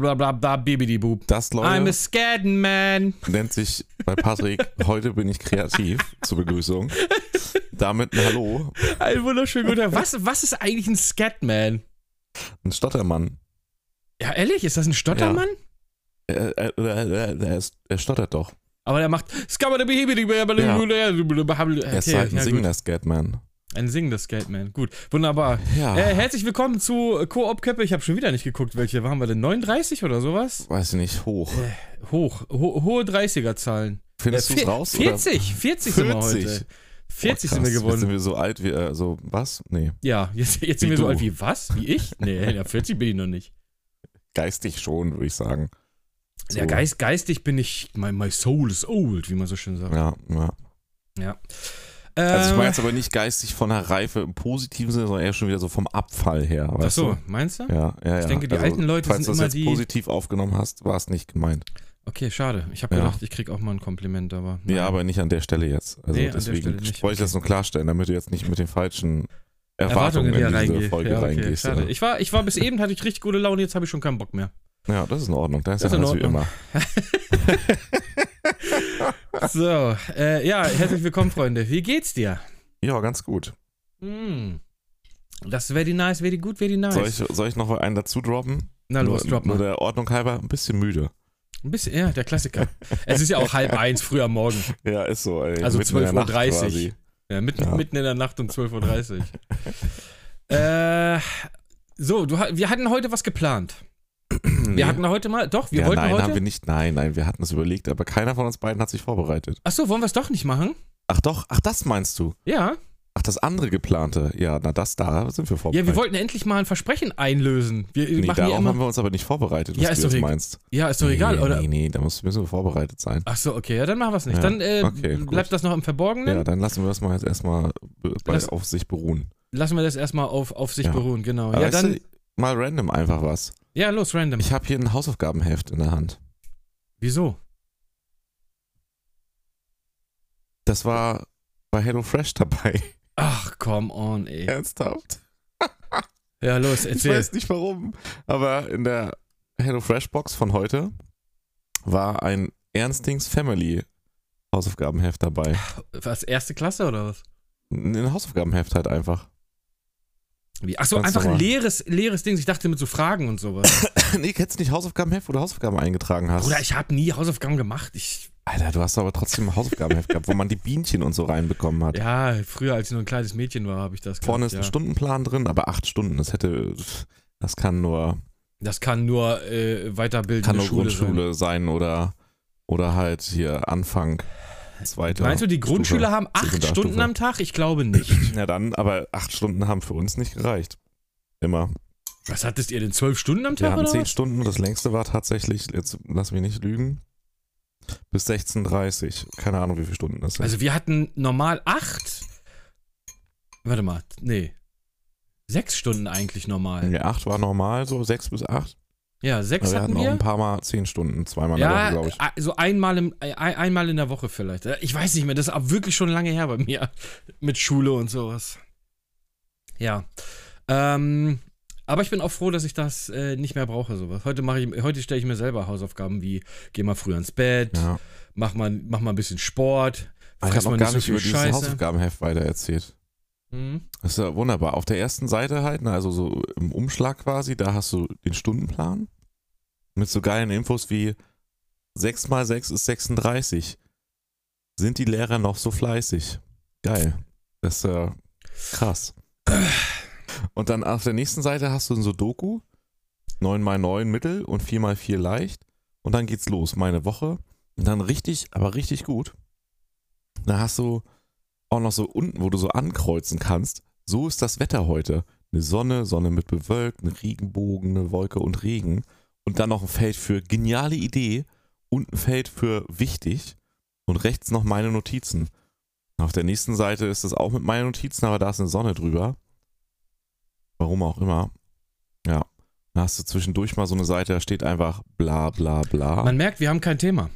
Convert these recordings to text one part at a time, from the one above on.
I'm Das, Leute, a scared man. nennt sich bei Patrick, heute bin ich kreativ, zur Begrüßung. Damit ein Hallo, Ein wunderschöner guter. Was, was ist eigentlich ein Scatman? ein Stottermann. Äh, Ja, ehrlich, ist das ein Stottermann? Er, er, er, äh, er, ist- er stottert doch. Aber der macht. Er ist Okay, halt ein ja, gut. singender Skatman. Ein singender Scatman. Gut, wunderbar. Ja, Äh, herzlich willkommen zu Koop-Köppe. Ich habe schon wieder nicht geguckt, welche waren wir denn? 39 oder sowas? weiß ich nicht, hoch. Hoch. Ho hohe 30er-Zahlen. Findest Äh, du es vier- raus? 40, 40 sind wir 40. heute. Oder? 40 Oh, sind wir krass, Jetzt sind geworden. wir so alt wie, äh, so, was? Nee, Ja, jetzt, jetzt sind Wie wir so du. alt wie was? Wie ich? Nee, ja, 40 bin ich noch nicht. geistig schon, würde ich sagen. So. Ja, geist, geistig bin ich, my, my soul is old, wie man so schön sagt. Ja, ja. Ähm, Also ich meine jetzt aber nicht geistig von der Reife im positiven Sinne, sondern eher schon wieder so vom Abfall her. Äh, ach Weißt so, Du? meinst du? Ja, ja, ja. Ich denke, die also, alten Leute sind falls du das immer jetzt die- positiv aufgenommen hast, war es nicht gemeint. Okay, schade. Ich habe Ja. gedacht, ich krieg auch mal ein Kompliment, aber. Nee, naja. aber nicht an der Stelle jetzt. Also Nee, an der deswegen Stelle nicht, wollte ich das nur klarstellen, damit du jetzt nicht mit den falschen Erwartungen, Erwartungen, die in da diese reingehen. Folge Ja, okay, reingehst. schade. Ja. Ich war, ich war bis eben, hatte ich richtig gute Laune, jetzt habe ich schon keinen Bock mehr. ja, das ist in Ordnung. Das ist, Das ja ist in alles wie Ordnung. immer. So, äh, ja, herzlich willkommen, Freunde. Wie geht's dir? Ja, ganz gut. Hm. Das wäre die nice, wäre die gut, wäre die nice. Soll, ich, soll ich noch mal einen dazu droppen? Na los, nur, drop nur mal. der Ordnung halber, ein bisschen müde. Ein bisschen, ja, der Klassiker. es ist ja auch halb eins früh am Morgen. Ja, ist so. Ey. Also Mitten in der Nacht 12.30 quasi. Uhr. Ja, mitten, Ja. mitten in der Nacht um 12.30 Uhr. äh, so, du, ha- wir hatten heute was geplant. Wir Nee. hatten heute mal, doch, wir ja, wollten nein, heute. haben wir nicht. Nein, nein, wir hatten es überlegt, aber keiner von uns beiden hat sich vorbereitet. Achso, wollen wir es doch nicht machen? Ach doch, ach das meinst du? Ja. Ach das andere geplante. Ja, na das da sind wir Ja, vorbereitet. wir wollten endlich mal ein Versprechen einlösen. Wir wir nee, machen ja darauf haben immer. wir uns aber nicht vorbereitet, was Ja, du ist jetzt doch egal. meinst. Ja, ist doch egal, nee, oder? Nee, nee, da muss- müssen wir vorbereitet sein. Achso, okay, ja, dann machen wir es nicht. Ja, Dann äh, okay, gut. bleibt das noch im Verborgenen. Ja, dann lassen wir das mal jetzt erstmal be- bei, Lass- auf sich beruhen. Lassen wir das erstmal auf, auf sich Ja. beruhen, genau. Aber Ja, weißt dann. du, mal random einfach was. Ja, los, random. Ich habe hier ein Hausaufgabenheft in der Hand. Wieso? Das war bei HelloFresh dabei. Ach, come on, ey. Ernsthaft? Ja, los, Ich erzähl. weiß nicht warum, aber in der HelloFresh Box von heute war ein Ernstings Family Hausaufgabenheft dabei. Was, erste Klasse oder was? Ein Hausaufgabenheft halt einfach. Wie? Achso, Ganz einfach ein normal. leeres, leeres Ding. Ich dachte mit so Fragen und sowas. nee, kennst du nicht Hausaufgabenheft, wo du Hausaufgaben eingetragen hast? Bruder, ich habe nie Hausaufgaben gemacht. Ich, Alter, du hast aber trotzdem ein Hausaufgabenheft gehabt, wo man die Bienchen und so reinbekommen hat. ja, früher, als ich nur ein kleines Mädchen war, habe ich das Vorne ist gehabt, ein ja. Stundenplan drin, aber acht Stunden, das hätte, das kann nur, Das kann nur äh, weiterbildende kann nur Schule sein. Grundschule sein, oder, oder halt hier Anfang, zweite. Meinst du, die Grundschüler haben acht Sekundarstufe. Stunden am Tag? Ich glaube nicht. Ja, dann, aber acht Stunden haben für uns nicht gereicht. Immer. Was hattest ihr denn? Zwölf Stunden am Wir Tag hatten oder zehn was? Stunden und das längste war tatsächlich, jetzt lass mich nicht lügen, bis 16.30 Keine Ahnung, wie viele Stunden das sind. Also wir hatten normal acht. Warte mal, nee. Sechs Stunden eigentlich normal. ja, acht war normal, so sechs bis acht. Ja, sechs Aber wir hatten hatten auch ein wir. paar Mal zehn Stunden, zweimal in der Ja, Woche, glaube ich. a- so einmal, im, ein, einmal in der Woche vielleicht. Ich weiß nicht mehr, das ist auch wirklich schon lange her bei mir. Mit Schule und sowas. Ja. Ähm, aber ich bin auch froh, dass ich das äh, nicht mehr brauche, sowas. Heute, mache ich- heute stelle ich mir selber Hausaufgaben wie, geh mal früh ins Bett, Ja. Ah, mach, mal, mach mal ein bisschen Sport, Ich fress mal habe noch nicht gar so nicht viel über dieses Scheiße. Hausaufgabenheft weiter erzählt. Mhm. Das ist ja wunderbar. Auf der ersten Seite halt, ne, also so im Umschlag quasi, da hast du den Stundenplan mit so geilen Infos wie 6 mal 6 ist 36. Sind die Lehrer noch so fleißig? Geil. Das ist äh, krass. Und dann auf der nächsten Seite hast du ein Sudoku, 9 mal 9 mittel und 4 mal 4 leicht. Und dann geht's los, meine Woche. Und dann richtig, aber richtig gut. Da hast du auch noch so unten, wo du so ankreuzen kannst. So ist das Wetter heute. Eine Sonne, Sonne mit bewölkt, ein Regenbogen, eine Wolke und Regen. Und dann noch ein Feld für geniale Idee und ein Feld für wichtig. Und rechts noch meine Notizen. Auf der nächsten Seite ist es auch mit meinen Notizen, aber da ist eine Sonne drüber. Warum auch immer. Ja. Da hast du zwischendurch mal so eine Seite, da steht einfach bla bla bla. Man merkt, wir haben kein Thema.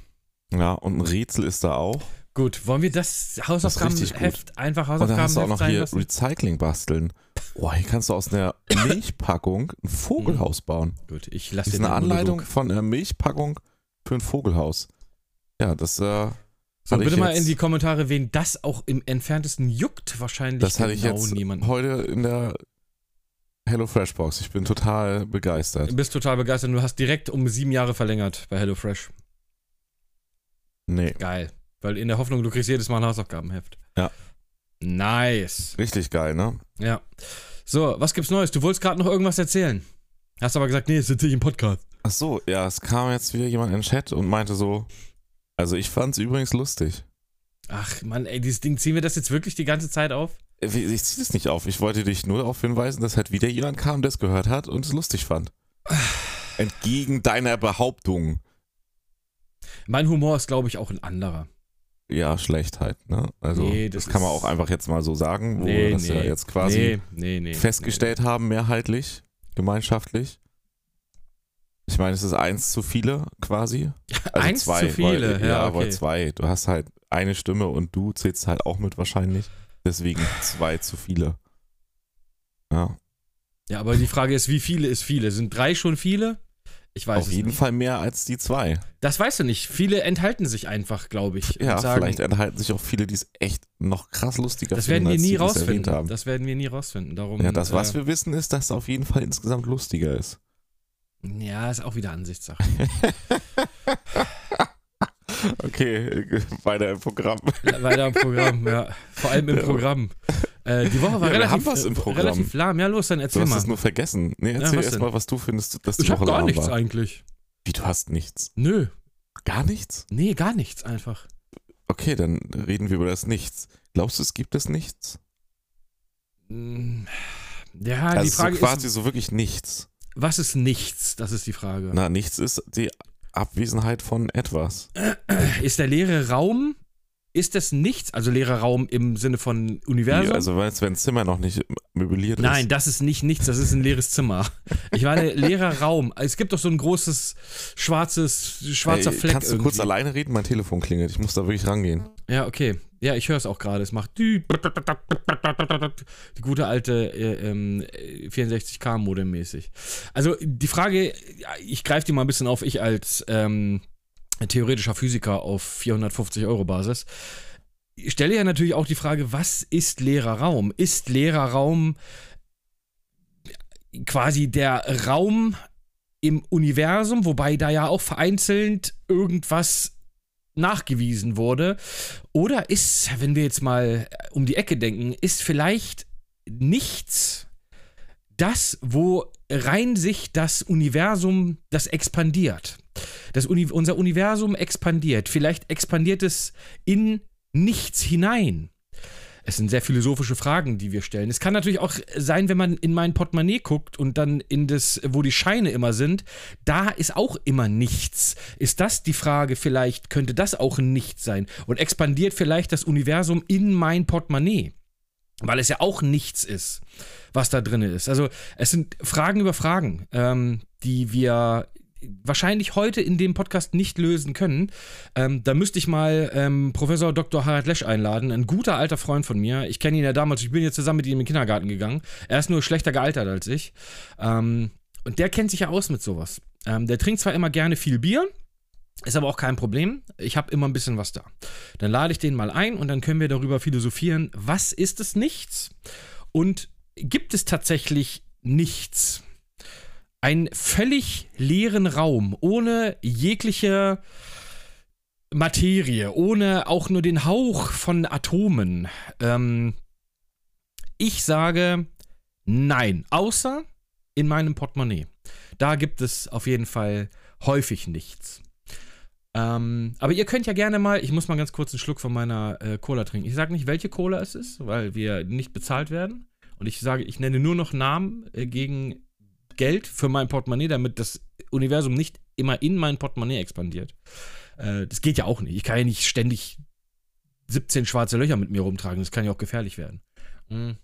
ja, und ein Rätsel ist da auch. Gut, wollen wir das richtig gut. Hausaufgabenheft einfach Und dann hast du auch Hausaufgabenheft noch sein hier lassen? Recycling basteln. Boah, hier kannst du aus einer Milchpackung ein Vogelhaus bauen. Gut, ich lasse Das ist Mhm. den eine Monolog. Anleitung von einer Milchpackung für ein Vogelhaus. Ja, das, äh, So, hatte bitte ich mal jetzt- in die Kommentare, wen das auch im entferntesten juckt. Wahrscheinlich das hatte ich genau jetzt niemanden. heute in der Hello Fresh Box. Ich bin total begeistert. Du bist total begeistert. Du hast direkt um sieben Jahre verlängert bei HelloFresh. Nee, Geil. Weil in der Hoffnung, du kriegst jedes Mal ein Hausaufgabenheft. Ja. Nice. richtig geil, ne? Ja. So, was gibt's Neues? Du wolltest gerade noch irgendwas erzählen. Hast aber gesagt, nee, ist natürlich ein Podcast. Ach so, ja, es kam jetzt wieder jemand in den Chat und meinte so, also ich fand's übrigens lustig. Ach, Mann, ey, dieses Ding, ziehen wir das jetzt wirklich die ganze Zeit auf? Äh, wie- Ich zieh das nicht auf. Ich wollte dich nur darauf hinweisen, dass halt wieder jemand kam, der es gehört hat und es lustig fand. Entgegen deiner Behauptung. Mein Humor ist, glaube ich, auch ein anderer. Ja, Schlechtheit, ne? Also, Nee, das das, kann man ist- auch einfach jetzt mal so sagen, wo wir das ja jetzt quasi nee, nee, nee, festgestellt haben, mehrheitlich, gemeinschaftlich. Ich meine, es ist eins zu viele quasi. Also Eins zwei, zu viele, weil, ja, ja, okay. aber zwei. Du hast halt eine Stimme und du zählst halt auch mit wahrscheinlich. Deswegen zwei zu viele. Ja, Ja, aber die Frage ist, wie viele ist viele? Sind drei schon viele? Ich weiß auf es jeden nicht. Fall mehr als die zwei. Das weißt du nicht. Viele enthalten sich einfach, glaube ich. Ja, und sagen, vielleicht enthalten sich auch viele, die es echt noch krass lustiger Das werden finden, wir als die, nie die es erwähnt rausfinden. haben. Das werden wir nie rausfinden. Darum, ja, das, was äh, wir wissen, ist, dass es auf jeden Fall insgesamt lustiger ist. Ja, ist auch wieder Ansichtssache. Okay, weiter im Programm. Weiter im Programm, ja. Vor allem im Ja. Programm. Äh, die Woche war Ja, wir relativ, haben was im Programm. relativ lahm. Ja, los, dann Du erzähl hast mal. es nur vergessen. Nee, Ja, erzähl was erst denn? mal, was du findest, dass Ich die Woche habe gar lahm nichts war. eigentlich. Wie, du hast nichts? Nö. Gar nichts? Nee, gar nichts einfach. Okay, dann reden wir über das Nichts. Glaubst du, es gibt das Nichts? Hm. Ja, die also Frage so quasi ist, so wirklich nichts. was ist nichts? Das ist die Frage. Na, nichts ist die Abwesenheit von etwas. Ist der leere Raum, ist das nichts? Also leerer Raum im Sinne von Wie, Universum? also weißt, du, wenn das Zimmer noch nicht möbliert Nein, ist. das ist nicht nichts, das ist ein leeres Zimmer. Ich meine, leerer Raum. Es gibt doch so ein großes schwarzes, schwarzer Ey, Fleck Kannst du irgendwie. kurz alleine reden? Mein Telefon klingelt. Ich muss da wirklich rangehen. Ja, okay. Ja, ich höre es auch gerade. Es macht die, die gute alte äh, ähm, 64K-Modem mäßig. Also die Frage, ja, ich greife die mal ein bisschen auf, ich als ähm, theoretischer Physiker auf 450 Euro Basis. Ich stelle ja natürlich auch die Frage, was ist leerer Raum? Ist leerer Raum quasi der Raum im Universum, wobei da ja auch vereinzelt irgendwas nachgewiesen wurde. Oder ist, wenn wir jetzt mal um die Ecke denken, ist vielleicht nichts das, wo rein sich das Universum, das expandiert. Das Uni unser Universum expandiert. Vielleicht expandiert es in nichts hinein. Es sind sehr philosophische Fragen, die wir stellen. Es kann natürlich auch sein, wenn man in mein Portemonnaie guckt und dann in das, wo die Scheine immer sind, da ist auch immer nichts. Ist das die Frage vielleicht, könnte das auch ein Nichts sein? Und expandiert vielleicht das Universum in mein Portemonnaie? Weil es ja auch nichts ist, was da drin ist. Also es sind Fragen über Fragen, ähm, die wir wahrscheinlich heute in dem Podcast nicht lösen können. Ähm, da müsste ich mal ähm, Professor Dr. Harald Lesch einladen, ein guter alter Freund von mir. Ich kenne ihn ja damals, ich bin ja zusammen mit ihm in den Kindergarten gegangen. Er ist nur schlechter gealtert als ich. Ähm, und der kennt sich ja aus mit sowas. Ähm, der trinkt zwar immer gerne viel Bier, ist aber auch kein Problem. Ich habe immer ein bisschen was da. Dann lade ich den mal ein und dann können wir darüber philosophieren, was ist es nichts und gibt es tatsächlich nichts? Einen völlig leeren Raum ohne jegliche Materie, ohne auch nur den Hauch von Atomen. Ähm, ich sage nein, außer in meinem Portemonnaie. Da gibt es auf jeden Fall häufig nichts. Ähm, aber ihr könnt ja gerne mal, ich muss mal ganz kurz einen Schluck von meiner äh, Cola trinken. Ich sage nicht, welche Cola es ist, weil wir nicht bezahlt werden. Und ich sage, ich nenne nur noch Namen äh, gegen Geld für mein Portemonnaie, damit das Universum nicht immer in mein Portemonnaie expandiert. Äh, das geht ja auch nicht. Ich kann ja nicht ständig 17 schwarze Löcher mit mir rumtragen. Das kann ja auch gefährlich werden. Mhm.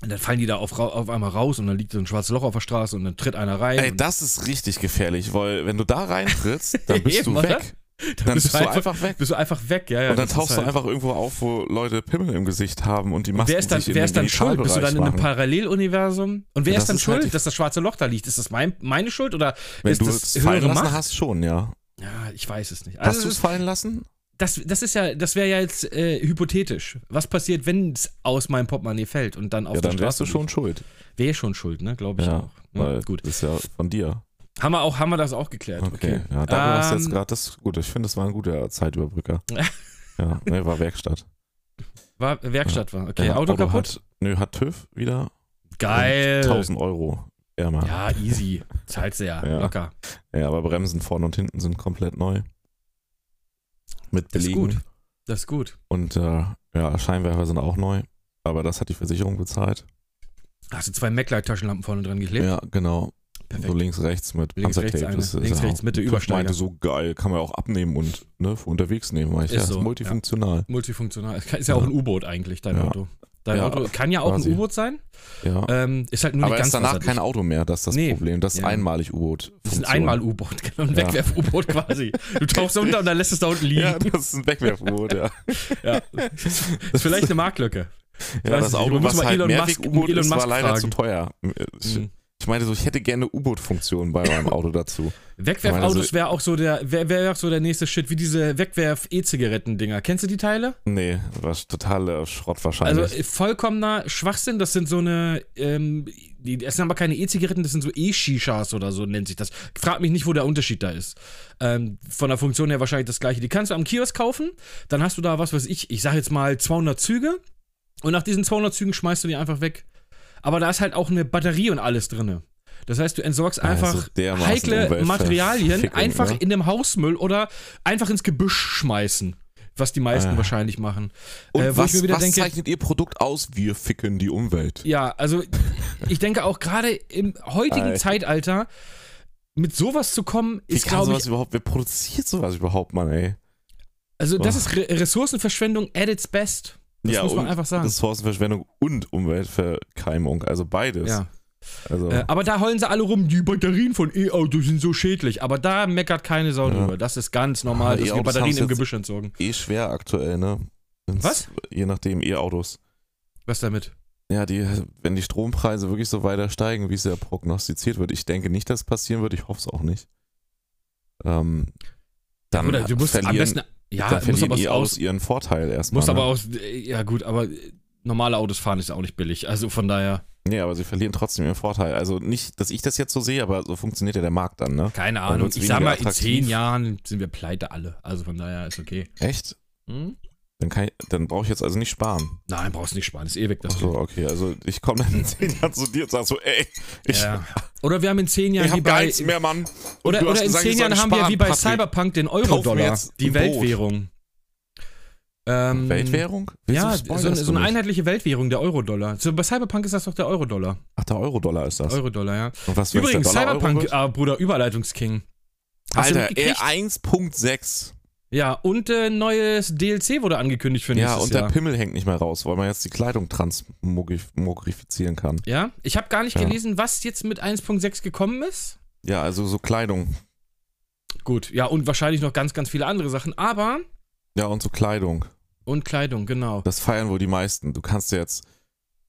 Und dann fallen die da auf, ra- auf einmal raus und dann liegt so ein schwarzes Loch auf der Straße und dann tritt einer rein. Ey, und das ist richtig gefährlich, weil wenn du da reintrittst, dann bist Eben, du oder? weg. Da Dann bist du einfach weg. bist du einfach weg, ja, ja. und dann das ist tauchst du halt- einfach irgendwo auf, wo Leute Pimmel im Gesicht haben und die Masken Wer ist dann, sich in wer den ist dann schuld? Bist du dann in einem Genitalbereich machen. Paralleluniversum? Und wer Ja, ist das dann ist halt schuld, die- dass das schwarze Loch da liegt? Ist das mein, meine Schuld oder Wenn ist du das es fallen höhere lassen Macht? hast, schon, ja. Ja, ich weiß es nicht. hast Also du es es ist- fallen lassen? das, das ist ja, das wäre ja jetzt äh, hypothetisch. Was passiert, wenn es aus meinem Portemonnaie fällt und dann auf Ja, der dann wärst du schon schuld. Wäre schon schuld, ne? Glaube ich Ja, auch. Ne? Weil Gut. Das ist ja von dir. Haben wir, auch, haben wir das auch geklärt. Okay. Okay. Ja, darüber hast du jetzt Ähm, gerade das gut. Ich finde, das war ein guter Zeitüberbrücker. ja, ne, war Werkstatt. War, Werkstatt war. Okay, Ja, Auto, kaputt? Hat, nö, hat TÜV wieder. Geil. 1000 Euro. Ärmer. Ja. Ja, easy. Zahlst du ja, Ja. locker. ja, aber Bremsen vorne und hinten sind komplett neu. Mit Das ist Belegen. gut. Das ist gut. Und äh, ja, Scheinwerfer sind auch neu. Aber das hat die Versicherung bezahlt. Hast du zwei MacLight-Taschenlampen vorne dran geklebt? Ja, genau. So Perfekt. links, rechts mit Links, rechts Panzertape. eine. das ist Links, ja rechts, auch- Mitte, ich Übersteiger. meinte so geil, kann man ja auch abnehmen und ne, für unterwegs nehmen. Weil ich, Ist ja, das so, ist multifunktional. Multifunktional. Ist ja, auch Ja. ein U-Boot eigentlich, dein Ja. Auto. Dein Ja, Auto kann ja auch quasi. ein U-Boot sein. Ja. Ähm, ist halt nur Aber nicht es ganz ist danach wasserdicht. kein Auto mehr, das ist das Nee. Problem. Das ist Ja. einmalig U-Boot. Das ist ein Einmal-U-Boot, genau, ein Ja. Wegwerf-U-Boot quasi. Du tauchst unter und dann lässt es da unten liegen. Ja, das ist ein Wegwerf-U-Boot, ja. Ja. Ist vielleicht eine Marklücke. ja weiß das nicht, Auto, muss was mal halt Elon Musk- Mehrweg-U-Boot Elon ist, war Musk leider fragen. zu teuer. Ich, Mhm. ich meinte so, ich hätte gerne U-Boot-Funktion bei meinem Auto dazu. Ich meine, also Wegwerfautos so- wäre auch so der wär, wär auch so der nächste Shit, wie diese Wegwerf-E-Zigaretten-Dinger. Kennst du die Teile? Nee, war totaler Schrott Also wahrscheinlich. äh, vollkommener Schwachsinn. Das sind so eine, ähm, die, das sind aber keine E-Zigaretten, das sind so E-Shishas oder so nennt sich das. Frag mich nicht, wo der Unterschied da ist. Ähm, von der Funktion her wahrscheinlich das gleiche. Die kannst du am Kiosk kaufen, dann hast du da was weiß ich, ich sag jetzt mal 200 Züge und nach diesen 200 Zügen schmeißt du die einfach weg. Aber da ist halt auch eine Batterie und alles drinne. Das heißt, du entsorgst einfach dermaßen heikle Umweltver- Materialien Verfickung, einfach ne? in dem Hausmüll oder einfach ins Gebüsch schmeißen. Was die meisten Ah. wahrscheinlich machen. Und Äh, wo was, ich mir wieder was denke, zeichnet ihr Produkt aus? Wir ficken die Umwelt. ja, also ich denke auch gerade im heutigen Alter. Zeitalter mit sowas zu kommen, Wie ist kann glaube sowas ich, überhaupt, wer produziert sowas überhaupt, Mann, ey? also das Boah. ist Re Ressourcenverschwendung at its best. Das muss man und einfach sagen. Ressourcenverschwendung und Umweltverkeimung, also beides. Ja. Also, Äh, aber da heulen sie alle rum, die Batterien von E-Autos sind so schädlich. Aber da meckert keine Sau drüber. Das ist ganz normal, Ah, dass wir E-Autos Batterien haben's im jetzt- Gebüsch entsorgen. eh schwer aktuell, ne? Sind's- Was? Je nachdem, E-Autos. Was damit? Ja, die, wenn die Strompreise wirklich so weiter steigen, wie es ja prognostiziert wird, ich denke nicht, dass es passieren wird, ich hoffe es auch nicht. Ähm, dann Oder du musst am verlieren- besten. Ja, dann muss aber verlieren E E-Autos aus. ihren Vorteil erstmal. Muss aber ne? auch. Ja, gut, aber äh, normale Autos fahren ist auch nicht billig. Also von daher, Nee, aber sie verlieren trotzdem ihren Vorteil. Also nicht, dass ich das jetzt so sehe, aber so funktioniert ja der Markt dann, ne? keine Dann Ahnung. wird's Ich sag mal, weniger in zehn attraktiv. Jahren sind wir pleite alle. Also von daher ist okay. Echt? Hm? Dann, kann ich- dann brauche ich jetzt also nicht sparen. Nein, brauchst nicht sparen, ist eh weg das Ach so, Geld. okay. Also ich komme dann in 10 Jahren zu dir und sag so, ey, ich, ja. Oder wir haben in zehn ich Jahren wie habe gar bei nichts mehr, Mann. Und oder, du hast oder in gesagt, ich zehn soll Jahren haben wir sparen, wie bei Patrick. Cyberpunk den Kauf mir Euro-Dollar, jetzt die ein Boot. Weltwährung. Ähm, Weltwährung? Wieso Ja, so, spoilerst eine- du so eine mich? einheitliche Weltwährung, der Euro-Dollar. So, bei Cyberpunk ist das doch der Euro-Dollar. Ach, der Euro-Dollar ist das. Euro-Dollar, ja. Und was wenn's der Übrigens, Dollar-Euro Cyberpunk, wird? ah, Bruder, Überleitungsking. Hast du Alter, mitgekriegt? R1.6. Ja, und äh, neues DLC wurde angekündigt für Ja, nächstes und der Jahr. Pimmel hängt nicht mehr raus, weil man jetzt die Kleidung transmogrifizieren kann. ja, ich habe gar nicht Ja. gelesen, was jetzt mit 1.6 gekommen ist. Ja, also so Kleidung. Gut, ja, und wahrscheinlich noch ganz, ganz viele andere Sachen, aber. Ja, und so Kleidung. Und Kleidung, genau. Das feiern wohl die meisten. Du kannst ja jetzt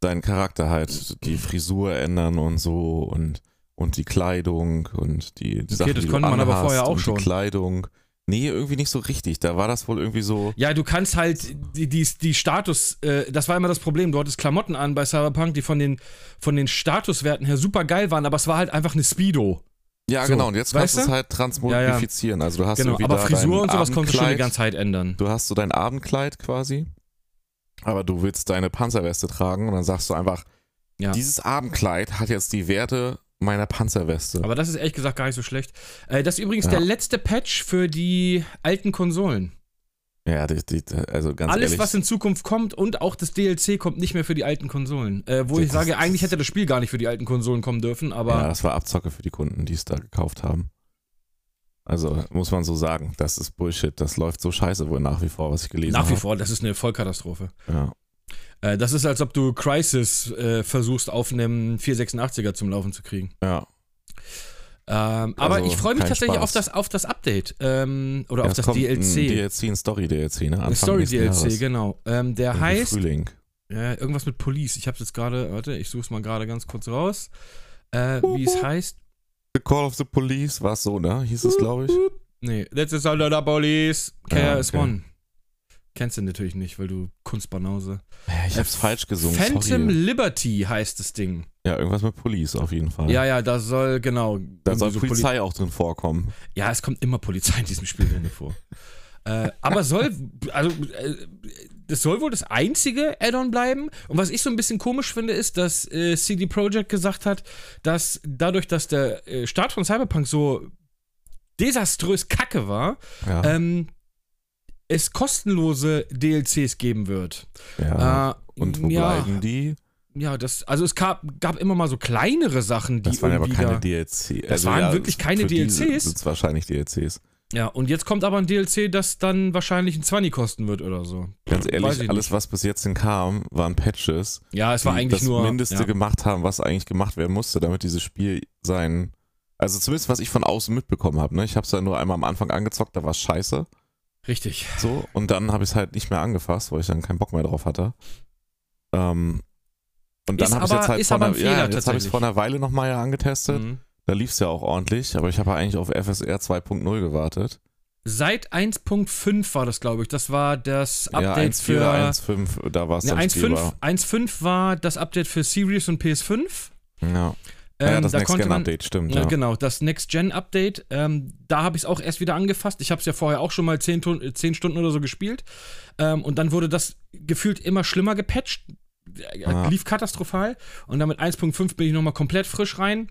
deinen Charakter halt, die Frisur ändern und so und, und die Kleidung und die, die Sachen, das die du konnte man aber anhast vorher auch und schon. Die Kleidung. Nee, irgendwie nicht so richtig. Da war das wohl irgendwie so. Ja, du kannst halt die, die, die Status, äh, das war immer das Problem, du hattest Klamotten an bei Cyberpunk, die von den, von den Statuswerten her super geil waren, aber es war halt einfach eine Speedo. Ja, So, genau. Und jetzt weißt kannst du es du? halt transmodifizieren. Also du hast Genau, irgendwie aber da Frisur dein und sowas konntest du schon die Abendkleid. ganze Zeit ändern. Du hast so dein Abendkleid quasi, aber du willst deine Panzerweste tragen und dann sagst du einfach, Ja. dieses Abendkleid hat jetzt die Werte meiner Panzerweste. Aber das ist ehrlich gesagt gar nicht so schlecht. Äh, das ist übrigens Ja. der letzte Patch für die alten Konsolen. ja, die, die, also ganz Alles, ehrlich. was in Zukunft kommt und auch das DLC kommt nicht mehr für die alten Konsolen. Äh, wo ich Das- sage, eigentlich hätte das Spiel gar nicht für die alten Konsolen kommen dürfen, ja, aber das war Abzocke für die Kunden, die es da gekauft haben. Also muss man so sagen, das ist Bullshit. Das läuft so scheiße wohl nach wie vor, was ich gelesen habe. nach wie vor, das ist eine Vollkatastrophe. Ja. Äh, das ist, als ob du Crisis äh, versuchst, auf einem 486er zum Laufen zu kriegen. ja. Ähm, aber Also, ich freue mich kein tatsächlich Spaß. auf das, auf das Update ähm, oder auf es das kommt Ein DLC. DLC, ein Story-DLC, ne? Anfang nächsten Story-DLC, Jahres. genau. Ähm, der Im heißt Frühling. äh, irgendwas mit Police. Ich habe jetzt gerade, warte, ich suche es mal gerade ganz kurz raus, äh, wie Mhm. es heißt. The Call of the Police war so, ne? Hieß es, glaube ich. Nee, That's is under the police. Ja, Care is Ah, okay. one. Kennst du natürlich nicht, weil du Kunstbanause. Ja, Ich hab's falsch gesungen. Äh, Phantom Sorry. Liberty heißt das Ding. Ja, irgendwas mit Police auf jeden Fall. Ja, ja, da soll, genau. da soll irgendwie so Polizei auch drin vorkommen. Ja, es kommt immer Polizei in diesem Spiel drin vor. äh, aber soll, also, äh, das soll wohl das einzige Add-on bleiben. Und was ich so ein bisschen komisch finde, ist, dass äh, CD Projekt gesagt hat, dass dadurch, dass der äh, Start von Cyberpunk so desaströs kacke war, Ja. ähm, es kostenlose DLCs geben wird. ja. Äh, Ah. Und wo ja, bleiben die? Ja, das, also es gab, gab immer mal so kleinere Sachen, die Das waren aber irgendwie keine da, DLC. Das waren wirklich keine Also für die DLCs. sind's wahrscheinlich DLCs. Ja, und jetzt kommt aber ein DLC, das dann wahrscheinlich ein 20 kosten wird oder so. Weiß Ganz ich ehrlich, alles, was bis jetzt denn kam, waren Patches, Ja, es war die eigentlich das nur. Mindeste ja. gemacht haben, was eigentlich gemacht werden musste, damit dieses Spiel sein. Also zumindest, was ich von außen mitbekommen habe. Ne? Ich habe es ja nur einmal am Anfang angezockt, da war scheiße. Richtig. So, und dann habe ich es halt nicht mehr angefasst, weil ich dann keinen Bock mehr drauf hatte. Ähm, und dann Ist habe ich aber- jetzt halt ist vor aber einer, ein Fehler ja, jetzt habe ich tatsächlich. vor einer Weile nochmal ja angetestet. Mhm. Da lief es ja auch ordentlich, aber ich habe ja eigentlich auf FSR 2.0 gewartet. Seit 1.5 war das, glaube ich. Das war das ja, Update 1.4, für. 1.5, da war es Ne, dann 1.5 spielbar. 1.5 war das Update für Series und PS5. Ja. Ähm, ja, das da Next konnte Gen man, Update, stimmt. Ja, ja. genau, das Next-Gen-Update. Ähm, da habe ich es auch erst wieder angefasst. Ich habe es ja vorher auch schon mal 10, Tun- äh, 10 Stunden oder so gespielt. Ähm, und dann wurde das gefühlt immer schlimmer gepatcht. Äh, Ah. Lief katastrophal. Und dann mit 1.5 bin ich nochmal komplett frisch rein.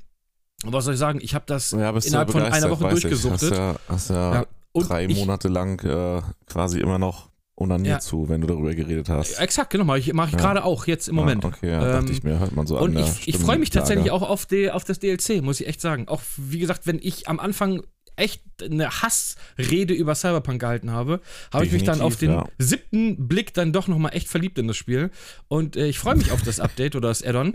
Und was soll ich sagen? Ich habe das Ja, bist innerhalb du von einer begeistert, Woche weiß ich. durchgesuchtet. Hast ja, hast ja, Ja, und drei ich, Monate lang äh, quasi immer noch unaniert Ja. zu, wenn du darüber geredet hast. Exakt, genau, mache ich, mach ich Ja. gerade auch jetzt im Moment. Ja, okay, ja, dachte Ähm, ich mir, hört man so an Und der ich, ich freue mich tatsächlich Stimmlage. auch auf, die, auf das DLC, muss ich echt sagen. Auch, wie gesagt, wenn ich am Anfang echt eine Hassrede über Cyberpunk gehalten habe, habe ich mich dann auf den Definitiv, siebten Blick dann doch nochmal echt verliebt in das Spiel. Und äh, ich freue mich auf das Update oder das Add-on.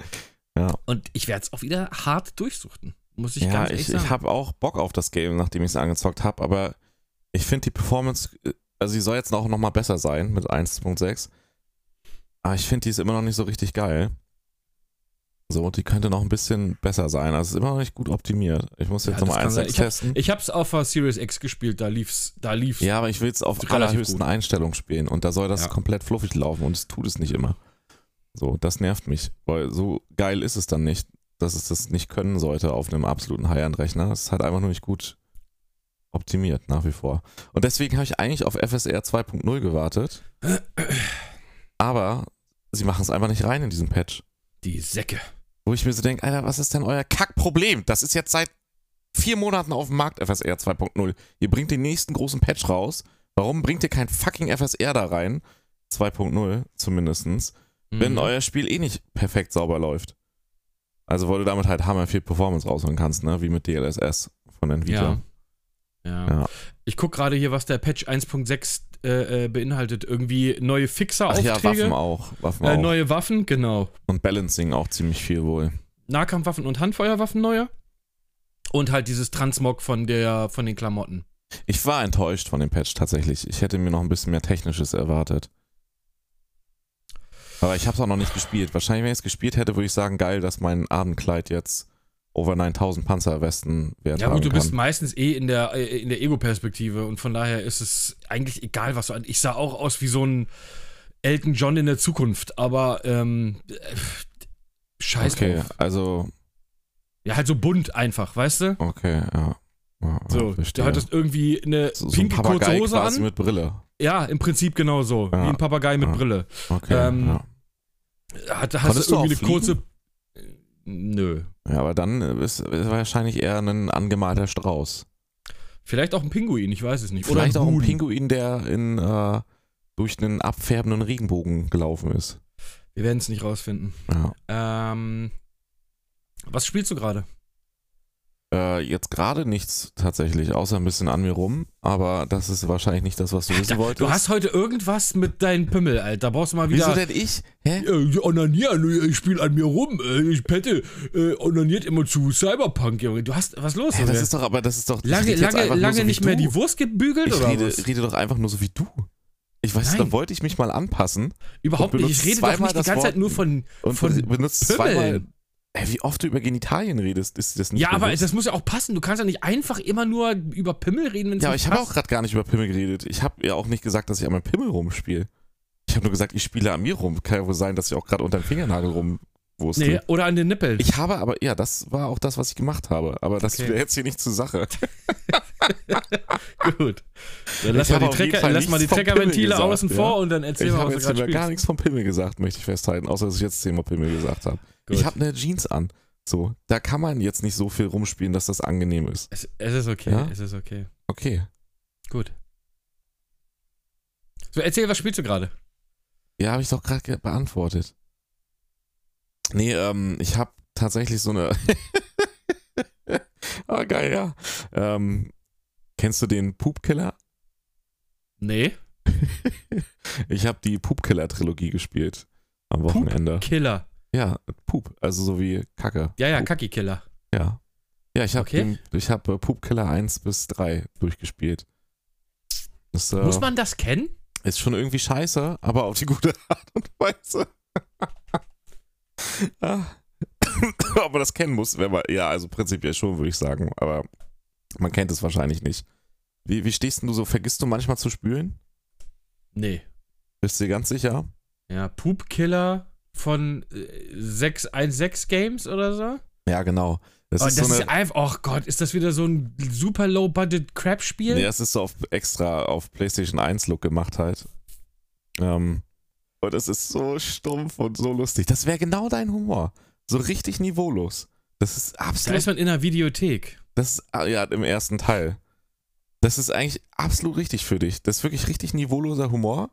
Ja. Und ich werde es auch wieder hart durchsuchten, muss ich Ja, ganz ehrlich ich, sagen. ich habe auch Bock auf das Game, nachdem ich es angezockt habe, aber ich finde die Performance, äh, also sie soll jetzt auch nochmal besser sein mit 1.6, aber ich finde die ist immer noch nicht so richtig geil. So, die könnte noch ein bisschen besser sein. Also es ist immer noch nicht gut optimiert. Ich muss jetzt Ja, nochmal das kann sein. 1.6 Ich hab- testen. ich habe es auf der Series X gespielt, da lief's, da lief's. Ja, aber ich will es auf Relativ allerhöchsten gut. Einstellungen spielen und da soll das Ja. komplett fluffig laufen und es tut es nicht immer. So, das nervt mich, weil so geil ist es dann nicht, dass es das nicht können sollte auf einem absoluten High-End-Rechner. Es ist halt einfach nur nicht gut optimiert nach wie vor. Und deswegen habe ich eigentlich auf FSR 2.0 gewartet, aber sie machen es einfach nicht rein in diesem Patch. Die Säcke. Wo ich mir so denke, Alter, was ist denn euer Kackproblem? Das ist jetzt seit vier Monaten auf dem Markt, FSR 2.0. Ihr bringt den nächsten großen Patch raus. Warum bringt ihr kein fucking FSR da rein? 2.0 zumindestens, wenn Mhm. euer Spiel eh nicht perfekt sauber läuft. Also, weil du damit halt hammer viel Performance rausholen kannst, ne? Wie mit DLSS von Nvidia. Ja. Ja. ja. Ich gucke gerade hier, was der Patch 1.6 äh, äh, beinhaltet. Irgendwie neue Ach Fixer-Aufträge. ja, Waffen auch. Waffen Äh, auch. neue Waffen, genau. Und Balancing auch ziemlich viel wohl. Nahkampfwaffen und Handfeuerwaffen neue. Und halt dieses Transmog von der von den Klamotten. Ich war enttäuscht von dem Patch tatsächlich. Ich hätte mir noch ein bisschen mehr Technisches erwartet. Aber ich habe es auch noch nicht gespielt. Wahrscheinlich, wenn ich es gespielt hätte, würde ich sagen, geil, dass mein Abendkleid jetzt over 9000 Panzerwesten wert Ja haben gut, du kann. bist meistens eh in der äh, in der Ego-Perspektive und von daher ist es eigentlich egal, was du an. Ich sah auch aus wie so ein Elton John in der Zukunft, aber ähm, äh, scheiß Okay, drauf. also, Ja, halt so bunt einfach, weißt du? okay, ja. ja So, verstehe. du hattest irgendwie eine so, so ein pinke kurze Papagei Hose quasi an. mit Brille. Ja, im Prinzip genau so. Ja. Wie ein Papagei mit Ja. Brille. Okay, Ähm, ja. Hat, hast Konntest du du auch irgendwie eine fliegen? kurze. Äh, Nö. ja. Aber dann ist, ist wahrscheinlich eher ein angemalter Strauß. Vielleicht auch ein Pinguin, ich weiß es nicht. Vielleicht Oder auch ein Huhn. Pinguin, der in, äh, durch einen abfärbenden Regenbogen gelaufen ist. Wir werden es nicht rausfinden. Ja. Ähm, was spielst du gerade? Äh, jetzt gerade nichts tatsächlich, außer ein bisschen an mir rum, aber das ist wahrscheinlich nicht das, was du wissen Da, wolltest. du hast heute irgendwas mit deinem Pimmel, Alter. Brauchst du mal Wieso wieder. denn ich? Hä? Äh, ich onanieren, ich spiele an mir rum. äh, Ich pette, äh, onaniert immer zu Cyberpunk, Junge. Du hast, was los? Hä, Junge? das ist doch, aber das ist doch. ich lange, rede jetzt lange, einfach nur lange so wie nicht mehr du. die Wurst gebügelt Ich oder rede, was? rede doch einfach nur so wie du. Ich weiß, Nein. da wollte ich mich mal anpassen Überhaupt und nicht. Ich benutzt rede doch zweimal nicht die das ganze Zeit Wort nur von. und Von benutzt Pimmel. zweimal. Hä, wie oft du über Genitalien redest, ist dir das nicht Ja, aber bewusst? das muss ja auch passen. Du kannst ja nicht einfach immer nur über Pimmel reden, wenn es Ja, aber nicht ich habe auch passt. gerade gar nicht über Pimmel geredet. Ich habe ja auch nicht gesagt, dass ich an meinem Pimmel rumspiele. Ich habe nur gesagt, ich spiele an mir rum. Kann ja wohl sein, dass ich auch gerade unter dem Fingernagel rumwurste. Nee, oder an den Nippeln. Ich habe aber, ja, das war auch das, was ich gemacht habe. Aber das Okay. wäre jetzt hier nicht zur Sache. Gut. Dann lass mal Ich habe die, auf jeden Trecker, Fall lass mal die nichts vom Pimmel Treckerventile gesagt, außen ja. vor und dann erzähl ich mal, habe was du jetzt über gerade gar spielst. nichts vom Pimmel gesagt, möchte ich festhalten. Außer, dass ich jetzt zehnmal Pimmel gesagt habe. Gut. Ich habe eine Jeans an. So, da kann man jetzt nicht so viel rumspielen, dass das angenehm ist. es, es ist okay, Ja? es ist okay. Okay. Gut. So, erzähl, was spielst du gerade? Ja, habe ich doch gerade ge- beantwortet. Nee, ähm, ich habe tatsächlich so eine. ah, geil, ja. Ähm, kennst du den Poopkiller? Nee. Ich habe die Poopkiller-Trilogie gespielt am Wochenende. Killer. Ja, Poop, also so wie Kacke. Ja, ja, Poop, Kacki-Killer. Ja. Ja, ich habe Okay. den- ich hab äh, Poopkiller 1 bis 3 durchgespielt. Das, äh, Muss man das kennen? Ist schon irgendwie scheiße, aber auf die gute Art und Weise. Ah. Ob man das kennen muss, wenn man, ja, also prinzipiell schon, würde ich sagen, aber man kennt es wahrscheinlich nicht. Wie, wie stehst denn du so? Vergisst du manchmal zu spülen? Nee. Bist du dir ganz sicher? Ja, Poop-Killer von äh, 616 Games oder so? Ja, genau. Das oh, ist das so ist eine, einfach, oh Gott, ist das wieder so ein super low-budget Crap-Spiel? nee, das ist so auf, extra auf PlayStation 1 Look gemacht halt. Ähm, und es ist so stumpf und so lustig. Das wäre genau dein Humor. So richtig niveaulos. Das ist da absolut ist man in der Videothek. Das ist, ah, ja, im ersten Teil. Das ist eigentlich absolut richtig für dich. Das ist wirklich richtig niveauloser Humor,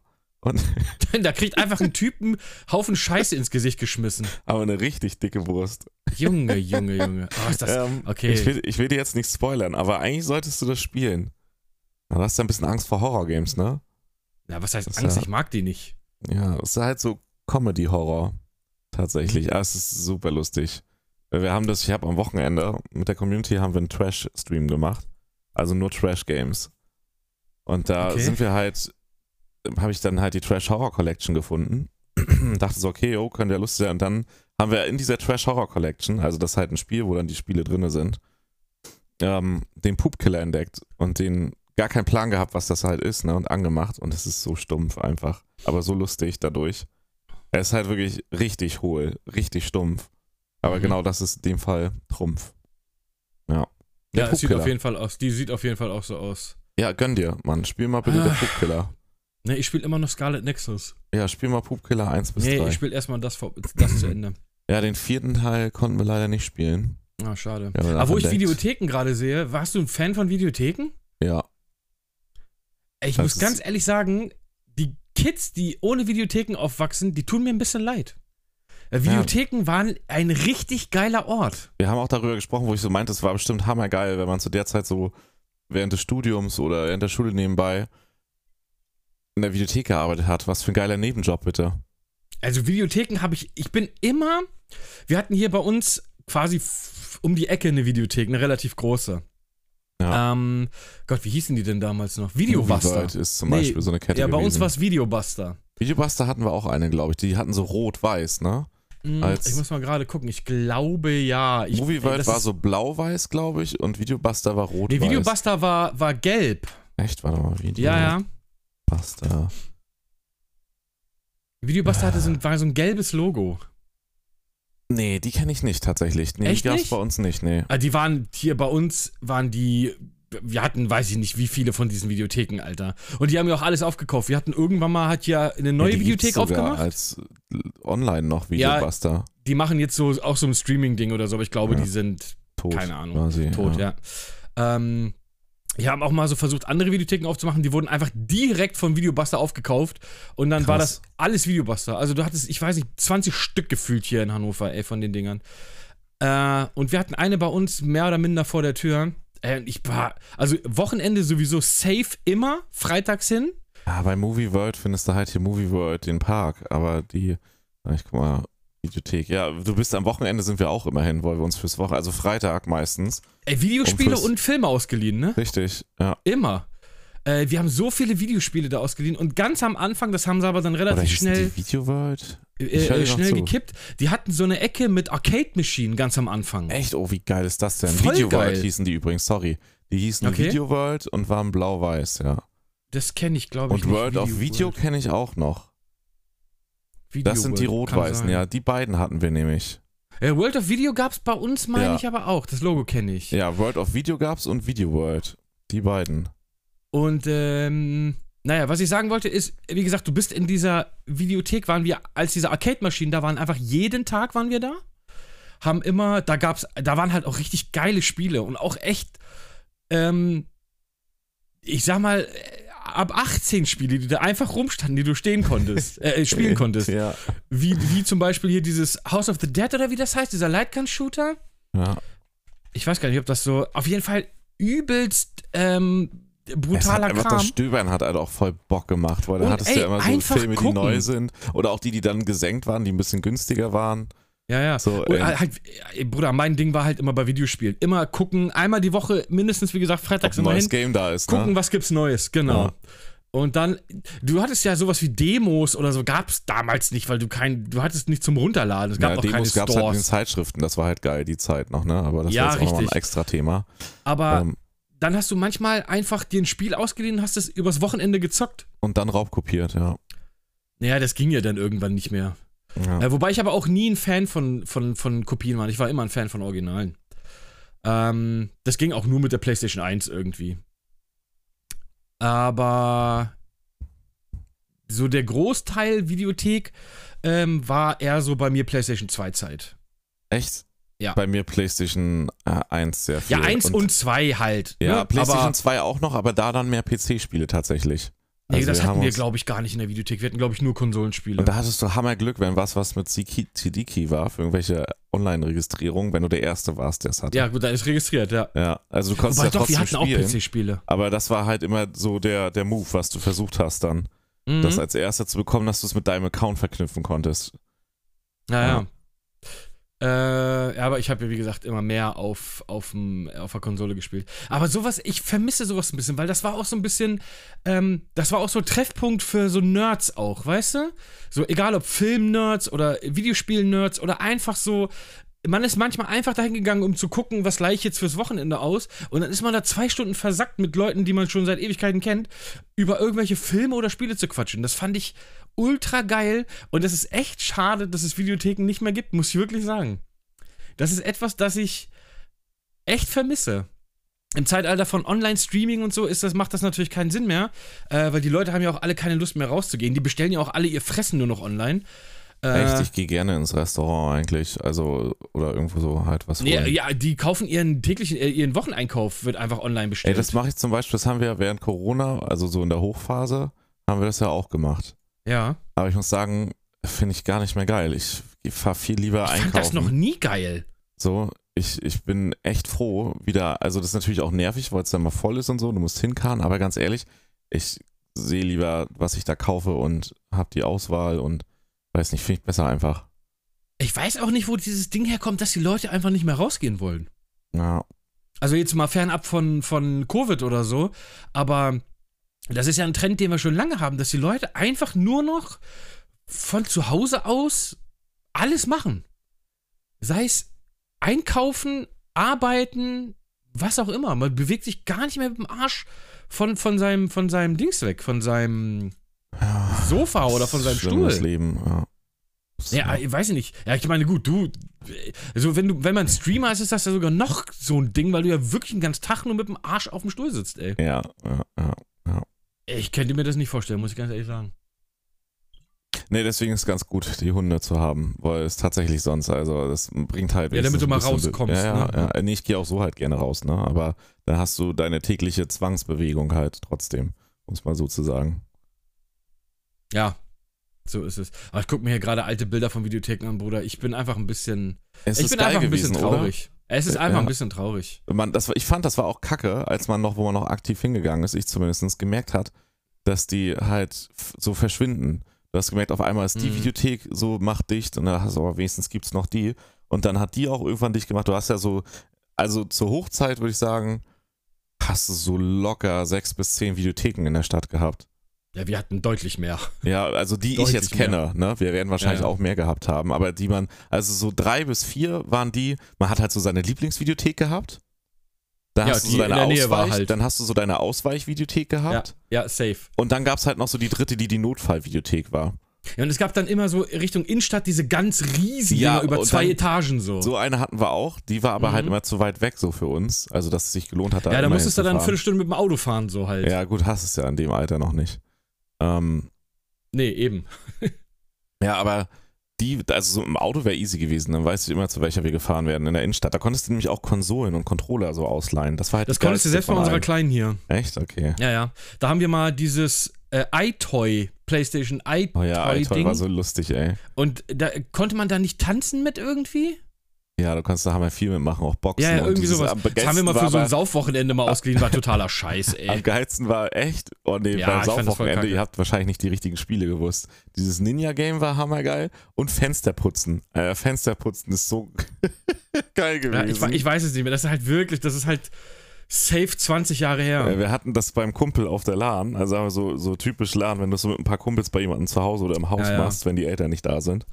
da kriegt einfach ein Typen Haufen Scheiße ins Gesicht geschmissen. aber eine richtig dicke Wurst. Junge, Junge, Junge. Oh, ist das, Ähm, okay. Ich will, ich will dir jetzt nicht spoilern, aber eigentlich solltest du das spielen. Du hast ja ein bisschen Angst vor Horrorgames, ne? na, was heißt das Angst? ja- Ich mag die nicht. Ja, es ist halt so Comedy-Horror. Tatsächlich. Ah, es ist super lustig. Äh, Wir haben das, ich habe am Wochenende mit der Community haben wir einen Trash-Stream gemacht. Also nur Trash-Games. Und da Okay. sind wir halt, habe ich dann halt die Trash-Horror-Collection gefunden. Dachte so, okay, jo, könnte ja lustig sein. Und dann haben wir in dieser Trash-Horror-Collection, also das ist halt ein Spiel, wo dann die Spiele drin sind, ähm, den Poopkiller entdeckt und den gar keinen Plan gehabt, was das halt ist, ne? Und angemacht. Und es ist so stumpf einfach. Aber so lustig dadurch. Er ist halt wirklich richtig hohl, richtig stumpf. Aber Mhm. genau das ist in dem Fall Trumpf. Ja. Der Ja, es sieht Poopkiller. auf jeden Fall aus. Die sieht auf jeden Fall auch so aus. ja, gönn dir, Mann. Spiel mal bitte der Ah. Poopkiller. Ne, ich spiele immer noch Scarlet Nexus. Ja, spiel mal Poopkiller 1 bis Nee, 3. ich spiele erstmal das, vor- das zu Ende. ja, den vierten Teil konnten wir leider nicht spielen. Ah, schade. Wir haben danach Aber wo ich entdeckt. Videotheken gerade sehe, warst du ein Fan von Videotheken? Ja. Ey, Ich Das muss ist- ganz ehrlich sagen, die Kids, die ohne Videotheken aufwachsen, die tun mir ein bisschen leid. Äh, Videotheken waren ein richtig geiler Ort. Wir haben auch darüber gesprochen, wo ich so meinte, es war bestimmt hammergeil, wenn man zu der Zeit so während des Studiums oder während der Schule nebenbei in der Videothek gearbeitet hat. Was für ein geiler Nebenjob, bitte. Also Videotheken habe ich, ich bin immer, wir hatten hier bei uns quasi f- um die Ecke eine Videothek, eine relativ große. Ja. Ähm, Gott, wie hießen die denn damals noch? Videobuster. Movie World ist zum Nee, Beispiel so eine Kette Ja, bei uns gewesen. war es Videobuster. Videobuster hatten wir auch eine, glaube ich. Die hatten so rot-weiß, ne? Hm, Als- ich muss mal gerade gucken. Ich glaube ja. Ich, Movie ey, World das war ist- so blau-weiß, glaube ich, und Videobuster war rot-weiß. Nee, Videobuster war, war gelb. Echt, warte mal, Videobuster. Ja, ja. Videobuster hatte so ein, war so ein gelbes Logo. Nee, die kenne ich nicht tatsächlich. Nee, Echt die gab's nicht? bei uns nicht, nee. Ah, die waren hier bei uns, waren die. Wir hatten, weiß ich nicht, wie viele von diesen Videotheken, Alter. Und die haben ja auch alles aufgekauft. Wir hatten irgendwann mal, hat ja eine neue ja, die gibt's Videothek sogar aufgemacht. als äh, online noch Ja, Videobuster. Die machen jetzt so auch so ein Streaming-Ding oder so, aber ich glaube, Ja. die sind tot. Keine Ahnung. Quasi, tot, ja. Ähm, die haben auch mal so versucht, andere Videotheken aufzumachen. Die wurden einfach direkt von Videobuster aufgekauft. Und dann war Krass. das alles Videobuster. Also du hattest, ich weiß nicht, 20 Stück gefühlt hier in Hannover, ey, von den Dingern. Äh, und wir hatten eine bei uns mehr oder minder vor der Tür. Äh, ich war, also Wochenende sowieso safe immer, freitags hin. Ja, bei Movie World findest du halt hier Movie World, den Park, aber die, na, ich guck mal, Videothek. Ja, du bist am Wochenende sind wir auch immerhin, weil wir uns fürs Woche, also Freitag meistens. Äh, Videospiele Und fürs- und Filme ausgeliehen, ne? Richtig, ja. Immer. Äh, wir haben so viele Videospiele da ausgeliehen und ganz am Anfang, das haben sie aber dann Oder relativ hießen schnell, die Video World? Ich hör dir äh, noch schnell zu. gekippt. Die hatten so eine Ecke mit Arcade-Machine ganz am Anfang. Echt? Oh, wie geil ist das denn? Voll Video geil. World hießen die übrigens, sorry. Die hießen Okay. Video World und waren blau-weiß, ja. Das kenne ich, glaube ich. Und nicht. World of Video World. kenne ich auch noch. Video Das sind die World, kann rot-weißen, sein. ja. Die beiden hatten wir nämlich. Äh, World of Video gab es bei uns, meine Ja. ich aber auch. Das Logo kenne ich. Ja, World of Video gab's und Video World. Die beiden. Und ähm, naja, was ich sagen wollte ist, wie gesagt, du bist in dieser Videothek, waren wir, als diese Arcade-Maschinen da waren, einfach jeden Tag waren wir da. Haben immer, da gab's, da waren halt auch richtig geile Spiele und auch echt, ähm, ich sag mal, äh, ab 18 Spiele, die da einfach rumstanden, die du stehen konntest, äh, spielen konntest. Ja. Wie, wie zum Beispiel hier dieses House of the Dead oder wie das heißt, dieser Lightgun-Shooter ja. ich weiß gar nicht, ob das so, auf jeden Fall übelst ähm, Es hat brutaler einfach das Kram. Stöbern hat halt auch voll Bock gemacht, weil da Und hattest ey, du ja immer so einfach Filme, gucken. die neu sind. Oder auch die, die dann gesenkt waren, die ein bisschen günstiger waren. Ja, ja. So, und ey. halt, äh, Bruder, mein Ding war halt immer bei Videospielen. Immer gucken, einmal die Woche, mindestens, wie gesagt, Ob freitags ein immer hin, neues Game da ist, gucken, ne? was gibt's Neues, genau. Ja. Und dann, du hattest ja sowas wie Demos oder so, gab's damals nicht, weil du kein, du hattest nicht zum Runterladen. Es gab ja, auch Demos keine gab's halt in den Stores. Zeitschriften, das war halt geil, die Zeit noch, ne? Aber das Ja, war jetzt auch nochmal ein richtig. Ah. extra Thema. Aber Ähm, dann hast du manchmal einfach dir ein Spiel ausgeliehen, hast es übers Wochenende gezockt. und dann raubkopiert, ja. Naja, das ging ja dann irgendwann nicht mehr. ja. Äh, wobei ich aber auch nie ein Fan von, von, von Kopien war. Ich war immer ein Fan von Originalen. Ähm, das ging auch nur mit der PlayStation 1 irgendwie. Aber so der Großteil Videothek ähm, war eher so bei mir PlayStation 2 Zeit. Echt? Ja. Bei mir PlayStation äh, 1 sehr viel. Ja, 1 und 2 halt. Ja, ne? PlayStation aber, 2 auch noch, aber da dann mehr PC-Spiele tatsächlich. nee, Also das hatten haben wir, uns- glaube ich, gar nicht in der Videothek. Wir hatten, glaube ich, nur Konsolenspiele. Und da hattest du Hammerglück, wenn was was mit Ziki- Tidiki war, für irgendwelche Online-Registrierungen, wenn du der Erste warst, der es hatte. Ja, gut, da ist registriert, ja. Ja, also du konntest Wobei ja doch, wir trotzdem hatten auch spielen, PC-Spiele. aber das war halt immer so der, der Move, was du versucht hast dann, Mhm. das als Erster zu bekommen, dass du es mit deinem Account verknüpfen konntest. Naja. Äh, ja, aber ich habe ja, wie gesagt, immer mehr auf, aufm, auf der Konsole gespielt. Aber sowas, ich vermisse sowas ein bisschen, weil das war auch so ein bisschen, ähm, das war auch so Treffpunkt für so Nerds auch, weißt du? So, egal ob Film-Nerds oder Videospiel-Nerds oder einfach so. Man ist manchmal einfach dahin gegangen, um zu gucken, was leih ich jetzt fürs Wochenende aus. Und dann ist man da zwei Stunden versackt mit Leuten, die man schon seit Ewigkeiten kennt, über irgendwelche Filme oder Spiele zu quatschen. Das fand ich ultra geil. Und das ist echt schade, dass es Videotheken nicht mehr gibt, muss ich wirklich sagen. Das ist etwas, das ich echt vermisse. Im Zeitalter von Online-Streaming und so ist das, macht das natürlich keinen Sinn mehr, äh, weil die Leute haben ja auch alle keine Lust mehr rauszugehen. Die bestellen ja auch alle ihr Fressen nur noch online. Äh, Echt, ich gehe gerne ins Restaurant eigentlich, also oder irgendwo so halt was Ja, holen. ja, die kaufen ihren täglichen, äh, ihren Wocheneinkauf, wird einfach online Ey, bestellt. das mache ich zum Beispiel, das haben wir ja während Corona, also so in der Hochphase, haben wir das ja auch gemacht. ja. Aber ich muss sagen, finde ich gar nicht mehr geil. Ich fahre viel lieber Ich einkaufen. fand das noch nie geil. so, ich, ich bin echt froh, wieder. Also, das ist natürlich auch nervig, weil es dann mal voll ist und so, du musst hinkarren, aber ganz ehrlich, ich sehe lieber, was ich da kaufe und habe die Auswahl und weiß nicht, finde ich besser einfach. Ich weiß auch nicht, wo dieses Ding herkommt, dass die Leute einfach nicht mehr rausgehen wollen. Ja, Also jetzt mal fernab von, von Covid oder so, aber das ist ja ein Trend, den wir schon lange haben, dass die Leute einfach nur noch von zu Hause aus alles machen. Sei es einkaufen, arbeiten, was auch immer. Man bewegt sich gar nicht mehr mit dem Arsch von, von, seinem, von seinem Dings weg, von seinem Sofa oder von seinem Stuhl. Schlimmes Leben, ja. Ja, ich weiß ich nicht. Ja, ich meine, gut, du, also wenn du, wenn man Streamer ist, ist das ja sogar noch so ein Ding, weil du ja wirklich den ganzen Tag nur mit dem Arsch auf dem Stuhl sitzt, ey. ja, ja, ja. Ich könnte mir das nicht vorstellen, muss ich ganz ehrlich sagen. Nee, deswegen ist es ganz gut, die Hunde zu haben, weil es tatsächlich sonst, also das bringt halt Ja, damit wenigstens du ein mal bisschen- rauskommst, Ja, ne? ja, ja. Nee, ich gehe auch so halt gerne raus, ne? Aber da hast du deine tägliche Zwangsbewegung halt trotzdem, muss man sozusagen. Ja. So ist es. Aber ich gucke mir hier gerade alte Bilder von Videotheken an, Bruder. Ich bin einfach ein bisschen. Es ich ist bin geil einfach ein gewesen, bisschen traurig. Es ist Ja. einfach ein bisschen traurig. oder? Man, das, war- ich fand, das war auch kacke, als man noch, wo man noch aktiv hingegangen ist, ich zumindest, gemerkt hat, dass die halt f- so verschwinden. Du hast gemerkt, auf einmal ist die Mhm. Videothek so, macht dicht und dann hast du aber wenigstens gibt's noch die. Und dann hat die auch irgendwann dicht gemacht. Du hast ja so, also zur Hochzeit würde ich sagen, hast du so locker sechs bis zehn Videotheken in der Stadt gehabt. Ja, wir hatten deutlich mehr. Ja, also die ich Deutlich jetzt kenne, ne? Wir werden wahrscheinlich Ja, ja. auch mehr gehabt haben, aber die man, also so drei bis vier waren die, man hat halt so seine Lieblingsvideothek gehabt. Da Ja, hast du die so deine in der Nähe war Ausweich, halt. dann hast du so deine Ausweichvideothek gehabt. Ja, ja, safe. Und dann gab's halt noch so die dritte, die die Notfallvideothek war. Ja, und es gab dann immer so Richtung Innenstadt diese ganz riesigen Ja, Dinger über und zwei dann- Etagen so. So eine hatten wir auch, die war aber Oh. Mhm. halt immer zu weit weg so für uns. Also dass es sich gelohnt hat, ja, da immer musstest du dann eine hinzufahren. Viertelstunde mit dem Auto fahren, so halt. Ja, gut, hast es ja in dem Alter noch nicht. Ähm, Nee, eben. Ja, aber die, also so im Auto wäre easy gewesen, dann weißt du immer, zu welcher wir gefahren werden in der Innenstadt. Da konntest du nämlich auch Konsolen und Controller so ausleihen. Das war halt Das die konntest geilste du selbst bei von unserer allen. Kleinen hier. Echt? Okay. Ja, ja. Da haben wir mal dieses äh, iToy, PlayStation Oh ja, iToy iToy-Ding. war so lustig, ey. und da konnte man da nicht tanzen mit irgendwie? Ja, du konntest da haben wir viel mitmachen, auch Boxen. Ja, ja, und irgendwie dieses sowas. am Das haben wir begeilsten mal für war so ein aber- Ah. Saufwochenende mal ausgeliehen, war totaler Scheiß, ey. Am geilsten war echt, oh nee, Ja, beim ich fand das voll Saufwochenende, kacke. ihr habt wahrscheinlich nicht die richtigen Spiele gewusst. Dieses Ninja-Game war hammergeil und Fensterputzen. Äh, Fensterputzen ist so geil gewesen. Ja, ich, we- ich weiß es nicht mehr. Das ist halt wirklich, das ist halt safe 20 Jahre her. Äh, Wir hatten das beim Kumpel auf der LAN, also haben wir so, so typisch LAN, wenn du so mit ein paar Kumpels bei jemandem zu Hause oder im Haus Ja, ja. machst, wenn die Eltern nicht da sind.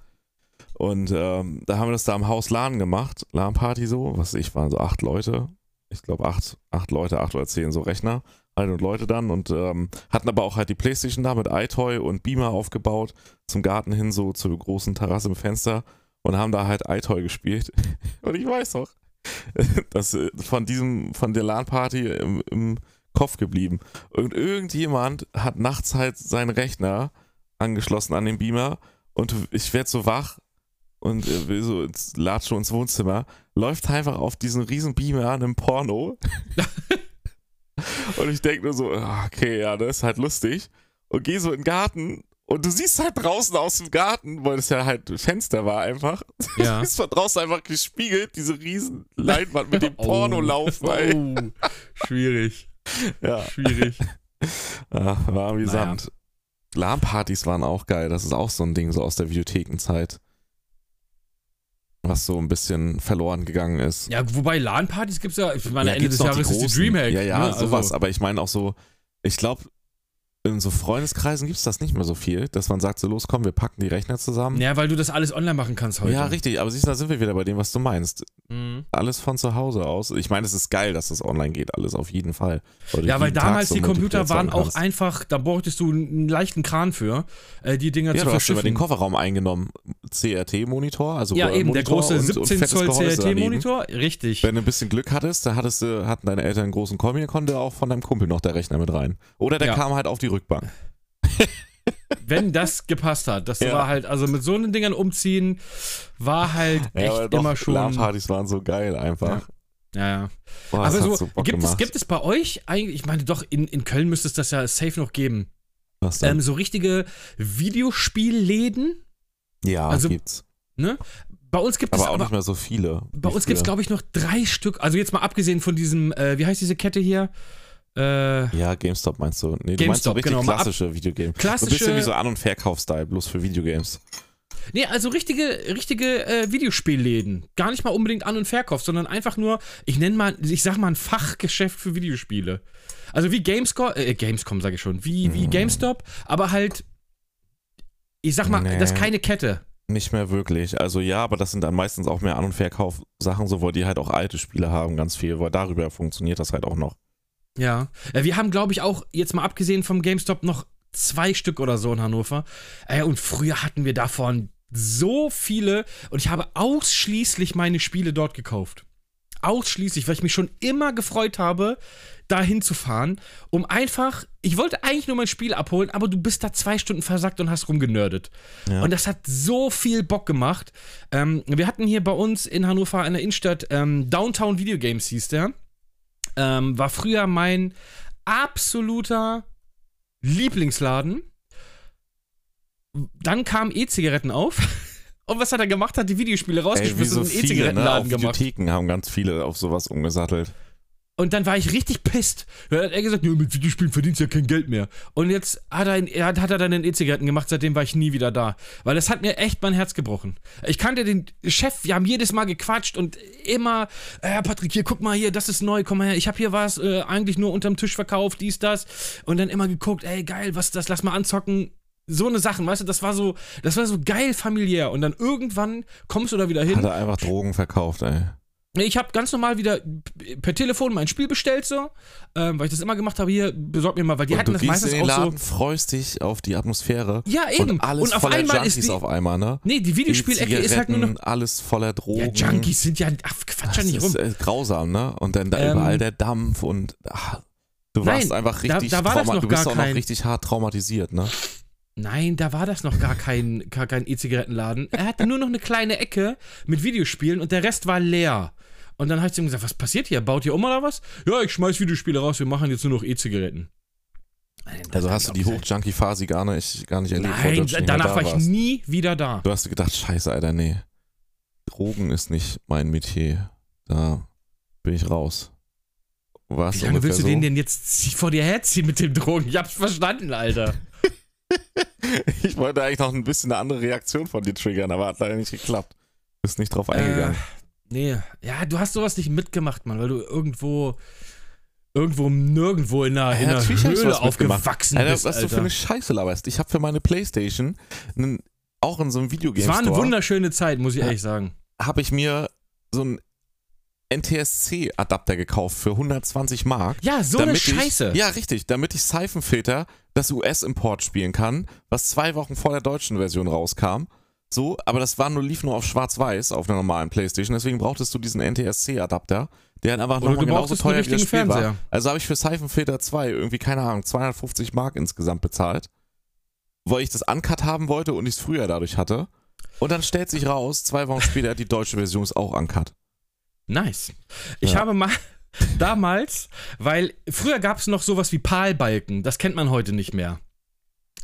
Und ähm, da haben wir das da im Haus LAN gemacht, LAN-Party so, was weiß ich, waren so acht Leute, ich glaube acht, acht Leute, acht oder zehn so Rechner, halt und Leute dann und ähm, hatten aber auch halt die Playstation da mit iToy und Beamer aufgebaut, zum Garten hin so, zur großen Terrasse im Fenster und haben da halt iToy gespielt. Und ich weiß noch, dass äh, von diesem, von der LAN-Party im, im Kopf geblieben. Und irgendjemand hat nachts halt seinen Rechner angeschlossen an den Beamer und ich werde so wach und äh, will so ins, latsche ins Wohnzimmer, läuft einfach auf diesen riesen Beamer einem Porno. und ich denke nur so, ah, okay, ja, das ist halt lustig. Und gehe so in den Garten und du siehst halt draußen aus dem Garten, weil das ja halt Fenster war einfach, Ja. ist von draußen einfach gespiegelt, diese riesen Leinwand mit dem Oh. Porno laufen. Ey. Oh, schwierig, Ja. schwierig. Ah, war amüsant. LAN-Partys waren auch geil. Das ist auch so ein Ding so aus der Videothekenzeit. Was so ein bisschen verloren gegangen ist. Ja, wobei LAN-Partys gibt's ja, ich meine, Ja, Ende gibt's des noch Jahres ist die großen. Dreamhack. Ja, ja, ne? sowas. Also, Aber ich meine auch so, ich glaube, in so Freundeskreisen gibt es das nicht mehr so viel, dass man sagt, so los, komm, wir packen die Rechner zusammen. ja, weil du das alles online machen kannst Ja, heute. richtig. Aber siehst du, da sind wir wieder bei dem, was du meinst. Mhm. Alles von zu Hause aus. Ich meine, es ist geil, dass das online geht, alles auf jeden Fall. du Ja, weil jeden Tag damals so die Computer waren Multiplikationen auch kannst. einfach, da brauchtest du einen leichten Kran für, äh, die Dinger zu Ja, du hast über verschiffen. den Kofferraum eingenommen. CRT-Monitor, also ja, eben, der Röhrenmonitor große und- und 17 fettes Zoll Gehäuse daneben. CRT-Monitor, richtig. Wenn du ein bisschen Glück hattest, da hattest du, hatten deine Eltern einen großen Kombi, konnte auch von deinem Kumpel noch der Rechner mit rein. Oder der Ja. kam halt auf die Rückbank. Wenn das gepasst hat, das Ja. war halt, also mit so einen Dingern umziehen, war halt echt aber doch, immer schon. Ja, LAN-Partys waren so geil einfach. ja. Boah, das Aber hat so, Bock gibt, es, gemacht. gibt es bei euch eigentlich, ich meine doch, in, in Köln müsste es das ja safe noch geben, Was denn? ähm, so richtige Videospielläden, ja, also- gibt's. ne? Bei uns gibt Aber es auch aber, nicht mehr so viele. bei uns gibt es glaube ich noch drei Stück, also jetzt mal abgesehen von diesem, äh, wie heißt diese Kette hier? Äh, Ja, GameStop meinst du. Nee, du meinst so GameStop, richtig genau, mal ab- klassische Videogames. So ein bisschen klassische, wie so An- und Verkaufsstyle, bloß für Videogames. nee, also richtige, richtige äh, Videospielläden, gar nicht mal unbedingt An- und Verkauf, sondern einfach nur, ich nenne mal, ich sag mal ein Fachgeschäft für Videospiele. Also wie Gamescom, äh, Gamescom sage ich schon, wie, Mhm. wie GameStop, aber halt, ich sag mal, Nee. das ist keine Kette. Nicht mehr wirklich. Also ja, aber das sind dann meistens auch mehr An- und Verkaufssachen, so weil die halt auch alte Spiele haben, ganz viel, weil darüber funktioniert das halt auch noch. Ja. ja wir haben, glaube ich, auch, jetzt mal abgesehen vom GameStop, noch zwei Stück oder so in Hannover. Äh, und früher hatten wir davon so viele und ich habe ausschließlich meine Spiele dort gekauft. Ausschließlich, weil ich mich schon immer gefreut habe, da hinzufahren, um einfach, ich wollte eigentlich nur mein Spiel abholen, aber du bist da zwei Stunden versackt und hast rumgenördet. Ja. Und das hat so viel Bock gemacht. Ähm, wir hatten hier bei uns in Hannover in der Innenstadt ähm, Downtown Video Games hieß der. Ähm, war früher mein absoluter Lieblingsladen. dann kamen E-Zigaretten auf. Und was hat er gemacht? Hat die Videospiele Ey, wie rausgeschmissen so und einen viele, ne? Auch E-Zigarettenladen gemacht. Videotheken haben ganz viele auf sowas umgesattelt. Und dann war ich richtig pisst. Dann hat er gesagt, "Nö, mit Videospielen verdienst du ja kein Geld mehr. Und jetzt hat er, er hat, hat er dann den E-Zigaretten gemacht, seitdem war ich nie wieder da. Weil das hat mir echt mein Herz gebrochen. Ich kannte den Chef, wir haben jedes Mal gequatscht und immer, äh, Patrick, hier, guck mal hier, das ist neu, komm mal her. Ich habe hier was, äh, eigentlich nur unterm Tisch verkauft, dies, das. Und dann immer geguckt, ey, geil, was ist das, lass mal anzocken. So eine Sachen, weißt du, das war so, das war so geil familiär. Und dann irgendwann kommst du da wieder hin. Hat er einfach Drogen verkauft, ey. Nee, Ich habe ganz normal wieder p- per Telefon mein Spiel bestellt, so, ähm, weil ich das immer gemacht habe, hier, besorg mir mal, weil die Und hatten du das gehst in meistens den auch Laden, so. freust dich auf die Atmosphäre. Ja, eben. Und alles auf voller einmal Junkies ist die. auf einmal, ne? Nee, die Videospielecke ist halt nur noch. Zigaretten, alles voller Drogen. Ja, Junkies sind ja. Ach, quatsch ja Das nicht ist rum. äh, grausam, ne? Und dann da Ähm, überall der Dampf und ah, du warst Nein, einfach da- richtig da war das noch du bist gar auch noch kein- richtig hart traumatisiert, ne? Nein, da war das noch gar kein gar kein E-Zigarettenladen. Er hatte nur noch eine kleine Ecke mit Videospielen und der Rest war leer. Und dann habe ich zu ihm gesagt, was passiert hier? Baut ihr um oder was? Ja, ich schmeiß Videospiele raus, wir machen jetzt nur noch E-Zigaretten. Also hast du die Hoch. Hoch-Junkie-Phase gar nicht, gar nicht erlebt. weil du Nein, schon nicht mehr danach da war ich warst. nie wieder da. Du hast gedacht, scheiße, Alter, nee. Drogen ist nicht mein Metier. Da bin ich raus. Was? Wie lange willst du den denn jetzt zie- vor dir herziehen mit den Drogen? Ich hab's verstanden, Alter. Ich wollte eigentlich noch ein bisschen eine andere Reaktion von dir triggern, aber hat leider nicht geklappt. Bist nicht Äh, drauf eingegangen. Nee, ja, du hast sowas nicht mitgemacht, Mann, weil du irgendwo, irgendwo, nirgendwo in einer, in einer natürlich hab ich Höhle sowas mitgemacht. aufgewachsen Alter, bist, was du für Alter. eine Scheiße laberst. Ich habe für meine Playstation einen, auch in so einem Videogame Es war eine Store wunderschöne Zeit, muss ich Ja. ehrlich sagen. habe ich mir so einen NTSC Adapter gekauft für 120 Mark. Ja, so eine damit Scheiße. Ich, ja, richtig, damit ich Seifenfilter das US-Import spielen kann, was zwei Wochen vor der deutschen Version rauskam. So, aber das war nur, lief nur auf schwarz-weiß auf einer normalen Playstation, deswegen brauchtest du diesen NTSC-Adapter, der dann einfach Oder du nochmal genauso brauchtest einen teuer wie das richtigen Spiel war. Fernseher. Also habe ich für Seifenfilter 2 irgendwie, keine Ahnung, 250 Mark insgesamt bezahlt, weil ich das Uncut haben wollte und ich es früher dadurch hatte. Und dann stellt sich raus, zwei Wochen später, die deutsche Version ist auch Uncut. Nice. Ich Ja. habe mal damals, weil früher gab es noch sowas wie PAL-Balken, das kennt man heute nicht mehr.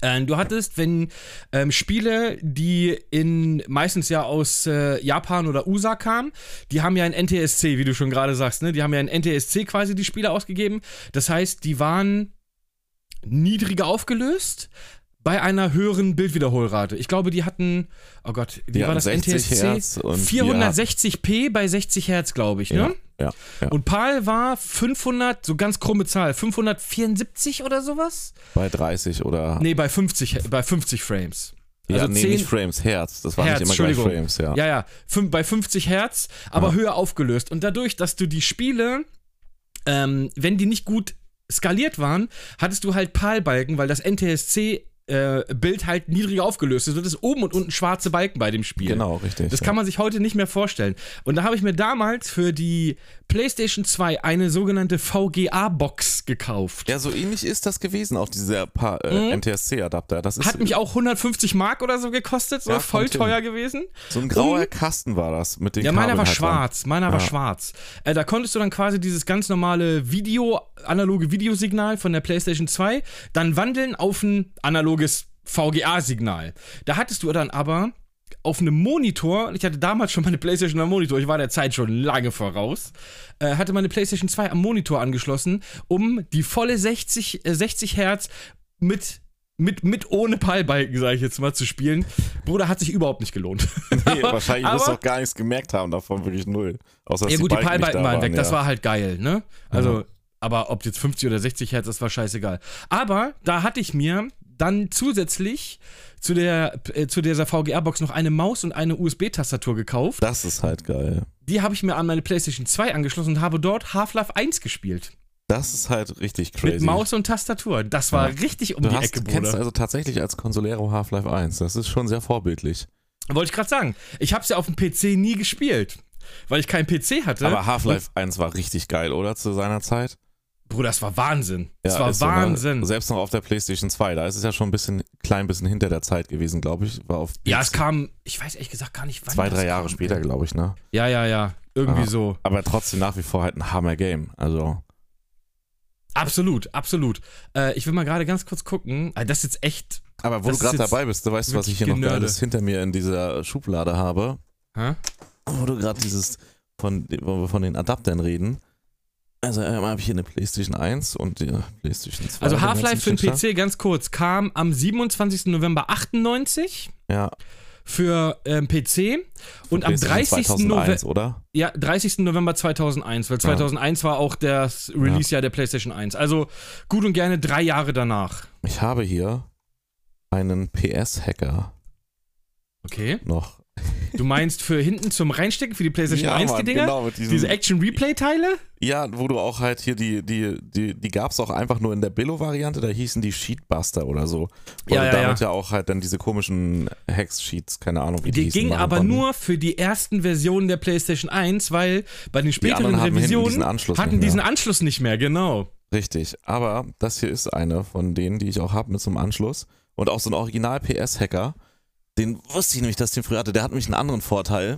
Ähm, du hattest, wenn ähm, Spiele, die in meistens ja aus äh, Japan oder USA kamen, die haben ja ein NTSC, wie du schon gerade sagst, ne? Die haben ja ein NTSC quasi die Spiele ausgegeben. Das heißt, die waren niedriger aufgelöst bei einer höheren Bildwiederholrate. Ich glaube, die hatten, oh Gott, wie Die war hatten das 60 NTSC? Hertz und die 460p bei 60 Hertz, glaube ich, ne? ja, ja. Und PAL war 500, so ganz krumme Zahl, 574 oder sowas? Bei 30 oder Nee, bei 50, bei 50 Frames. Ja, Also nee, 10 nicht Frames, Herz. Das war Hertz, nicht immer gleich Entschuldigung. Frames, ja. Ja, ja, fün- bei 50 Hertz, aber höher aufgelöst. Und dadurch, dass du die Spiele, ähm, wenn die nicht gut skaliert waren, hattest du halt PAL-Balken, weil das NTSC äh, Bild halt niedriger aufgelöst ist. Du hattest oben und unten schwarze Balken bei dem Spiel. Genau, richtig. Das kann man sich heute nicht mehr vorstellen. Und da habe ich mir damals für die PlayStation 2 eine sogenannte VGA-Box gekauft. ja, so ähnlich ist das gewesen, auch dieser paar äh, NTSC-Adapter. Das ist Mhm. Hat mich auch 150 Mark oder so gekostet, so Ja, voll kommt hin. teuer gewesen. so ein grauer Kasten war das mit den Ja, meiner Kabeln war halt dran. schwarz, meiner war schwarz. Äh, da konntest du dann quasi dieses ganz normale Video, analoge Videosignal von der PlayStation 2 dann wandeln auf ein analoges VGA-Signal. Da hattest du dann aber auf einem Monitor, ich hatte damals schon meine PlayStation am Monitor, ich war der Zeit schon lange voraus, äh, hatte meine PlayStation 2 am Monitor angeschlossen, um die volle 60, äh, 60 Hertz mit mit, mit ohne Pallbalken, sage ich jetzt mal, zu spielen. Bruder, hat sich überhaupt nicht gelohnt. ne? Nee, wahrscheinlich wirst du Aber- auch gar nichts gemerkt haben davon, wirklich null. Außer, dass Ja, gut, die Balken nicht Pallbalken da waren weg, das ja. war halt geil, ne? Also, aber ob jetzt 50 oder 60 Hertz, das war scheißegal. Aber da hatte ich mir dann zusätzlich zu, der, äh, zu dieser VGR-Box noch eine Maus und eine USB-Tastatur gekauft. Das ist halt geil. Die habe ich mir an meine PlayStation 2 angeschlossen und habe dort Half-Life 1 gespielt. Das ist halt richtig crazy. Mit Maus und Tastatur. Das war Ja. richtig um du die hast, Ecke, kennst Bruder. also tatsächlich als Consolero Half-Life 1. Das ist schon sehr vorbildlich. Wollte ich gerade sagen. Ich habe es ja auf dem PC nie gespielt, weil ich keinen PC hatte. Aber Hm? Half-Life 1 war richtig geil, oder? Zu seiner Zeit. Bruder, das war Wahnsinn. Ja, das war ist so, ne? Wahnsinn. Selbst noch auf der PlayStation 2, da ist es ja schon ein bisschen, klein bisschen hinter der Zeit gewesen, glaube ich. War auf ja, es kam, ich weiß ehrlich gesagt gar nicht, wann zwei, das drei Jahre kam. später, glaube ich, ne? Ja, ja, ja. Irgendwie Ah. so. Aber trotzdem nach wie vor halt ein Hammer-Game. Also, Absolut, absolut. Äh, ich will mal gerade ganz kurz gucken. Ah, Das ist jetzt echt. Aber Das wo du ist gerade jetzt dabei bist, du weißt, was wirklich ich hier noch Genörde. alles hinter mir in dieser Schublade habe. Hä? Wo du gerade dieses, von, wo wir von den Adaptern reden. Also einmal habe ich hier eine PlayStation 1 und die äh, PlayStation 2. Also den ganzen Half-Life für den Schnickschnack. PC, ganz kurz, kam am 27. November 98 Ja. für ähm, PC und am PlayStation 30. 2001, November, oder? ja, 30. November 2001, weil 2001 war auch das Release-Jahr der PlayStation 1. Also gut und gerne drei Jahre danach. Ich habe hier einen PS-Hacker Okay. noch. Du meinst für hinten zum Reinstecken für die PlayStation 1 die Mann, Dinger? Genau, mit diesem, Diese Action-Replay-Teile? ja, wo du auch halt hier die, die, die, die gab es auch einfach nur in der Billo-Variante, da hießen die Sheetbuster oder so. Weil Ja, du ja, damit ja. auch halt dann diese komischen Hex-Sheets, keine Ahnung, wie die, Die hießen. gingen machen aber konnten. nur für die ersten Versionen der PlayStation 1, weil bei den späteren anderen haben hinten Revisionen diesen Anschluss hatten nicht mehr. diesen Anschluss nicht mehr, genau. Richtig, aber das hier ist eine von denen, die ich auch habe mit so einem Anschluss. Und auch so ein Original-PS-Hacker. Den wusste ich nämlich, dass ich den früher hatte. Der hat nämlich einen anderen Vorteil.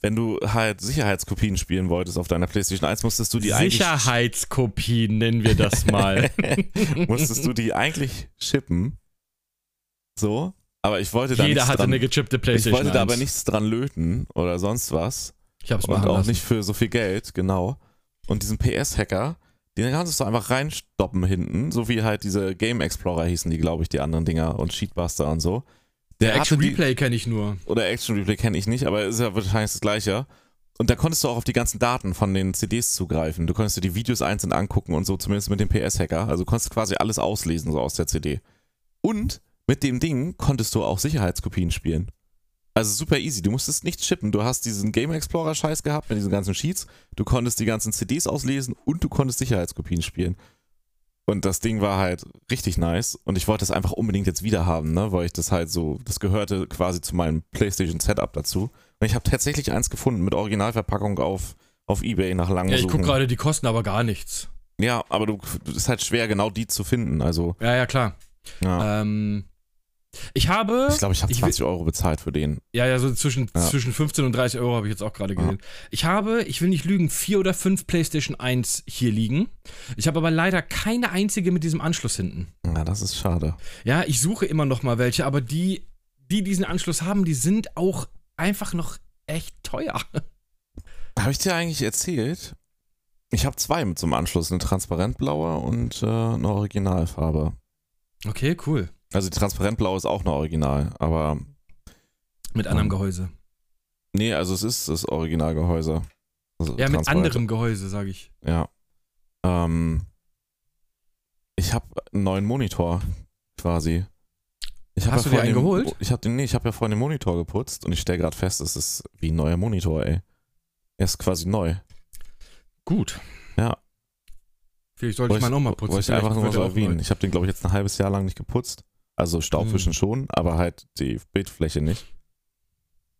Wenn du halt Sicherheitskopien spielen wolltest auf deiner PlayStation 1, musstest du die eigentlich, Sicherheitskopien nennen wir das mal. musstest du die eigentlich shippen. So. Aber ich wollte da Jeder nichts hatte dran, eine gechippte Ich PlayStation. wollte da 1. aber nichts dran löten oder sonst was. Ich hab's Und machen auch lassen. nicht für so viel Geld, genau. Und diesen PS-Hacker, den kannst du einfach reinstoppen hinten, so wie halt diese Game Explorer hießen die, glaube ich, die anderen Dinger und Cheatbuster und so. Der hatte Action die- Replay kenne ich nur. Oder Action Replay kenne ich nicht, aber ist ja wahrscheinlich das gleiche. Und da konntest du auch auf die ganzen Daten von den CDs zugreifen. Du konntest dir die Videos einzeln angucken und so, zumindest mit dem PS-Hacker. Also du konntest quasi alles auslesen, so aus der CD. Und mit dem Ding konntest du auch Sicherheitskopien spielen. Also super easy, du musstest nichts chippen. Du hast diesen Game Explorer-Scheiß gehabt mit diesen ganzen Sheets. Du konntest die ganzen CDs auslesen und du konntest Sicherheitskopien spielen. Und das Ding war halt richtig nice. Und ich wollte es einfach unbedingt jetzt wieder haben, ne? weil ich das halt so, das gehörte quasi zu meinem PlayStation-Setup dazu. Und ich habe tatsächlich eins gefunden mit Originalverpackung auf, auf Ebay nach langem Ja, ich Suchen. guck gerade, die kosten aber gar nichts. Ja, aber du ist halt schwer, genau die zu finden. Also, Ja, ja, klar. ja. Ähm, ich habe. ich glaube, ich habe ich will- 20 Euro bezahlt für den. Ja, ja, so zwischen, Ja. zwischen 15 und 30 Euro habe ich jetzt auch gerade Ja. gesehen. Ich habe, ich will nicht lügen, vier oder fünf PlayStation 1 hier liegen. Ich habe aber leider keine einzige mit diesem Anschluss hinten. Ja, das ist schade. Ja, ich suche immer noch mal welche, aber die, die diesen Anschluss haben, die sind auch einfach noch echt teuer. Habe ich dir eigentlich erzählt? Ich habe zwei mit so einem Anschluss, eine transparentblaue und äh, eine Originalfarbe. Okay, cool. Also die transparentblaue ist auch eine Original, aber Mit anderem Gehäuse. nee, also es ist das Originalgehäuse. Also Ja, mit transparent- anderem Gehäuse, sage ich. Ja. Ähm, ich habe einen neuen Monitor quasi. Ich hab Hast du dir einen vorhin den- geholt? Ich habe den, nee, ich habe ja vorhin den Monitor geputzt und ich stelle gerade fest, es ist wie ein neuer Monitor, ey. Er ist quasi neu. Gut. Ja. Vielleicht sollte ich mal nochmal putzen. Wollte ich Vielleicht einfach nur wird mal so er auch neu. erwähnen. Ich habe den, glaube ich, jetzt ein halbes Jahr lang nicht geputzt. Also Staubwischen Hm. schon, aber halt die Bildfläche nicht.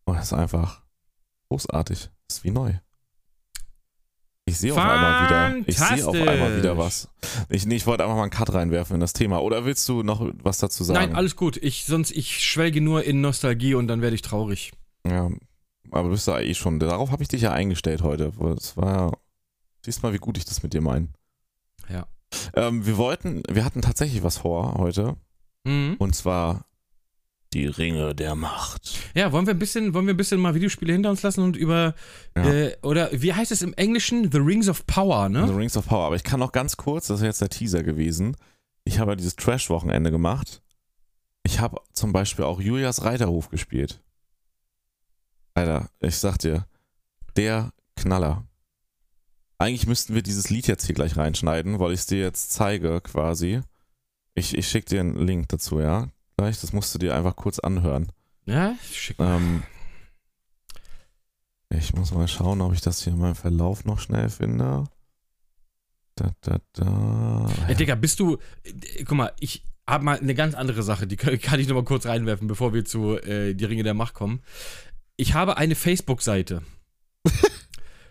Und das ist einfach großartig. Das ist wie neu. Ich sehe auf einmal wieder. Ich sehe auf einmal wieder was. Ich, nee, ich wollte einfach mal einen Cut reinwerfen in das Thema. Oder willst du noch was dazu sagen? Nein, alles gut. Ich, sonst, ich schwelge nur in Nostalgie und dann werde ich traurig. Ja, aber du bist da eh schon. Darauf habe ich dich ja eingestellt heute. weil Es war ja. Siehst mal, wie gut ich das mit dir meine. Ja. Ähm, wir wollten, wir hatten tatsächlich was vor heute. Mhm. Und zwar die Ringe der Macht. Ja, wollen wir ein bisschen, wollen wir ein bisschen mal Videospiele hinter uns lassen und über Ja. äh, oder wie heißt es im Englischen? The Rings of Power, ne? The Also Rings of Power. Aber ich kann noch ganz kurz, das ist jetzt der Teaser gewesen. Ich habe ja dieses Trash-Wochenende gemacht. Ich habe zum Beispiel auch Julias Reiterhof gespielt. Alter, ich sag dir, der Knaller. Eigentlich müssten wir dieses Lied jetzt hier gleich reinschneiden, weil ich es dir jetzt zeige quasi. Ich, ich schicke dir einen Link dazu, ja? Gleich, das musst du dir einfach kurz anhören. Ja, schick. Ähm, ich muss mal schauen, ob ich das hier in meinem Verlauf noch schnell finde. Da, da, da. Ey, Digga, bist du. äh, Guck mal, ich habe mal eine ganz andere Sache, die kann kann ich noch mal kurz reinwerfen, bevor wir zu äh, Die Ringe der Macht kommen. Ich habe eine Facebook-Seite.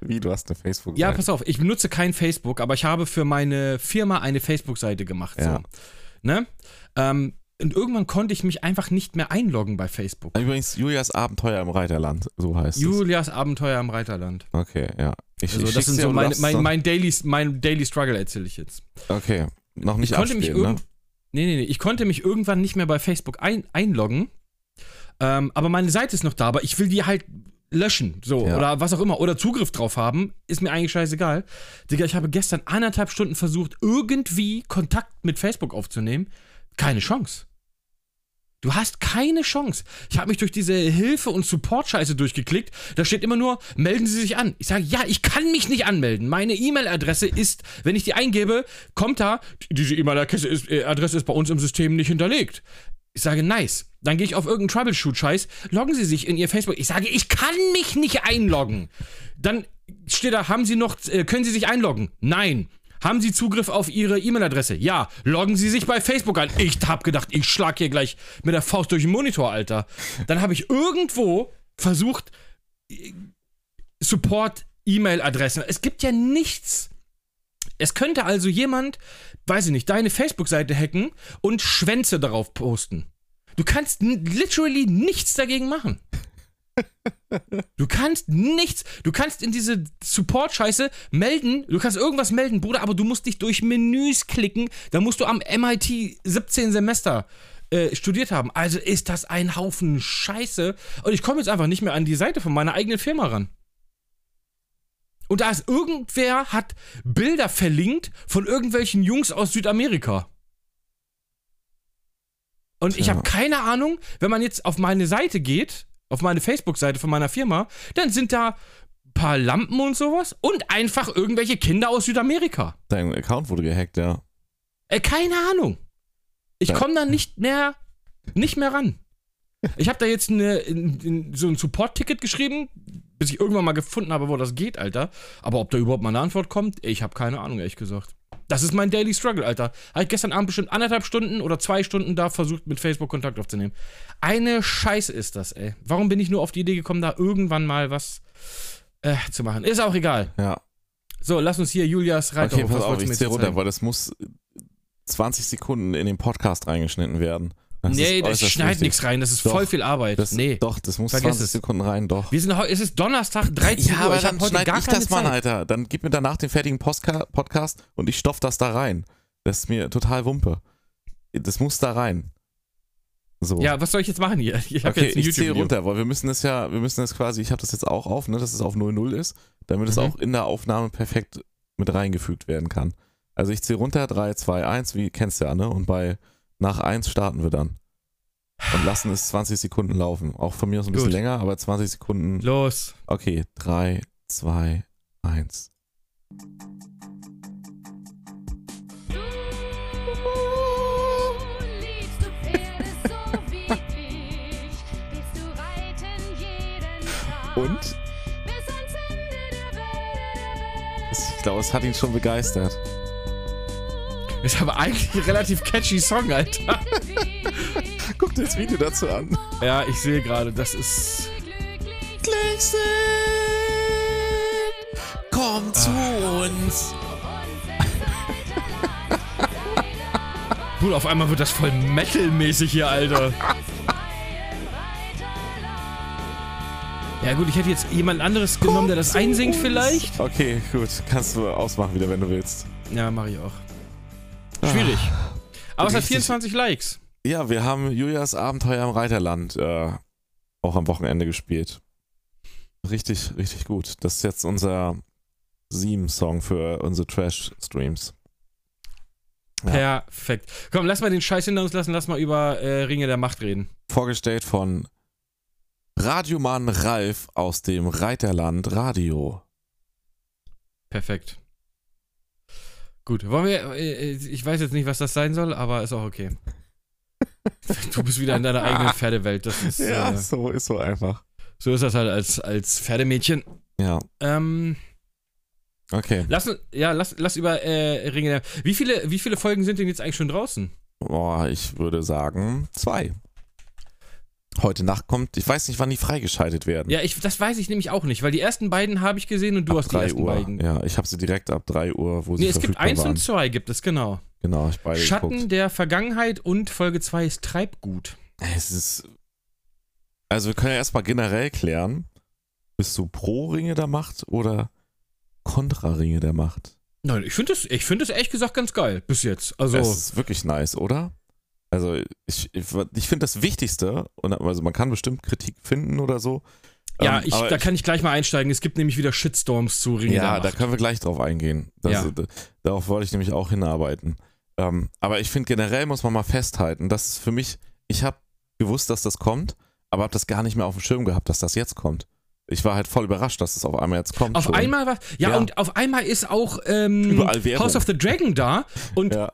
Wie, du hast eine facebook Ja, pass auf, ich benutze kein Facebook, aber ich habe für meine Firma eine Facebook-Seite gemacht. Ja. So. Ne? Ähm, und irgendwann konnte ich mich einfach nicht mehr einloggen bei Facebook. Übrigens, Julias Abenteuer im Reiterland, so heißt es. Julias Abenteuer im Reiterland. Okay, ja. Ich, Also, ich das schick's sind dir so und meine, lass es mein, dann- mein, Daily, mein Daily Struggle erzähle ich jetzt. Okay, noch nicht ich konnte mich abspielen, ne? irgend nee, nee, nee. Ich konnte mich irgendwann nicht mehr bei Facebook ein einloggen. Ähm, aber meine Seite ist noch da, aber ich will die halt löschen, so, Ja. oder was auch immer, oder Zugriff drauf haben, ist mir eigentlich scheißegal. Digga, ich habe gestern anderthalb Stunden versucht, irgendwie Kontakt mit Facebook aufzunehmen. Keine Chance. Du hast keine Chance. Ich habe mich durch diese Hilfe- und Support-Scheiße durchgeklickt. Da steht immer nur, melden Sie sich an. Ich sage, ja, ich kann mich nicht anmelden. Meine E-Mail-Adresse ist, wenn ich die eingebe, kommt da, diese E-Mail-Adresse ist, äh, Adresse ist bei uns im System nicht hinterlegt. Ich sage, nice. Dann gehe ich auf irgendeinen Troubleshoot-Scheiß. Loggen Sie sich in Ihr Facebook. Ich sage, ich kann mich nicht einloggen. Dann steht da, haben Sie noch, äh, können Sie sich einloggen? Nein. Haben Sie Zugriff auf Ihre E-Mail-Adresse? Ja. Loggen Sie sich bei Facebook an. Ich hab gedacht, ich schlag hier gleich mit der Faust durch den Monitor, Alter. Dann habe ich irgendwo versucht, äh, Support-E-Mail-Adressen. Es gibt ja nichts. Es könnte also jemand, weiß ich nicht, deine Facebook-Seite hacken und Schwänze darauf posten. Du kannst n- literally nichts dagegen machen. Du kannst nichts. Du kannst in diese Support-Scheiße melden. Du kannst irgendwas melden, Bruder, aber du musst dich durch Menüs klicken. Da musst du am MIT 17 Semester äh, studiert haben. Also ist das ein Haufen Scheiße. Und ich komme jetzt einfach nicht mehr an die Seite von meiner eigenen Firma ran. Und da ist irgendwer hat Bilder verlinkt von irgendwelchen Jungs aus Südamerika. Und ich Tja. habe keine Ahnung, wenn man jetzt auf meine Seite geht, auf meine Facebook-Seite von meiner Firma, dann sind da ein paar Lampen und sowas und einfach irgendwelche Kinder aus Südamerika. Dein Account wurde gehackt, ja. Äh, keine Ahnung. Ich Ja. komme da nicht mehr, nicht mehr ran. Ich habe da jetzt eine, in, in, so ein Support-Ticket geschrieben, bis ich irgendwann mal gefunden habe, wo das geht, Alter. Aber ob da überhaupt mal eine Antwort kommt, ich habe keine Ahnung, ehrlich gesagt. Das ist mein Daily Struggle, Alter. Habe ich gestern Abend bestimmt anderthalb Stunden oder zwei Stunden da versucht, mit Facebook Kontakt aufzunehmen. Eine Scheiße ist das, ey. Warum bin ich nur auf die Idee gekommen, da irgendwann mal was äh, zu machen? Ist auch egal. Ja. So, lass uns hier Julias Reiter Okay, hoch, pass was auf, wolltest du ich mir zähl jetzt runter, zeigen? weil das muss 20 Sekunden in den Podcast reingeschnitten werden. Das nee, ist das äußerst schneit wichtig. nichts rein, das ist Doch, voll viel Arbeit. Das, nee. Doch, das muss Vergiss 20 es. Sekunden rein, doch. Wir sind heu- es ist Donnerstag 13 Uhr. Ich habe heute schneid gar ich keine das mal, Zeit. Alter. Dann gib mir danach den fertigen Postka Podcast und ich stoff das da rein. Das ist mir total Wumpe. Das muss da rein. So. Ja, was soll ich jetzt machen hier? Ich habe okay, jetzt ein ich zähle YouTube runter, weil wir müssen das ja, wir müssen das quasi, ich habe das jetzt auch auf, ne, dass es auf 0,0 ist, damit es Mhm. auch in der Aufnahme perfekt mit reingefügt werden kann. Also ich zähle runter, 3, 2, 1, wie kennst du ja, ne? Und bei nach 1 starten wir dann. Und lassen es 20 Sekunden laufen. Auch von mir aus ein bisschen Gut. länger, aber 20 Sekunden Los. Okay, 3, 2, 1. Du liebst du Pferde so wie ich, gehst du reiten jeden Tag. Und? Bis ans Ende der Welt. Ich glaube, es hat ihn schon begeistert. Ist aber eigentlich ein relativ catchy Song, Alter. Guck dir das Video dazu an. Ja, ich sehe gerade, das ist. Glücklich sind, komm zu uns. Gut, auf einmal wird das voll metalmäßig hier, Alter. Ja, gut, ich hätte jetzt jemand anderes genommen, der das einsingt vielleicht. Okay, gut. Kannst du ausmachen wieder, wenn du willst. Ja, mache ich auch. Schwierig. Aber es hat Richtig. 24 Likes. Ja, wir haben Julias Abenteuer im Reiterland äh, auch am Wochenende gespielt. Richtig, richtig gut. Das ist jetzt unser Sieben-Song für unsere Trash-Streams. Ja. Perfekt. Komm, lass mal den Scheiß hinter uns lassen, lass mal über äh, Ringe der Macht reden. vorgestellt von Radiomann Ralf aus dem Reiterland Radio. Perfekt. Gut, wollen wir. äh, Ich weiß jetzt nicht, was das sein soll, aber ist auch okay. Du bist wieder in deiner eigenen Pferdewelt. Das ist, äh, so ist so einfach. so ist das halt als, als Pferdemädchen. Ja, Ähm, okay. lass, ja, lass, lass über äh, Ringe der. Wie viele, wie viele Folgen sind denn jetzt eigentlich schon draußen? Boah, ich würde sagen zwei. Heute Nacht kommt, ich weiß nicht, wann die freigeschaltet werden. Ja, ich, das weiß ich nämlich auch nicht, weil die ersten beiden habe ich gesehen und du hast die ersten Uhr. beiden. Ja, ich habe sie direkt ab 3 Uhr, wo sie nee, es gibt verfügbar eins waren. und zwei, gibt es, genau. Genau, ich beide Schatten geguckt. der Vergangenheit und Folge 2 ist Treibgut. Es ist. Also, wir können ja erstmal generell klären. Bist du pro Ringe der Macht oder Kontraringe der Macht. Nein, ich finde das, ich finde das ehrlich gesagt ganz geil bis jetzt. Also Das ist wirklich nice, oder? Also ich, ich, ich finde das Wichtigste, und also man kann bestimmt Kritik finden oder so. ja, ähm, ich, aber da kann ich gleich mal einsteigen. Es gibt nämlich wieder Shitstorms zu Ringe. ja, der da Macht. können wir gleich drauf eingehen. Das, Ja. d- Darauf wollte ich nämlich auch hinarbeiten. Ähm, aber ich finde generell muss man mal festhalten, dass es für mich, ich habe gewusst, dass das kommt, aber habe das gar nicht mehr auf dem Schirm gehabt, dass das jetzt kommt. Ich war halt voll überrascht, dass es auf einmal jetzt kommt. auf schon. einmal war, ja, Ja. und auf einmal ist auch ähm, Überall Werbung. House of the Dragon da und Ja,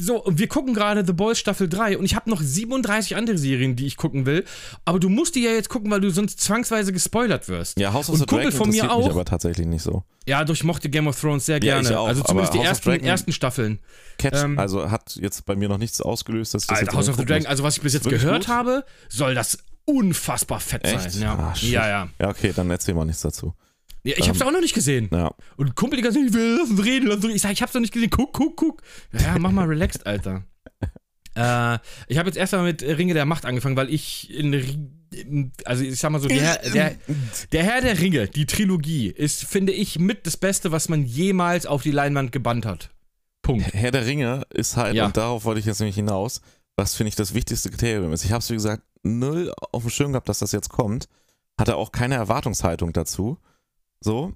so und wir gucken gerade The Boys Staffel 3 und ich habe noch 37 andere Serien, die ich gucken will, aber du musst die ja jetzt gucken, weil du sonst zwangsweise gespoilert wirst. ja House of Und the Dragon Kumpel von mir interessiert mich auch. aber tatsächlich nicht so. Ja, doch, ich mochte Game of Thrones sehr Ja, gerne. ich auch, also zumindest aber die House of ersten, Dragon- ersten Staffeln. Catch, Ähm, also hat jetzt bei mir noch nichts ausgelöst, dass ich das Alter, jetzt House mal of the gucken Dragon, muss. also was ich bis jetzt Wirklich gehört gut? habe, soll das unfassbar fett Echt? sein. Ja, Ah, shit. Ähm. ja, ja. Ja, okay, dann erzähl mal nichts dazu. ja ich hab's auch noch nicht gesehen. Ja. Und Kumpel die ganze Zeit, ich will lass uns reden, lass uns reden. Ich sag, ich hab's noch nicht gesehen, guck, guck, guck. Ja, mach mal relaxed, Alter. äh, ich habe jetzt erstmal mit Ringe der Macht angefangen, weil ich in Ri- also ich sag mal so, der, Herr- der, der Herr der Ringe, die Trilogie, ist, finde ich, mit das Beste, was man jemals auf die Leinwand gebannt hat. Punkt. Herr der Ringe ist halt, Ja. und darauf wollte ich jetzt nämlich hinaus, was finde ich das wichtigste Kriterium ist. Ich habe es, wie gesagt, null auf dem Schirm gehabt, dass das jetzt kommt. Hatte auch keine Erwartungshaltung dazu. So.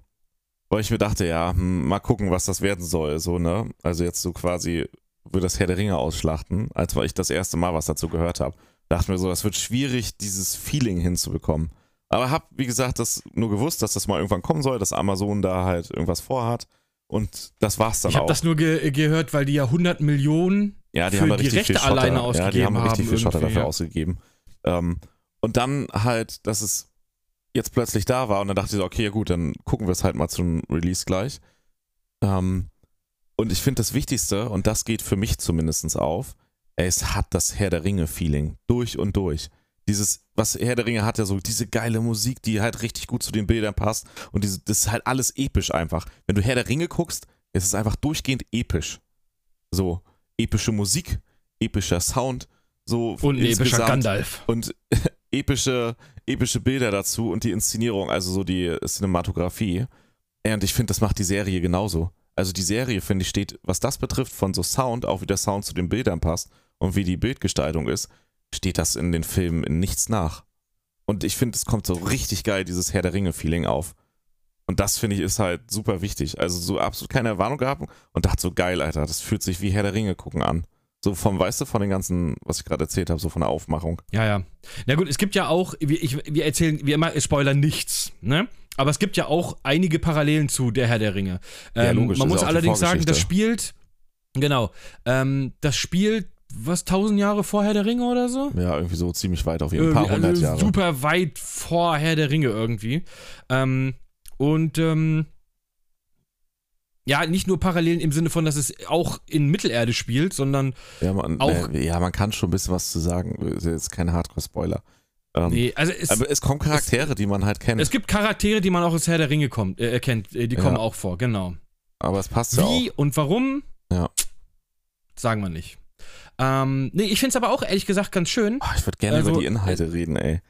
Weil ich mir dachte, ja, hm, mal gucken, was das werden soll. So, ne? Also jetzt so quasi würde das Herr der Ringe ausschlachten, als war ich das erste Mal was dazu gehört habe. Dachte mir so, das wird schwierig, dieses Feeling hinzubekommen. Aber hab, wie gesagt, das nur gewusst, dass das mal irgendwann kommen soll, dass Amazon da halt irgendwas vorhat. Und das war's dann Ich habe auch. das nur ge gehört, weil die ja 100 Millionen Ja, die für haben da die richtig Rechte viel Schotter, alleine ja, die ausgegeben haben da richtig haben viel Schotter irgendwie, dafür ja. ausgegeben. Ähm, und dann halt, dass es jetzt plötzlich da war und dann dachte ich so, okay, ja gut, dann gucken wir es halt mal zum Release gleich. Ähm, und ich finde das Wichtigste, und das geht für mich zumindest auf, es hat das Herr der Ringe-Feeling durch und durch. Dieses, was Herr der Ringe hat ja so, diese geile Musik, die halt richtig gut zu den Bildern passt. Und diese, das ist halt alles episch einfach. Wenn du Herr der Ringe guckst, es ist einfach durchgehend episch. So, epische Musik, epischer Sound, so Und ein epischer insgesamt Gandalf. und epische, epische Bilder dazu und die Inszenierung, also so die Cinematografie. Äh, Und ich finde, das macht die Serie genauso. Also die Serie, finde ich, steht, was das betrifft, von so Sound, auch wie der Sound zu den Bildern passt und wie die Bildgestaltung ist, steht das in den Filmen in nichts nach. Und ich finde, es kommt so richtig geil, dieses Herr der Ringe-Feeling auf. Und das finde ich ist halt super wichtig. Also so absolut keine Erwarnung gehabt und dachte so geil, Alter, das fühlt sich wie Herr der Ringe gucken an. So vom, weißt du, von den ganzen, was ich gerade erzählt habe, so von der Aufmachung. Ja, ja. Na gut, es gibt ja auch, wir, ich, wir erzählen, wir immer spoilern nichts, ne? Aber es gibt ja auch einige Parallelen zu Der Herr der Ringe. Ähm, Ja, logisch, man ist muss ja auch die allerdings sagen, das Vorgeschichte. spielt, genau, ähm, das spielt, was, tausend Jahre vor Herr der Ringe oder so? Ja, irgendwie so ziemlich weit auf jeden Fall. Irgendwie, Ein paar hundert also Jahre. Super weit vor Herr der Ringe irgendwie. Ähm, und ähm, ja, nicht nur Parallelen im Sinne von, dass es auch in Mittelerde spielt, sondern Ja man, auch- äh, ja, man kann schon ein bisschen was zu sagen. Ist jetzt kein Hardcore-Spoiler. Ähm, nee, also es, aber es kommen Charaktere, die man halt kennt. es gibt Charaktere, die man auch aus Herr der Ringe kommt, äh, erkennt, äh, die kommen Ja. auch vor, genau. aber es passt ja auch. Wie und warum? Ja. Sagen wir nicht. Ähm, nee, ich find's aber auch ehrlich gesagt ganz schön. Ah, ich würde gerne Also, über die Inhalte reden, ey.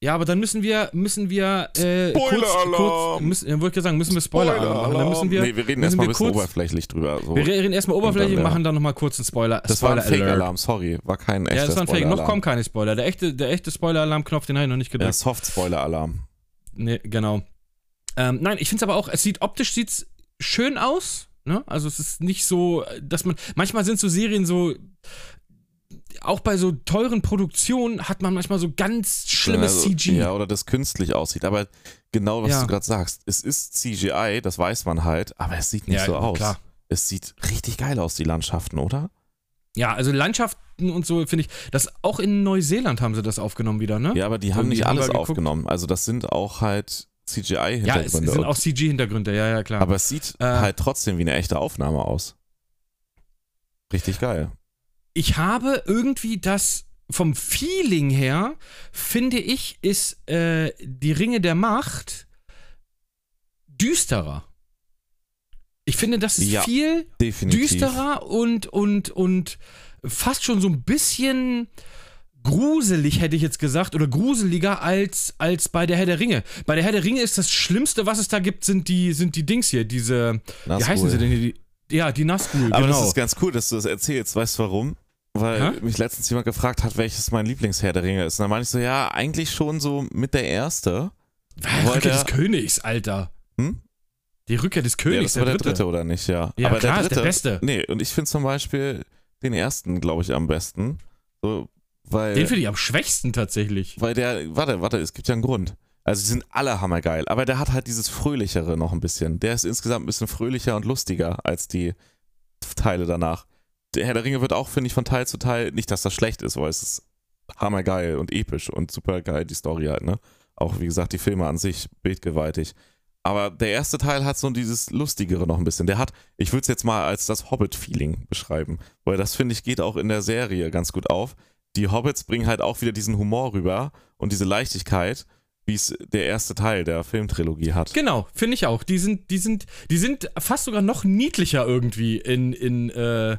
Ja, aber dann müssen wir, müssen wir, äh, kurz, kurz, Spoiler-Alarm! müssen, äh, wollte ich ja sagen, müssen wir Spoiler, machen. Dann müssen wir, nee, wir reden müssen erstmal ein wir bisschen kurz- oberflächlich drüber. So. Wir reden erstmal oberflächlich und Und dann, ja. machen dann nochmal kurz einen Spoiler. das war ein Spoiler Fake-Alarm, sorry. War kein echter Ja, das war ein Fake. Noch Spoiler-Alarm. kommen keine Spoiler. Der echte, der echte Spoiler-Alarm-Knopf, den habe ich noch nicht Ja, gedrückt. Soft-Spoiler-Alarm. Nee, genau. Ähm, nein, ich finde es aber auch, es sieht optisch sieht's schön aus. Ne? Also es ist nicht so, dass man. Manchmal sind so Serien so. Auch bei so teuren Produktionen hat man manchmal so ganz schlimmes Also, CG. Ja, oder das künstlich aussieht. Aber genau, was Ja. du gerade sagst. Es ist CGI, das weiß man halt, aber es sieht nicht Ja, so aus. klar. Es sieht richtig geil aus, die Landschaften, oder? ja, also Landschaften und so finde ich. Das auch in Neuseeland haben sie das aufgenommen wieder, ne? Ja, aber die haben Irgendwie nicht haben alles wir geguckt. aufgenommen. Also das sind auch halt Ja, es, es CGI-Hintergründe. sind auch CG-Hintergründe, ja, ja, klar. aber es sieht Äh, halt trotzdem wie eine echte Aufnahme aus. Richtig geil. ich habe irgendwie das vom Feeling her, finde ich, ist äh, die Ringe der Macht düsterer. Ich finde, das ist Ja, viel Definitiv. düsterer und, und, und fast schon so ein bisschen gruselig, hätte ich jetzt gesagt, oder gruseliger als, als bei der Herr der Ringe. Bei der Herr der Ringe ist das Schlimmste, was es da gibt, sind die, sind die Dings hier, diese, wie heißen sie denn hier? Die, ja, die Nazgul, Aber genau. das ist ganz cool, dass du das erzählst. Weißt du warum? Weil Hä? mich letztens jemand gefragt hat, welches mein Lieblingsherr der Ringe ist. Und dann meinte ich so, ja, eigentlich schon so mit der Erste. Die Weil Rückkehr der- des Königs, Alter. Hm? Die Rückkehr des Ja, Königs, das war der dritte. oder nicht? Ja, Ja, aber klar, der ist dritte. der Beste. Nee, und ich finde zum Beispiel den ersten, glaube ich, am besten. So, weil, Den finde ich am schwächsten tatsächlich. weil der, warte, warte, es gibt ja einen Grund. Also, die sind alle hammergeil, aber der hat halt dieses Fröhlichere noch ein bisschen. Der ist insgesamt ein bisschen fröhlicher und lustiger als die Teile danach. Der Herr der Ringe wird auch, finde ich, von Teil zu Teil, nicht, dass das schlecht ist, weil es ist hammergeil und episch und supergeil, die Story halt, ne? Auch, wie gesagt, die Filme an sich bildgewaltig. Aber der erste Teil hat so dieses Lustigere noch ein bisschen. Der hat, ich würde es jetzt mal als das Hobbit-Feeling beschreiben, weil das, finde ich, geht auch in der Serie ganz gut auf. Die Hobbits bringen halt auch wieder diesen Humor rüber und diese Leichtigkeit, wie es der erste Teil der Filmtrilogie hat. Genau, finde ich auch. Die sind, die sind, die sind fast sogar noch niedlicher irgendwie in, in äh,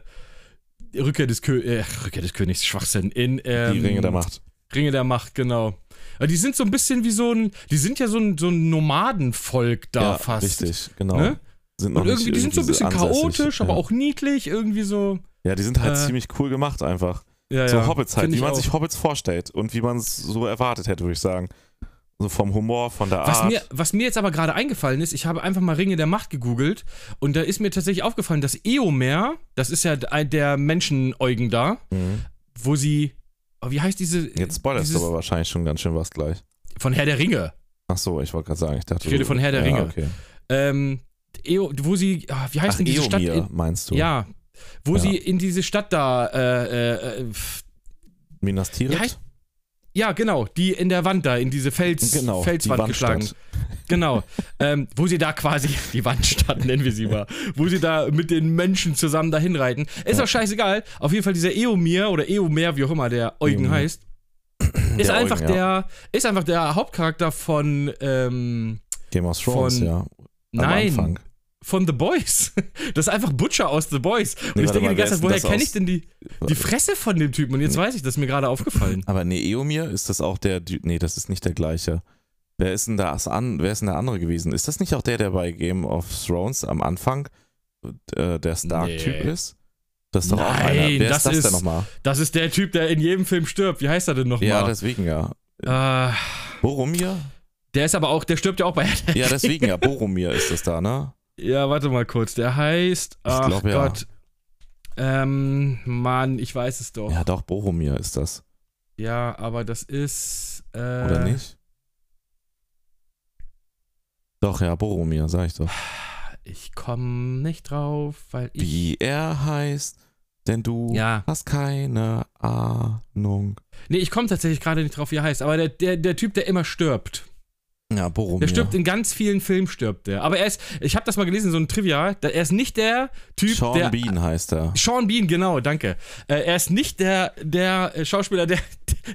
Rückkehr des Kö äh, Rückkehr des Königs, Schwachsinn. In ähm, die Ringe der Macht. Ringe der Macht, genau. Aber die sind so ein bisschen wie so ein, die sind ja so ein, so ein Nomadenvolk da ja, fast. Richtig, genau. Ne? Sind noch Und irgendwie, nicht die sind so ein bisschen ansässig, chaotisch, ja. aber auch niedlich, irgendwie so. Ja, die sind halt äh, ziemlich cool gemacht einfach. Ja, so ja, Hobbits halt, find wie ich man auch. sich Hobbits vorstellt und wie man es so erwartet hätte, würde ich sagen. So vom Humor, von der Was Art. mir, was mir jetzt aber gerade eingefallen ist, ich habe einfach mal Ringe der Macht gegoogelt und da ist mir tatsächlich aufgefallen, dass Eomer, das ist ja ein- der Menschenäugen da, Mhm. wo sie, oh, wie heißt diese? Jetzt spoilerst du dieses- aber wahrscheinlich schon ganz schön was gleich. Von Herr der Ringe. Ach so, ich wollte gerade sagen, ich dachte. Ich rede du- von Herr der ja, Ringe. Okay. Ähm, Eo, wo sie, ah, wie heißt Ach, denn diese Stadt? Eomir, In, meinst du? ja, wo Ja. sie in diese Stadt da, äh, äh, äh, Minas Tirith? Wie heißt- ja genau, die in der Wand da, in diese Fels, genau, Felswand die geschlagen. Wandstadt. Genau. ähm, wo sie da quasi die Wand statt, nennen wir sie mal. Wo sie da mit den Menschen zusammen dahin reiten. Ist auch scheißegal. Auf jeden Fall dieser Eomir oder Eomer, wie auch immer der Eugen Eomir. heißt, ist Der einfach Eugen, der, ist einfach der Hauptcharakter von, ähm, Game of Thrones, von- ja. Am nein, Anfang. von The Boys. Das ist einfach Butcher aus The Boys. Und Nee, ich warte denke die mal, ganze wer Zeit, ist woher denn das kenne aus- ich denn die, die Warte. Fresse von dem Typen? Und jetzt weiß ich, das ist mir gerade aufgefallen. Aber nee, Eomir, ist das auch der. Dü- Nee, das ist nicht der gleiche. Wer ist denn das an, wer ist denn der andere gewesen? Ist das nicht auch der, der bei Game of Thrones am Anfang äh, der Stark-Typ Nee. ist? Das ist doch auch Nein, einer. Wer das ist das ist- denn nochmal? Das ist der Typ, der in jedem Film stirbt. Wie heißt er denn nochmal? Ja, deswegen ja. äh, Boromir? der ist aber auch, der stirbt ja auch bei Ja, deswegen ja. Boromir ist das da, ne? Ja, warte mal kurz. Der heißt. Ich Ach glaub, ja. Gott. Ähm, Mann, ich weiß es doch. Ja, Ja, doch, Boromir ist das. aber das ist. Äh, Oder nicht? Doch, ja, Boromir, sag ich doch. Ich komme nicht drauf, weil ich. Wie er heißt, denn du Ja. hast keine Ahnung. Nee, ich komme tatsächlich gerade nicht drauf, wie er heißt. Aber der, der, der Typ, der immer stirbt. Oh Ja, Boromir. Der stirbt in ganz vielen Filmen, stirbt der. Aber er ist. Ich habe das mal gelesen, so ein Trivia. da- Er ist nicht der Typ, Sean der. Bean heißt er. Sean Bean, genau, danke. Äh, er ist nicht der, der äh, Schauspieler, der,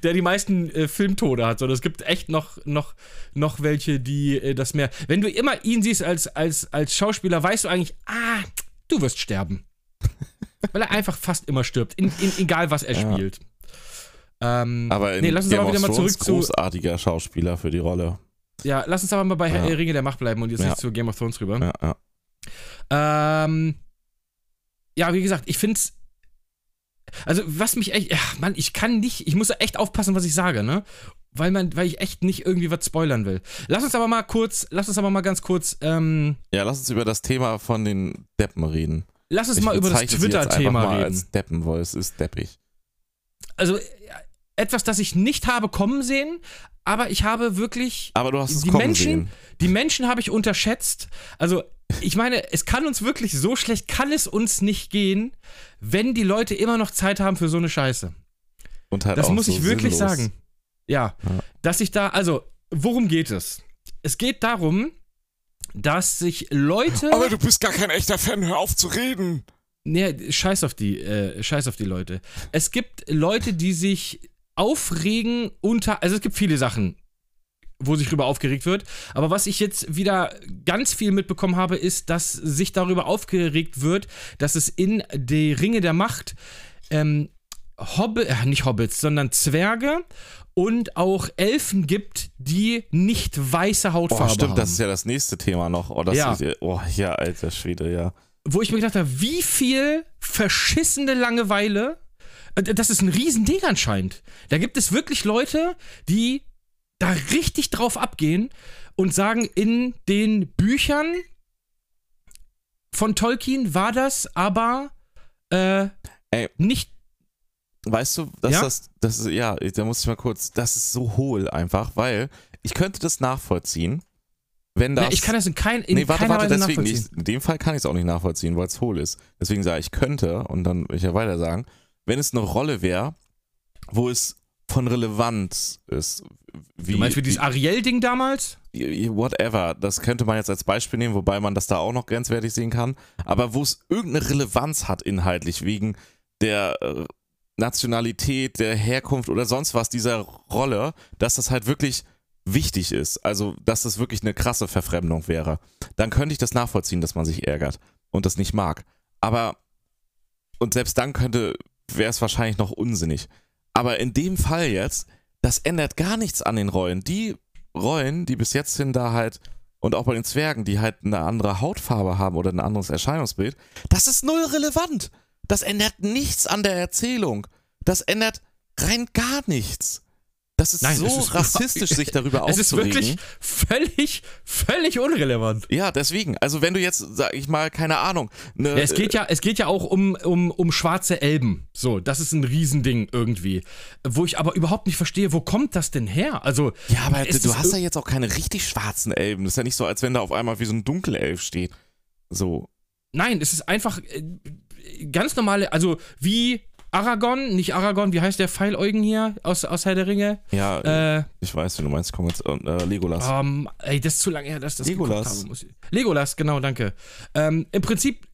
der die meisten äh, Filmtode hat, sondern es gibt echt noch, noch, noch welche, die äh, das mehr. Wenn du immer ihn siehst als, als, als Schauspieler, weißt du eigentlich, ah, du wirst sterben. Weil er einfach fast immer stirbt, in, in, egal was er Ja. spielt. Ähm, Aber in nee, lass uns Game aber of wieder mal Thrones zurück zu. großartiger Schauspieler für die Rolle. Ja, lass uns aber mal bei Ja. Herr Ringe der Macht bleiben und jetzt Ja. nicht zu Game of Thrones rüber. Ja, ja. Ähm, ja, wie gesagt, ich find's. Also, was mich echt. Ach, Mann, ich kann nicht. Ich muss echt aufpassen, was ich sage, ne? Weil, man, weil ich echt nicht irgendwie was spoilern will. Lass uns aber mal kurz. Lass uns aber mal ganz kurz. Ähm, ja, lass uns über das Thema von den Deppen reden. lass uns Ich mal über das bezeichne sie jetzt einfach Twitter-Thema mal reden. als Deppen, weil es ist deppig. Also, äh, etwas, das ich nicht habe kommen sehen, aber ich habe wirklich. Aber du hast es Die kommen Menschen- sehen. Die Menschen habe ich unterschätzt. Also, ich meine, es kann uns wirklich so schlecht, kann es uns nicht gehen, wenn die Leute immer noch Zeit haben für so eine Scheiße. Und halt Das auch muss so ich wirklich sinnlos. sagen. Ja, Ja. dass ich da, also, worum geht es? Es geht darum, dass sich Leute. du bist gar kein echter Fan, hör auf zu reden. Nee, scheiß auf die, äh, scheiß auf die Leute. Es gibt Leute, die sich aufregen unter. Also es gibt viele Sachen, wo sich darüber aufgeregt wird. Aber was ich jetzt wieder ganz viel mitbekommen habe, ist, dass sich darüber aufgeregt wird, dass es in die Ringe der Macht ähm, Hobbit, äh, nicht Hobbits, sondern Zwerge und auch Elfen gibt, die nicht weiße Hautfarbe Oh, stimmt, haben. das ist ja das nächste Thema noch. Oh, das Ja. ist ja, oh, ja, alter Schwede, ja. Wo ich mir gedacht habe, wie viel verschissene Langeweile. äh, Das ist ein Riesending anscheinend. Da gibt es wirklich Leute, die da richtig drauf abgehen und sagen, in den Büchern von Tolkien war das aber äh, Ey. nicht. Weißt du, dass Ja? das, das ist, ja, da muss ich mal kurz, das ist so hohl einfach, weil ich könnte das nachvollziehen, wenn das. Na, ne, ich kann das in, kein, in nee, warte, keiner warte, Weise deswegen nachvollziehen. nicht. In dem Fall kann ich es auch nicht nachvollziehen, weil es hohl ist. Deswegen sage ich könnte, und dann will ich ja weiter sagen, wenn es eine Rolle wäre, wo es von Relevanz ist, wie, Du meinst wie wie dieses Ariel-Ding damals? whatever, das könnte man jetzt als Beispiel nehmen, wobei man das da auch noch grenzwertig sehen kann, aber wo es irgendeine Relevanz hat inhaltlich, wegen der äh, Nationalität, der Herkunft oder sonst was dieser Rolle, dass das halt wirklich wichtig ist, also dass das wirklich eine krasse Verfremdung wäre, dann könnte ich das nachvollziehen, dass man sich ärgert und das nicht mag. Aber, und selbst dann könnte, wäre es wahrscheinlich noch unsinnig. Aber in dem Fall jetzt, das ändert gar nichts an den Rollen. Die Rollen, die bis jetzt hin da halt, und auch bei den Zwergen, die halt eine andere Hautfarbe haben oder ein anderes Erscheinungsbild, das ist null relevant. Das ändert nichts an der Erzählung. Das ändert rein gar nichts. Das ist Nein, so es ist- rassistisch, sich darüber Es aufzuregen. ist wirklich völlig, völlig unrelevant. Ja, deswegen. Also wenn du jetzt, sag ich mal, keine Ahnung, ne, Ja, es, geht ja, es geht ja auch um, um, um schwarze Elben. So, das ist ein Riesending irgendwie. Wo ich aber überhaupt nicht verstehe, wo kommt das denn her? Also, Ja, aber es du, du ist hast ja irg- jetzt auch keine richtig schwarzen Elben. Das ist ja nicht so, als wenn da auf einmal wie so ein Dunkelelf steht. So. Nein, es ist einfach äh, ganz normale, also wie Aragorn, nicht Aragorn, wie heißt der Pfeiläugen hier aus, aus Herr der Ringe? Ja, Äh, ich weiß, wie du meinst. Komm jetzt, äh, Legolas. ähm, ey, das ist zu lange her, dass ich das Legolas. geguckt habe. Muss ich. Legolas, genau, danke. Ähm, Im Prinzip,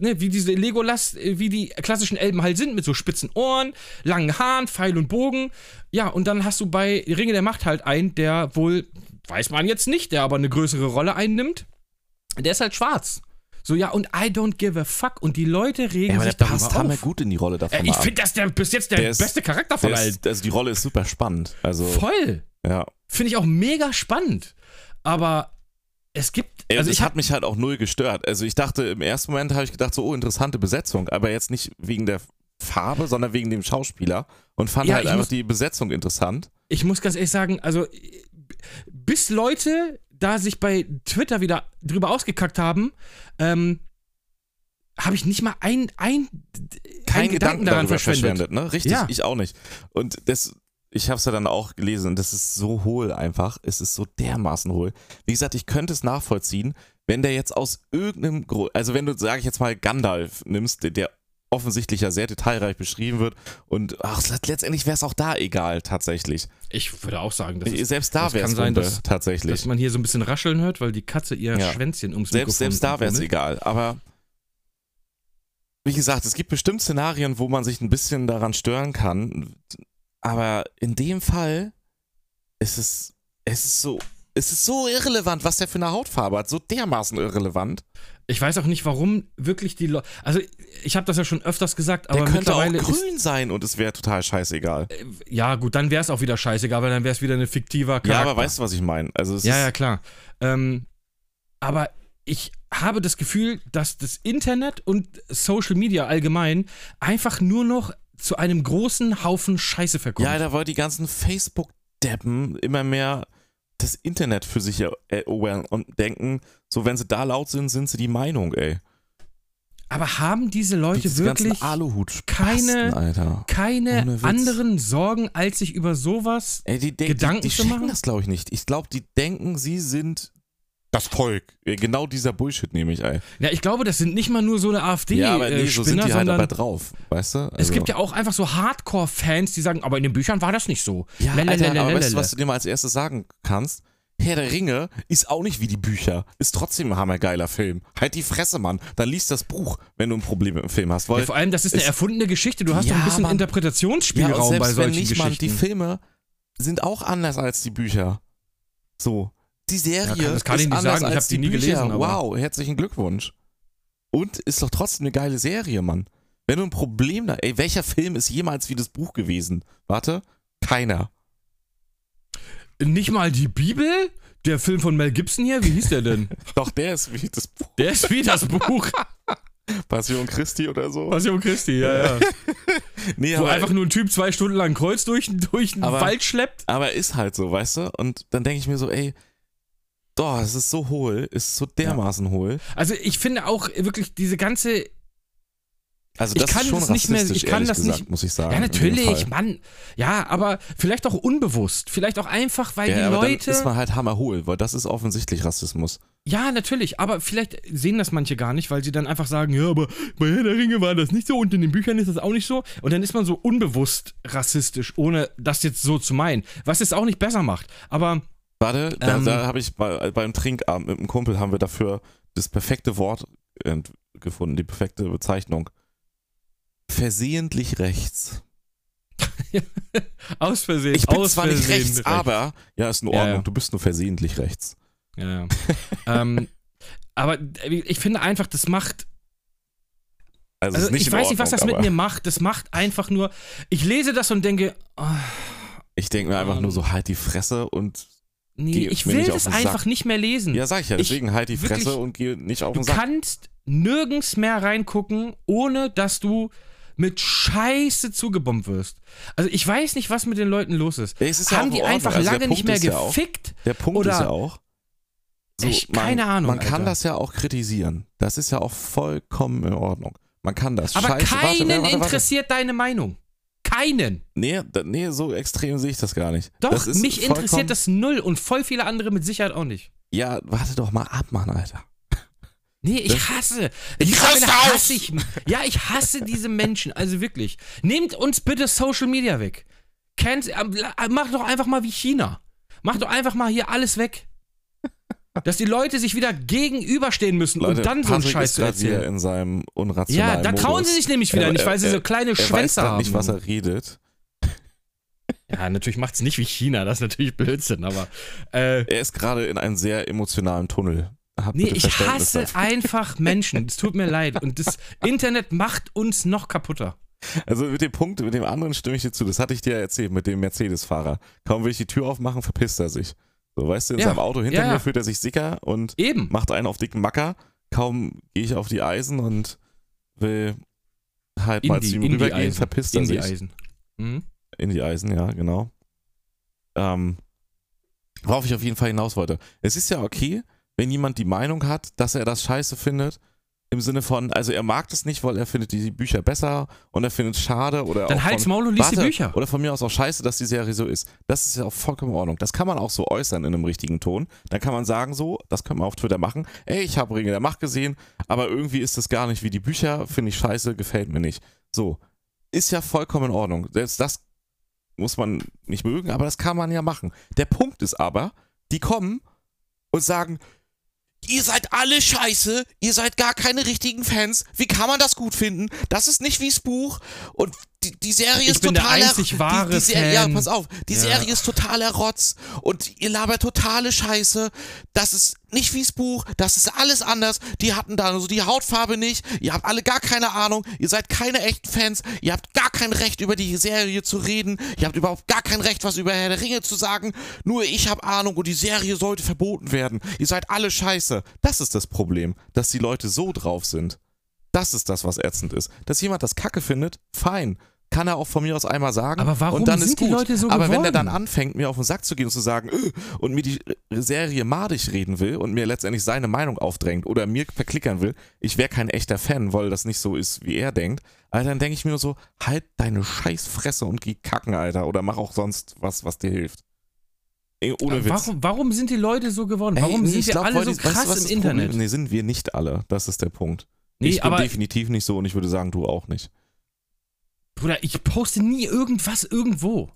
ne, wie diese Legolas, äh, wie die klassischen Elben halt sind, mit so spitzen Ohren, langen Haaren, Pfeil und Bogen. Ja, und dann hast du bei Ringe der Macht halt einen, der wohl, weiß man jetzt nicht, der aber eine größere Rolle einnimmt. Der ist halt schwarz. So, ja, und I don't give a fuck. Und die Leute regen ja, aber sich der darüber passt hammer auf. gut in die Rolle davon. Äh, ich finde, das der bis jetzt der, Der ist- beste Charakter von der allen. ist, Also die Rolle ist super spannend. Also, Voll. ja. Finde ich auch mega spannend. Aber es gibt. also Ey, also ich das hab, hat mich halt auch null gestört. Also ich dachte, im ersten Moment habe ich gedacht, so, oh, interessante Besetzung. Aber jetzt nicht wegen der Farbe, sondern wegen dem Schauspieler. Und fand Ja, halt ich einfach muss- die Besetzung interessant. ich muss ganz ehrlich sagen, also äh, bis Leute da sich bei Twitter wieder drüber ausgekackt haben, ähm, habe ich nicht mal ein, ein, keinen keinen Gedanken daran verschwendet. ne? Richtig, Ja. ich auch nicht. Und das, ich habe es ja dann auch gelesen und das ist so hohl einfach. Es ist so dermaßen hohl. Wie gesagt, ich könnte es nachvollziehen, wenn der jetzt aus irgendeinem Grund, also wenn du, sage ich jetzt mal, Gandalf nimmst, der- der offensichtlich ja sehr detailreich beschrieben wird und ach, letztendlich wäre es auch da egal tatsächlich. Ich würde auch sagen, das ist, selbst da das wäre es kann sein, Wumpe, dass- tatsächlich. dass man hier so ein bisschen rascheln hört, weil die Katze ihr Ja. Schwänzchen ums ne? Selbst, selbst da wäre es egal, aber wie gesagt, es gibt bestimmt Szenarien, wo man sich ein bisschen daran stören kann, aber in dem Fall ist es, es ist so, es ist so irrelevant, was der für eine Hautfarbe hat, so dermaßen irrelevant. Ich weiß auch nicht, warum wirklich die Leute. Also, ich habe das ja schon öfters gesagt, Der aber könnte auch mittlerweile ist Äh, grün sein und es wäre total scheißegal. Ja, gut, dann wäre es auch wieder scheißegal, weil dann wäre es wieder eine fiktiver Ja, Charakter. aber weißt du, was ich meine? Also es ja, ist, ja, klar. Ähm, aber ich habe das Gefühl, dass das Internet und Social Media allgemein einfach nur noch zu einem großen Haufen Scheiße verkommt. Ja, da wollen die ganzen Facebook-Deppen immer mehr das Internet für sich erobern und denken, so wenn sie da laut sind, sind sie die Meinung, ey. aber haben diese Leute Diese wirklich ganzen Aluhut keine- Alter. Ohne keine Witz. anderen Sorgen, als sich über sowas. Ey, die, denken, Gedanken die, die zu checken machen? das glaube ich nicht. Ich glaube, die denken, sie sind das Volk. Ja, Genau dieser Bullshit nehme ich, ey. Ja, ich glaube, das sind nicht mal nur so eine AfD-Spinner, ja, aber nee, so sind die halt äh, sondern. aber also- drauf, weißt du? es gibt ja auch einfach so Hardcore-Fans, die sagen, aber in den Büchern war das nicht so. Ja, Alter, Lalalala. aber weißt du, was du dir mal als erstes sagen kannst? Herr der Ringe ist auch nicht wie die Bücher. Ist trotzdem ein hammergeiler Film. Halt die Fresse, Mann. Dann liest das Buch, wenn du ein Problem mit dem Film hast. Weil, Ja, vor allem, das ist eine es- erfundene Geschichte. Du hast doch Ja, ein bisschen Mann. Ja, und Interpretationsspielraum selbst bei solchen wenn nicht, Mann, Geschichten. die Filme sind auch anders als die Bücher. So. Die Serie Ja, kann- das kann ist ich nicht anders sagen, ich als hab die nie Bücher. gelesen, aber- Wow, herzlichen Glückwunsch. Und ist doch trotzdem eine geile Serie, Mann. Wenn du ein Problem da, ey, welcher Film ist jemals wie das Buch gewesen? Warte, keiner. Nicht mal die Bibel? Der Film von Mel Gibson hier? Wie hieß der denn? Doch der ist wie das Buch. Der ist wie das Buch. Passion Christi oder so. Passion Christi, ja, ja. Nee, Wo einfach nur ein Typ zwei Stunden lang ein Kreuz durch, durch den Aber- Wald schleppt. Aber ist halt so, weißt du? Und dann denke ich mir so, ey, doch, es ist so hohl, es ist so dermaßen hohl. Also ich finde auch wirklich diese ganze Also Ich das kann ist schon das nicht mehr- rassistisch, ich kann ehrlich das gesagt, nicht- muss ich sagen. Ja, in dem natürlich, Fall. Mann. Ja, aber vielleicht auch unbewusst. Vielleicht auch einfach, weil Ja, die aber Leute. dann ist man halt hammerhohl, weil das ist offensichtlich Rassismus. ja, natürlich, aber vielleicht sehen das manche gar nicht, weil sie dann einfach sagen, ja, aber bei Herr der Ringe war das nicht so und in den Büchern ist das auch nicht so. Und dann ist man so unbewusst rassistisch, ohne das jetzt so zu meinen. Was es auch nicht besser macht. Aber Warte, da, Ähm. da habe ich bei, beim Trinkabend mit einem Kumpel haben wir dafür das perfekte Wort ent- gefunden, die perfekte Bezeichnung. Versehentlich rechts. aus Versehen. Ich bin aus zwar nicht Versehen rechts, aber ja, ist in Ja, Ordnung. ja. Du bist nur versehentlich rechts. Ja, ja. ähm, aber äh, ich finde einfach, das macht Also, Also ist nicht ich in weiß Ordnung, nicht, was das mit aber mir macht. Das macht einfach nur. Ich lese das und denke, oh, Ich denke mir einfach Ähm. nur so, halt die Fresse und. nee, Geh ich mir will nicht auf das den Sack. einfach nicht mehr lesen. Ja, sag ich ja, Hm. Ich- deswegen halt die wirklich- Fresse und geh nicht auf du den Sack. kannst nirgends mehr reingucken, ohne dass du mit Scheiße zugebombt wirst. Also ich weiß nicht, was mit den Leuten los ist. Ja, es ist ja auch Haben in die Ordnung. einfach Also der lange nicht Punkt mehr ist ja auch- gefickt? Der Punkt Oder- ist ja auch. Echt? Keine man, Ahnung, Man kann Alter. das ja auch kritisieren. Das ist ja auch vollkommen in Ordnung. Man kann das. Aber Scheiße, warte, keinen warte, warte, warte. interessiert deine Meinung. Keinen. Nee, da, nee, so extrem sehe ich das gar nicht. Doch, das ist mich vollkommen- interessiert das null und voll viele andere mit Sicherheit auch nicht. Ja, warte doch mal ab, Mann, Alter. Nee, ich hasse. Mittlerweile raste aus! hasse ich, ja, ich hasse diese Menschen. Also wirklich. Nehmt uns bitte Social Media weg. Kennt, ähm, la- macht doch einfach mal wie China. Macht doch einfach mal hier alles weg. Dass die Leute sich wieder gegenüberstehen müssen Leute, und dann so einen Patrick Scheiß ist zu grad wieder erzählen. in seinem unrationalen Ja, da trauen Modus. sie sich nämlich wieder Er- nicht, weil sie er- so kleine Er weiß Schwänze grad haben. nicht, was er redet. ja, natürlich macht's nicht wie China. Das ist natürlich Blödsinn, aber. Äh, Er ist gerade in einem sehr emotionalen Tunnel. Hab Nee, bitte ich Verständnis hasse dafür. einfach Menschen. Es tut mir leid. Und das Internet macht uns noch kaputter. Also mit dem Punkt, mit dem anderen stimme ich dir zu. Das hatte ich dir ja erzählt, mit dem Mercedes-Fahrer. Kaum will ich die Tür aufmachen, verpisst er sich. So, weißt du, in Ja. seinem Auto hinter Ja, ja. mir fühlt er sich sicker und Eben. macht einen auf dicken Macker. Kaum gehe ich auf die Eisen und will halt mal zu ihm rübergehen, verpisst er sich. Eisen. Mhm. In die Eisen, ja, genau. Ähm, worauf ich auf jeden Fall hinaus wollte. Es ist ja okay, wenn jemand die Meinung hat, dass er das scheiße findet, im Sinne von, also er mag das nicht, weil er findet die Bücher besser und er findet es schade oder Dann auch halt's von, Maul und lies die Warte, Bücher. Oder von mir aus auch scheiße, dass die Serie so ist. Das ist ja auch vollkommen in Ordnung. Das kann man auch so äußern in einem richtigen Ton. Dann kann man sagen so, das können wir auf Twitter machen, ey, ich habe Ringe der Macht gesehen, aber irgendwie ist das gar nicht wie die Bücher, finde ich scheiße, gefällt mir nicht. So, ist ja vollkommen in Ordnung. Selbst das muss man nicht mögen, aber das kann man ja machen. Der Punkt ist aber, die kommen und sagen, ihr seid alle scheiße, ihr seid gar keine richtigen Fans, wie kann man das gut finden? Das ist nicht wie's Buch und die, die Serie Ich ist bin der totaler einzig wahre die, die Serie, Ja, Fan. pass auf, die Ja. Serie ist totaler Rotz und ihr labert totale Scheiße, das ist nicht wie's Buch, das ist alles anders, die hatten da so die Hautfarbe nicht, ihr habt alle gar keine Ahnung, ihr seid keine echten Fans, ihr habt gar kein Recht über die Serie zu reden, ihr habt überhaupt gar kein Recht was über Herr der Ringe zu sagen, nur ich habe Ahnung und die Serie sollte verboten werden. Ihr seid alle scheiße. Das ist das Problem, dass die Leute so drauf sind. Das ist das, was ätzend ist. Dass jemand das Kacke findet, fein. Kann er auch von mir aus einmal sagen. Aber warum und dann sind ist die gut. Leute so Aber wenn er geworden? dann anfängt, mir auf den Sack zu gehen und zu sagen, öh, und mir die äh, Serie madig reden will und mir letztendlich seine Meinung aufdrängt oder mir verklickern will, ich wäre kein echter Fan, weil das nicht so ist, wie er denkt. Alter, dann denke ich mir nur so, halt deine Scheißfresse und geh kacken, Alter. Oder mach auch sonst was, was dir hilft. Ey, ohne Witz. Äh, Warum, warum sind die Leute so geworden? Ey, Warum nee, sind ich wir glaub, alle weil so die- weißt du, krass was im das Problem- Internet? Nee, sind wir nicht alle. Das ist der Punkt. Nee, ich bin aber- definitiv nicht so und ich würde sagen, du auch nicht. Bruder, ich poste nie irgendwas irgendwo.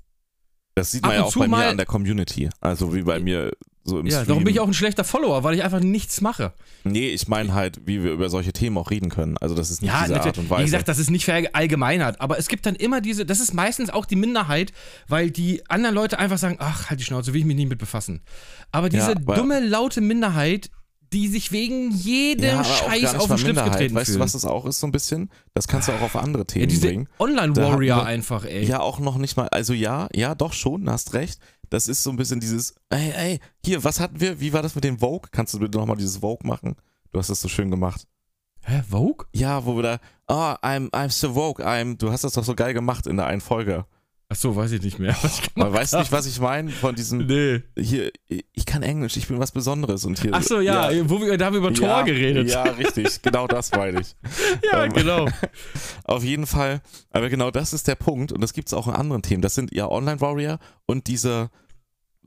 Das sieht Ab man ja und auch zu bei mal- mir an der Community. Also wie bei mir so im Ja, Stream. darum bin ich auch ein schlechter Follower, weil ich einfach nichts mache. nee, ich meine halt, wie wir über solche Themen auch reden können. Also das ist nicht diese Art und Weise. Wie gesagt, das ist nicht verallgemeinert, aber es gibt dann immer diese, das ist meistens auch die Minderheit, weil die anderen Leute einfach sagen, ach, halt die Schnauze, will ich mich nicht mit befassen. Aber diese Ja, aber- dumme, laute Minderheit, die sich wegen jedem aber auch gar Scheiß nicht auf mal den Schlips Minderheit. getreten Weißt du, fühlen. was das auch ist, so ein bisschen? Das kannst du auch auf andere ja, Themen diese bringen. Da Online-Warrior hat- einfach, ey. Ja, auch noch nicht mal. Also ja, ja, doch schon, hast recht. Das ist so ein bisschen dieses, ey, ey, hier, was hatten wir? Wie war das mit dem Vogue? Kannst du bitte nochmal dieses Vogue machen? Du hast das so schön gemacht. Hä, Vogue? Ja, wo wir da, ah, I'm, I'm so Vogue, I'm, du hast das doch so geil gemacht in der einen Folge. Achso, weiß ich nicht mehr. Was ich Man gemacht weiß nicht, was ich meine von diesem, Nee. hier, ich kann Englisch, ich bin was Besonderes und hier. Achso, ja, Wo wir, da haben wir über Ja, Tor geredet. Ja, richtig, genau das meine ich. Ja, Ähm, genau. Auf jeden Fall, aber genau das ist der Punkt und das gibt es auch in anderen Themen. Das sind ja Online-Warrior und diese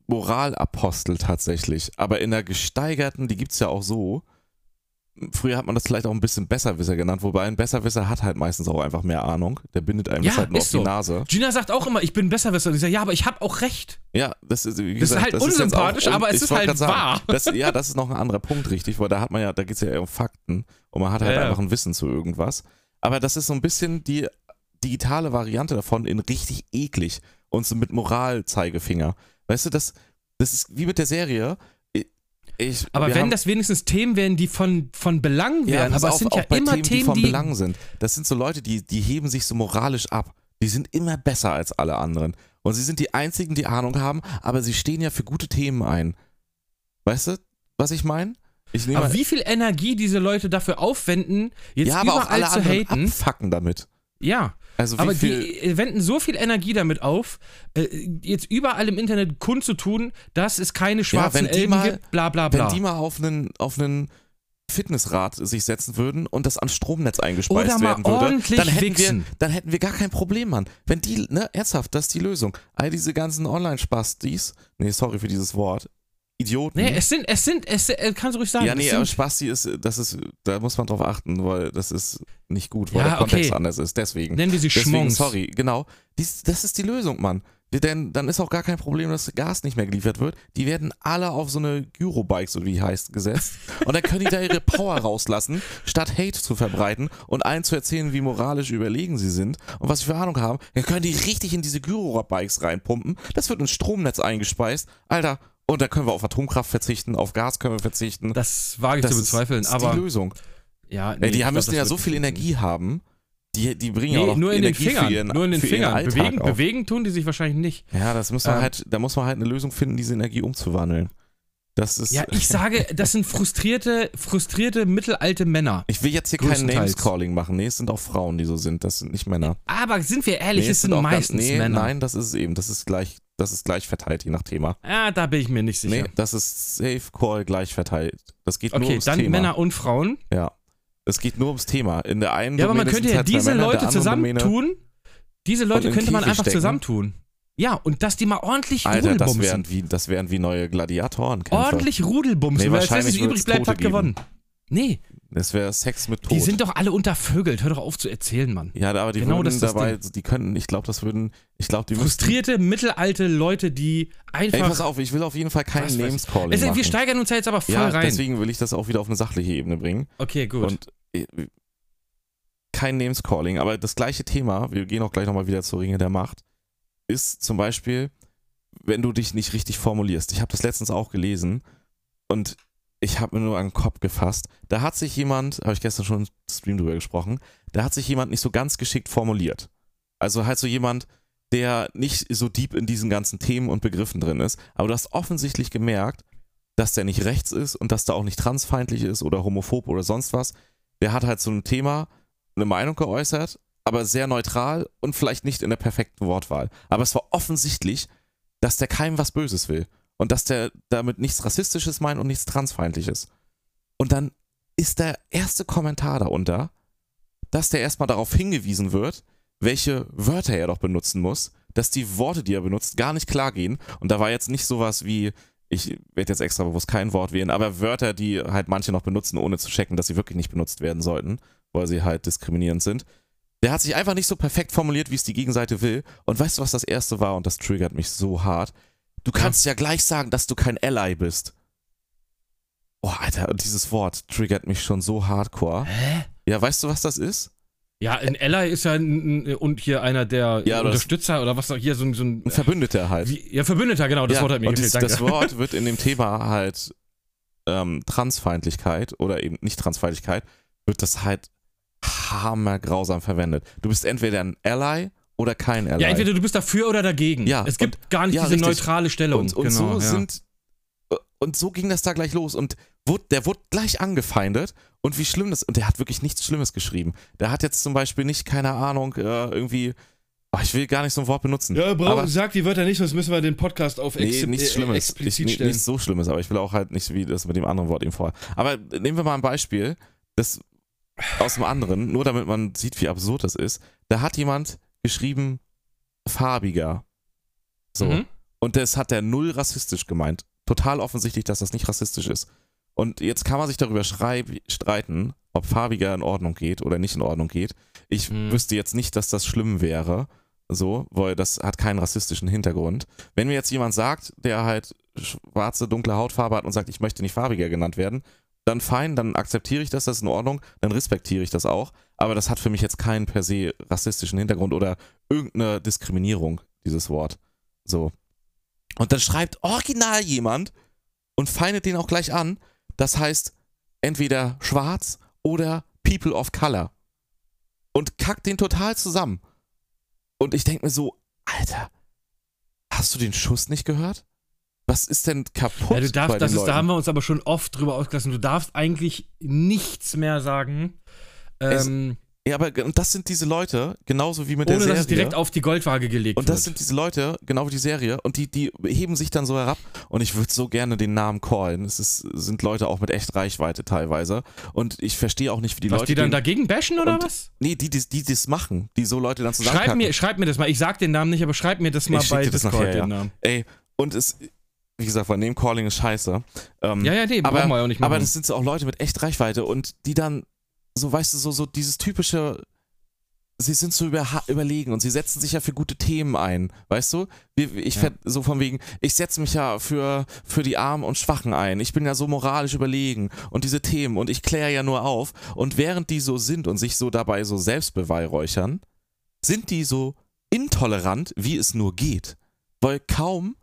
Moralapostel tatsächlich. Aber in der gesteigerten, die gibt es ja auch so. Früher hat man das vielleicht auch ein bisschen Besserwisser genannt, wobei ein Besserwisser hat halt meistens auch einfach mehr Ahnung. Der bindet einem Ja, das halt nur ist auf so. die Nase. Gina sagt auch immer, ich bin besser, besser. Und ich sage, ja, aber ich habe auch recht. Ja, das ist, wie Das ist gesagt, halt jetzt unsympathisch, auch- aber es ich ist wollte halt grad sagen, wahr. Das, ja, das ist noch ein anderer Punkt, richtig, weil da hat man ja, da geht es ja eher um Fakten und man hat halt Ja, ja. einfach ein Wissen zu irgendwas. Aber das ist so ein bisschen die digitale Variante davon in richtig eklig und so mit Moral-Zeigefinger. Weißt du, das, das ist wie mit der Serie. Ich, Aber wir wenn haben- das wenigstens Themen wären, die von, von Belang wären, pass aber es auf, sind auch ja bei immer Themen, die von Belang sind. Das sind so Leute, die, die heben sich so moralisch ab. Die sind immer besser als alle anderen. Und sie sind die einzigen, die Ahnung haben, aber sie stehen ja für gute Themen ein. Weißt du, was ich meine? Ich nehme Aber mal- wie viel Energie diese Leute dafür aufwenden, jetzt ja, aber auch überall alle zu anderen haten. abfacken damit. Ja, Also wie aber viel, die äh, wenden so viel Energie damit auf, äh, jetzt überall im Internet kundzutun, dass es keine schwarzen wenn die Elben mal- gibt, bla bla bla. wenn die mal auf einen, auf einen Fitnessrad sich setzen würden und das ans Stromnetz eingespeist Oder mal werden würde, ordentlich dann hätten, wir, wichsen. dann hätten wir gar kein Problem, Mann. Wenn die, ne, ernsthaft, das ist die Lösung. All diese ganzen Online-Spastis, nee, sorry für dieses Wort, Idioten. nee, es sind, es sind, es äh, kannst du ruhig sagen. ja, nee, es aber sind, Spasti ist, das ist, da muss man drauf achten, weil das ist nicht gut, weil Ja, der Kontext okay. anders ist. Deswegen. nennen wir sie Deswegen, Schmonks. sorry, genau. Dies, das ist die Lösung, Mann. Wir- Denn dann ist auch gar kein Problem, dass Gas nicht mehr geliefert wird. Die werden alle auf so eine Gyrobikes, oder wie heißt, gesetzt. Und dann können die da ihre Power rauslassen, statt Hate zu verbreiten und allen zu erzählen, wie moralisch überlegen sie sind und was sie für Ahnung haben. Dann können die richtig in diese Gyrobikes reinpumpen. Das wird ins Stromnetz eingespeist. Alter, und da können wir auf Atomkraft verzichten, auf Gas können wir verzichten. Das wage ich zu bezweiteln, ist, aber ist die Lösung. ja, Ey, nee, die ich haben, glaub, müssen das ja wird so viel nicht funktionieren. Energie haben. Die, die bringen ja auch Nee, noch nur in den Energie Fingern, für ihren, nur in den für ihren Fingern. Alltag Bewegen, auf. bewegen tun die sich wahrscheinlich nicht. Ja, das muss man Ähm. halt, da muss man halt eine Lösung finden, diese Energie umzuwandeln. Das ist. Ja, ich sage, das sind frustrierte, frustrierte mittelalte Männer. ich will jetzt hier kein Größtenteils. Names-Calling machen. Nee, es sind auch Frauen, die so sind. Das sind nicht Männer. Aber sind wir Nee, ehrlich, es es sind auch ganz- meistens nee, Männer. Nein, das ist es eben. Das ist gleich, das ist gleich verteilt, je nach Thema. Ah, da bin ich mir nicht sicher. Nee, das ist Safe Call gleich verteilt. Das geht nur okay, ums dann Thema. Männer und Frauen. Ja. Es geht nur ums Thema. In der einen Ja, aber man Domäne könnte sind ja halt zwei diese Männer, in der Leute anderen Domäne- zusammentun. Diese Leute in könnte man Käfig einfach stecken. zusammentun. Ja, und dass die mal ordentlich Alter, das Rudelbumsen. wären wie, das wären wie neue Gladiatoren. Ordentlich Rudelbumsen, Nee, weil das wahrscheinlich ist übrig wird's bleibt, Tote hat gewonnen. Nee, Das wäre Sex mit Tod. die sind doch alle untervögelt. Hör doch auf zu erzählen, Mann. ja, aber die genau würden das ist das dabei, die könnten, ich glaube, das würden, ich glaube, die müssten. Frustrierte, mittelalte Leute, die Ey, pass einfach. auf, ich will auf jeden Fall keinen Was weiß ich. Names Calling Also, machen. wir steigern uns ja jetzt aber voll ja, rein. deswegen will ich das auch wieder auf eine sachliche Ebene bringen. Okay, gut. Und äh, kein Names Calling, aber das gleiche Thema, wir gehen auch gleich nochmal wieder zu Ringe der Macht, ist zum Beispiel, wenn du dich nicht richtig formulierst. Ich habe das letztens auch gelesen und ich habe mir nur an den Kopf gefasst. Da hat sich jemand, habe ich gestern schon im Stream drüber gesprochen, da hat sich jemand nicht so ganz geschickt formuliert. Also halt so jemand, der nicht so deep in diesen ganzen Themen und Begriffen drin ist, aber du hast offensichtlich gemerkt, dass der nicht rechts ist und dass der auch nicht transfeindlich ist oder homophob oder sonst was. Der hat halt zu einem Thema eine Meinung geäußert, aber sehr neutral und vielleicht nicht in der perfekten Wortwahl. Aber es war offensichtlich, dass der keinem was Böses will und dass der damit nichts Rassistisches meint und nichts Transfeindliches. Und dann ist der erste Kommentar darunter, dass der erstmal darauf hingewiesen wird, welche Wörter er doch benutzen muss, dass die Worte, die er benutzt, gar nicht klar gehen. Und da war jetzt nicht sowas wie, ich werde jetzt extra bewusst kein Wort wählen, aber Wörter, die halt manche noch benutzen, ohne zu checken, dass sie wirklich nicht benutzt werden sollten, weil sie halt diskriminierend sind. Der hat sich einfach nicht so perfekt formuliert, wie es die Gegenseite will. Und weißt du, was das erste war? Und das triggert mich so hart. Du kannst ja gleich sagen, dass du kein Ally bist. Oh, Alter, und dieses Wort triggert mich schon so hardcore. Hä? Ja, weißt du, was das ist? Ja, in Ella ist ja ein, ein- und hier einer der Ja, das- Unterstützer oder was auch hier so ein, so ein Ein Verbündeter halt. wie, ja, Verbündeter, genau, das ja, Wort hat mir und gefehlt, dies- danke. Das Wort wird in dem Thema halt ähm, Transfeindlichkeit oder eben nicht Transfeindlichkeit, wird das halt hammergrausam verwendet. Du bist entweder ein Ally oder kein Ally. Ja, entweder du bist dafür oder dagegen. Ja, es gibt gar nicht ja, diese richtig. neutrale Stellung. Und, und so Genau, ja. sind. Und so ging das da gleich los. Und wurd, der wurde gleich angefeindet. Und wie schlimm das. Und der hat wirklich nichts Schlimmes geschrieben. Der hat jetzt zum Beispiel nicht, keine Ahnung, äh, irgendwie. Oh, ich will gar nicht so ein Wort benutzen. Ja, Bro, aber, sag die Wörter nicht, sonst müssen wir den Podcast auf Nee, exi- nichts äh, Schlimmes. Ich, explizit nicht, stellen. nicht so Schlimmes, aber ich will auch halt nicht, wie das mit dem anderen Wort eben vorher. Aber nehmen wir mal ein Beispiel, das aus dem anderen, nur damit man sieht, wie absurd das ist. Da hat jemand geschrieben, farbiger. So. Mhm. Und das hat der null rassistisch gemeint. Total offensichtlich, dass das nicht rassistisch ist. Und jetzt kann man sich darüber schreib- streiten, ob farbiger in Ordnung geht oder nicht in Ordnung geht. Ich Mhm. wüsste jetzt nicht, dass das schlimm wäre. So, weil das hat keinen rassistischen Hintergrund. Wenn mir jetzt jemand sagt, der halt schwarze, dunkle Hautfarbe hat und sagt, ich möchte nicht farbiger genannt werden, dann fein, dann akzeptiere ich das, das ist in Ordnung, dann respektiere ich das auch. Aber das hat für mich jetzt keinen per se rassistischen Hintergrund oder irgendeine Diskriminierung, dieses Wort. So. Und dann schreibt original jemand und feindet den auch gleich an. Das heißt entweder schwarz oder People of Color. Und kackt den total zusammen. Und ich denke mir so, Alter, hast du den Schuss nicht gehört? Was ist denn kaputt? Ja, du bei darfst, das ist, den da Leuten? haben wir uns aber schon oft drüber ausgelassen. Du darfst eigentlich nichts mehr sagen, Es- ähm, Ja, aber ge- und das sind diese Leute, genauso wie mit ohne der dass Serie. es direkt auf die Goldwaage gelegt und wird. das sind diese Leute, genau wie die Serie, und die, die heben sich dann so herab. Und ich würde so gerne den Namen callen. Es ist, sind Leute auch mit echt Reichweite teilweise. Und ich verstehe auch nicht, wie die was Leute. die dann den- dagegen bashen oder und was? nee, die, die, die das machen, die so Leute dann Schreib zusammenkacken. mir, schreib mir das mal. Ich sag den Namen nicht, aber schreib mir das mal schick bei dir das Discord nachher, ja. den Namen. Ey, und es, wie gesagt, von dem Calling ist scheiße. Ähm, Ja, ja, nee, aber, brauchen wir auch nicht machen. aber das sind so auch Leute mit echt Reichweite und die dann, so weißt du, so, so dieses typische, sie sind so über, überlegen und sie setzen sich ja für gute Themen ein, weißt du? Wir- Ich Ja. ver- so von wegen, ich setze mich ja für, für die Armen und Schwachen ein. Ich bin ja so moralisch überlegen und diese Themen und ich kläre ja nur auf. Und während die so sind und sich so dabei so selbst beweihräuchern, sind die so intolerant, wie es nur geht. Weil kaum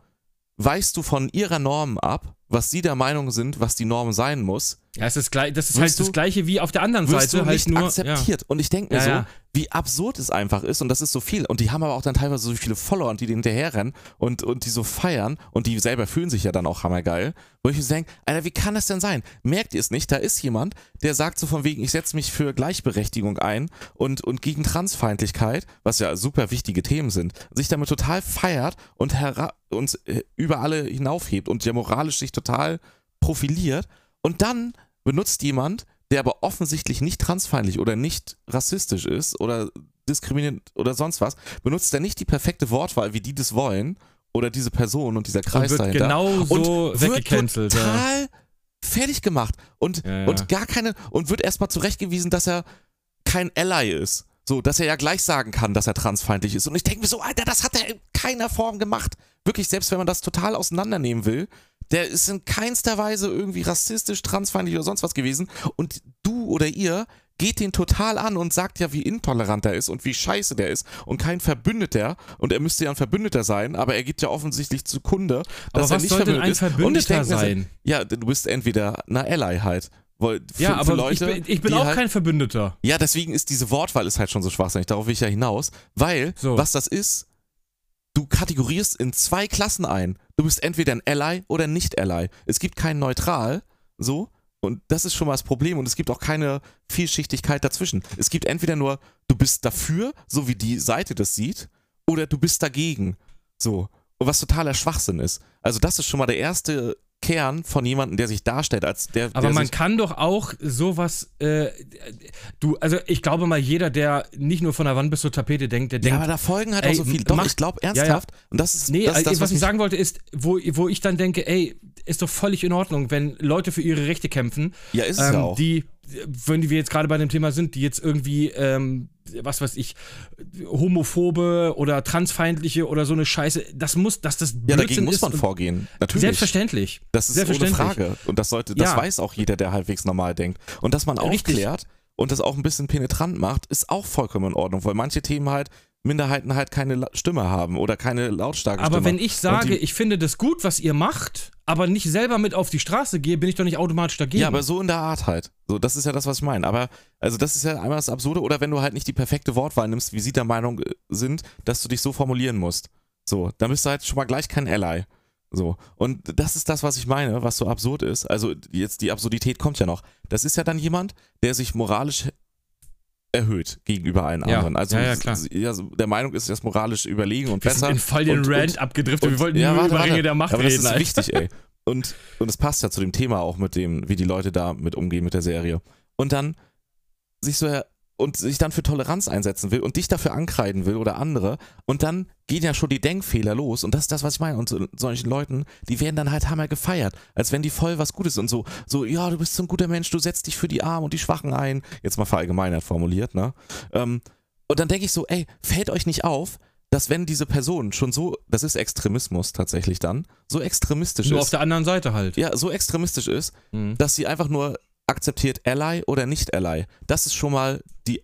weichst du von ihrer Norm ab, was sie der Meinung sind, was die Norm sein muss, ja, es ist gleich, das ist Wirst halt das du- Gleiche wie auf der anderen wirst Seite du halt nicht nur. akzeptiert. Und ich denke mir Ja, so, ja. wie absurd es einfach ist und das ist so viel. Und die haben aber auch dann teilweise so viele Follower, und die denen hinterherrennen und, und die so feiern und die selber fühlen sich ja dann auch hammergeil, wo ich mir so denke, Alter, wie kann das denn sein? Merkt ihr es nicht? Da ist jemand, der sagt so von wegen, ich setze mich für Gleichberechtigung ein und, und gegen Transfeindlichkeit, was ja super wichtige Themen sind, sich damit total feiert und hera- uns äh, über alle hinaufhebt und ja moralisch sich total profiliert und dann benutzt jemand, der aber offensichtlich nicht transfeindlich oder nicht rassistisch ist oder diskriminierend oder sonst was, benutzt er nicht die perfekte Wortwahl, wie die das wollen oder diese Person und dieser Ja. Kreis Und wird dahinter. genau so und wird weggecancelt. Ja. total fertig gemacht und, Ja, ja. und gar keine und wird erstmal zurechtgewiesen, dass er kein Ally ist. So, dass er ja gleich sagen kann, dass er transfeindlich ist. Und ich denke mir so, Alter, das hat er in keiner Form gemacht. Wirklich, selbst wenn man das total auseinandernehmen will, der ist in keinster Weise irgendwie rassistisch, transfeindlich oder sonst was gewesen. Und du oder ihr geht den total an und sagt ja, wie intolerant er ist und wie scheiße der ist und kein Verbündeter. Und er müsste ja ein Verbündeter sein, aber er gibt ja offensichtlich zu Kunde, Aber dass er was nicht soll denn verbündet ein ist. Und ich Verbündeter denk mir so, sein? Ja, du bist entweder eine Ally halt. Weil für, Ja, für aber Leute, ich bin, ich bin die auch halt, kein Verbündeter. ja, deswegen ist diese Wortwahl ist halt schon so schwachsinnig. Darauf will ich ja hinaus. Weil, So. was das ist, du kategorierst in zwei Klassen ein. Du bist entweder ein Ally oder nicht Ally. Es gibt kein Neutral, so. Und das ist schon mal das Problem. Und es gibt auch keine Vielschichtigkeit dazwischen. Es gibt entweder nur, du bist dafür, so wie die Seite das sieht, oder du bist dagegen. So. Und was totaler Schwachsinn ist. Also, das ist schon mal der erste Kern von jemandem, der sich darstellt, als der. Aber der man sich, kann doch auch sowas, äh, du, also ich glaube mal, jeder, der nicht nur von der Wand bis zur Tapete denkt, der Ja, denkt, aber da folgen halt Ey, auch so viele. m- Doch, mach- ich glaube ja. ernsthaft. Und das ist Nee, das, ist also, das, was, ich mich- sagen wollte, ist, wo, wo ich dann denke, ey, ist doch völlig in Ordnung, wenn Leute für ihre Rechte kämpfen, Ja, ist es ja ähm, auch. die, wenn wir jetzt gerade bei dem Thema sind, die jetzt irgendwie, ähm, was weiß ich, homophobe oder transfeindliche oder so eine Scheiße, das muss, dass das ja, Blödsinn dagegen muss ist man und- vorgehen. Natürlich. Selbstverständlich. Das ist ohne Selbstverständlich. Frage. Und das sollte, das Ja. weiß auch jeder, der halbwegs normal denkt. Und dass man Richtig. aufklärt und das auch ein bisschen penetrant macht, ist auch vollkommen in Ordnung, weil manche Themen halt Minderheiten halt keine La Stimme haben oder keine lautstarke Aber Stimme. wenn ich sage, Und die, ich finde das gut, was ihr macht, aber nicht selber mit auf die Straße gehe, bin ich doch nicht automatisch dagegen. Ja, aber so in der Art halt. So, das ist ja das, was ich meine. Aber, also, das ist ja einmal das Absurde. Oder wenn du halt nicht die perfekte Wortwahl nimmst, wie sie der Meinung äh, sind, dass du dich so formulieren musst. So, dann bist du halt schon mal gleich kein Ally. So. Und das ist das, was ich meine, was so absurd ist. Also, jetzt die Absurdität kommt ja noch. Das ist ja dann jemand, der sich moralisch erhöht gegenüber allen Ja. anderen. Also, Ja, ja, klar. s- ja, so der Meinung ist, er ist moralisch überlegen und wir besser. sind in voll den und, Rand abgedriftet. Wir wollten nur warte, über warte. Ringe der Macht Aber reden. das ist Alter. wichtig, ey. Und, und es passt ja zu dem Thema auch mit dem, wie die Leute da mit umgehen mit der Serie. Und dann sich so her- und sich dann für Toleranz einsetzen will und dich dafür ankreiden will oder andere und dann gehen ja schon die Denkfehler los und das ist das, was ich meine. Und so, solchen Leuten, die werden dann halt hammer gefeiert, als wenn die voll was Gutes und so, so, ja, du bist so ein guter Mensch, du setzt dich für die Armen und die Schwachen ein, jetzt mal verallgemeinert formuliert, ne? Ähm, und dann denke ich so, ey, fällt euch nicht auf, dass wenn diese Person schon so, das ist Extremismus tatsächlich dann, so extremistisch Nur auf ist, der anderen Seite halt. ja, so extremistisch ist, Mhm. dass sie einfach nur akzeptiert Ally oder nicht Ally. Das ist schon mal die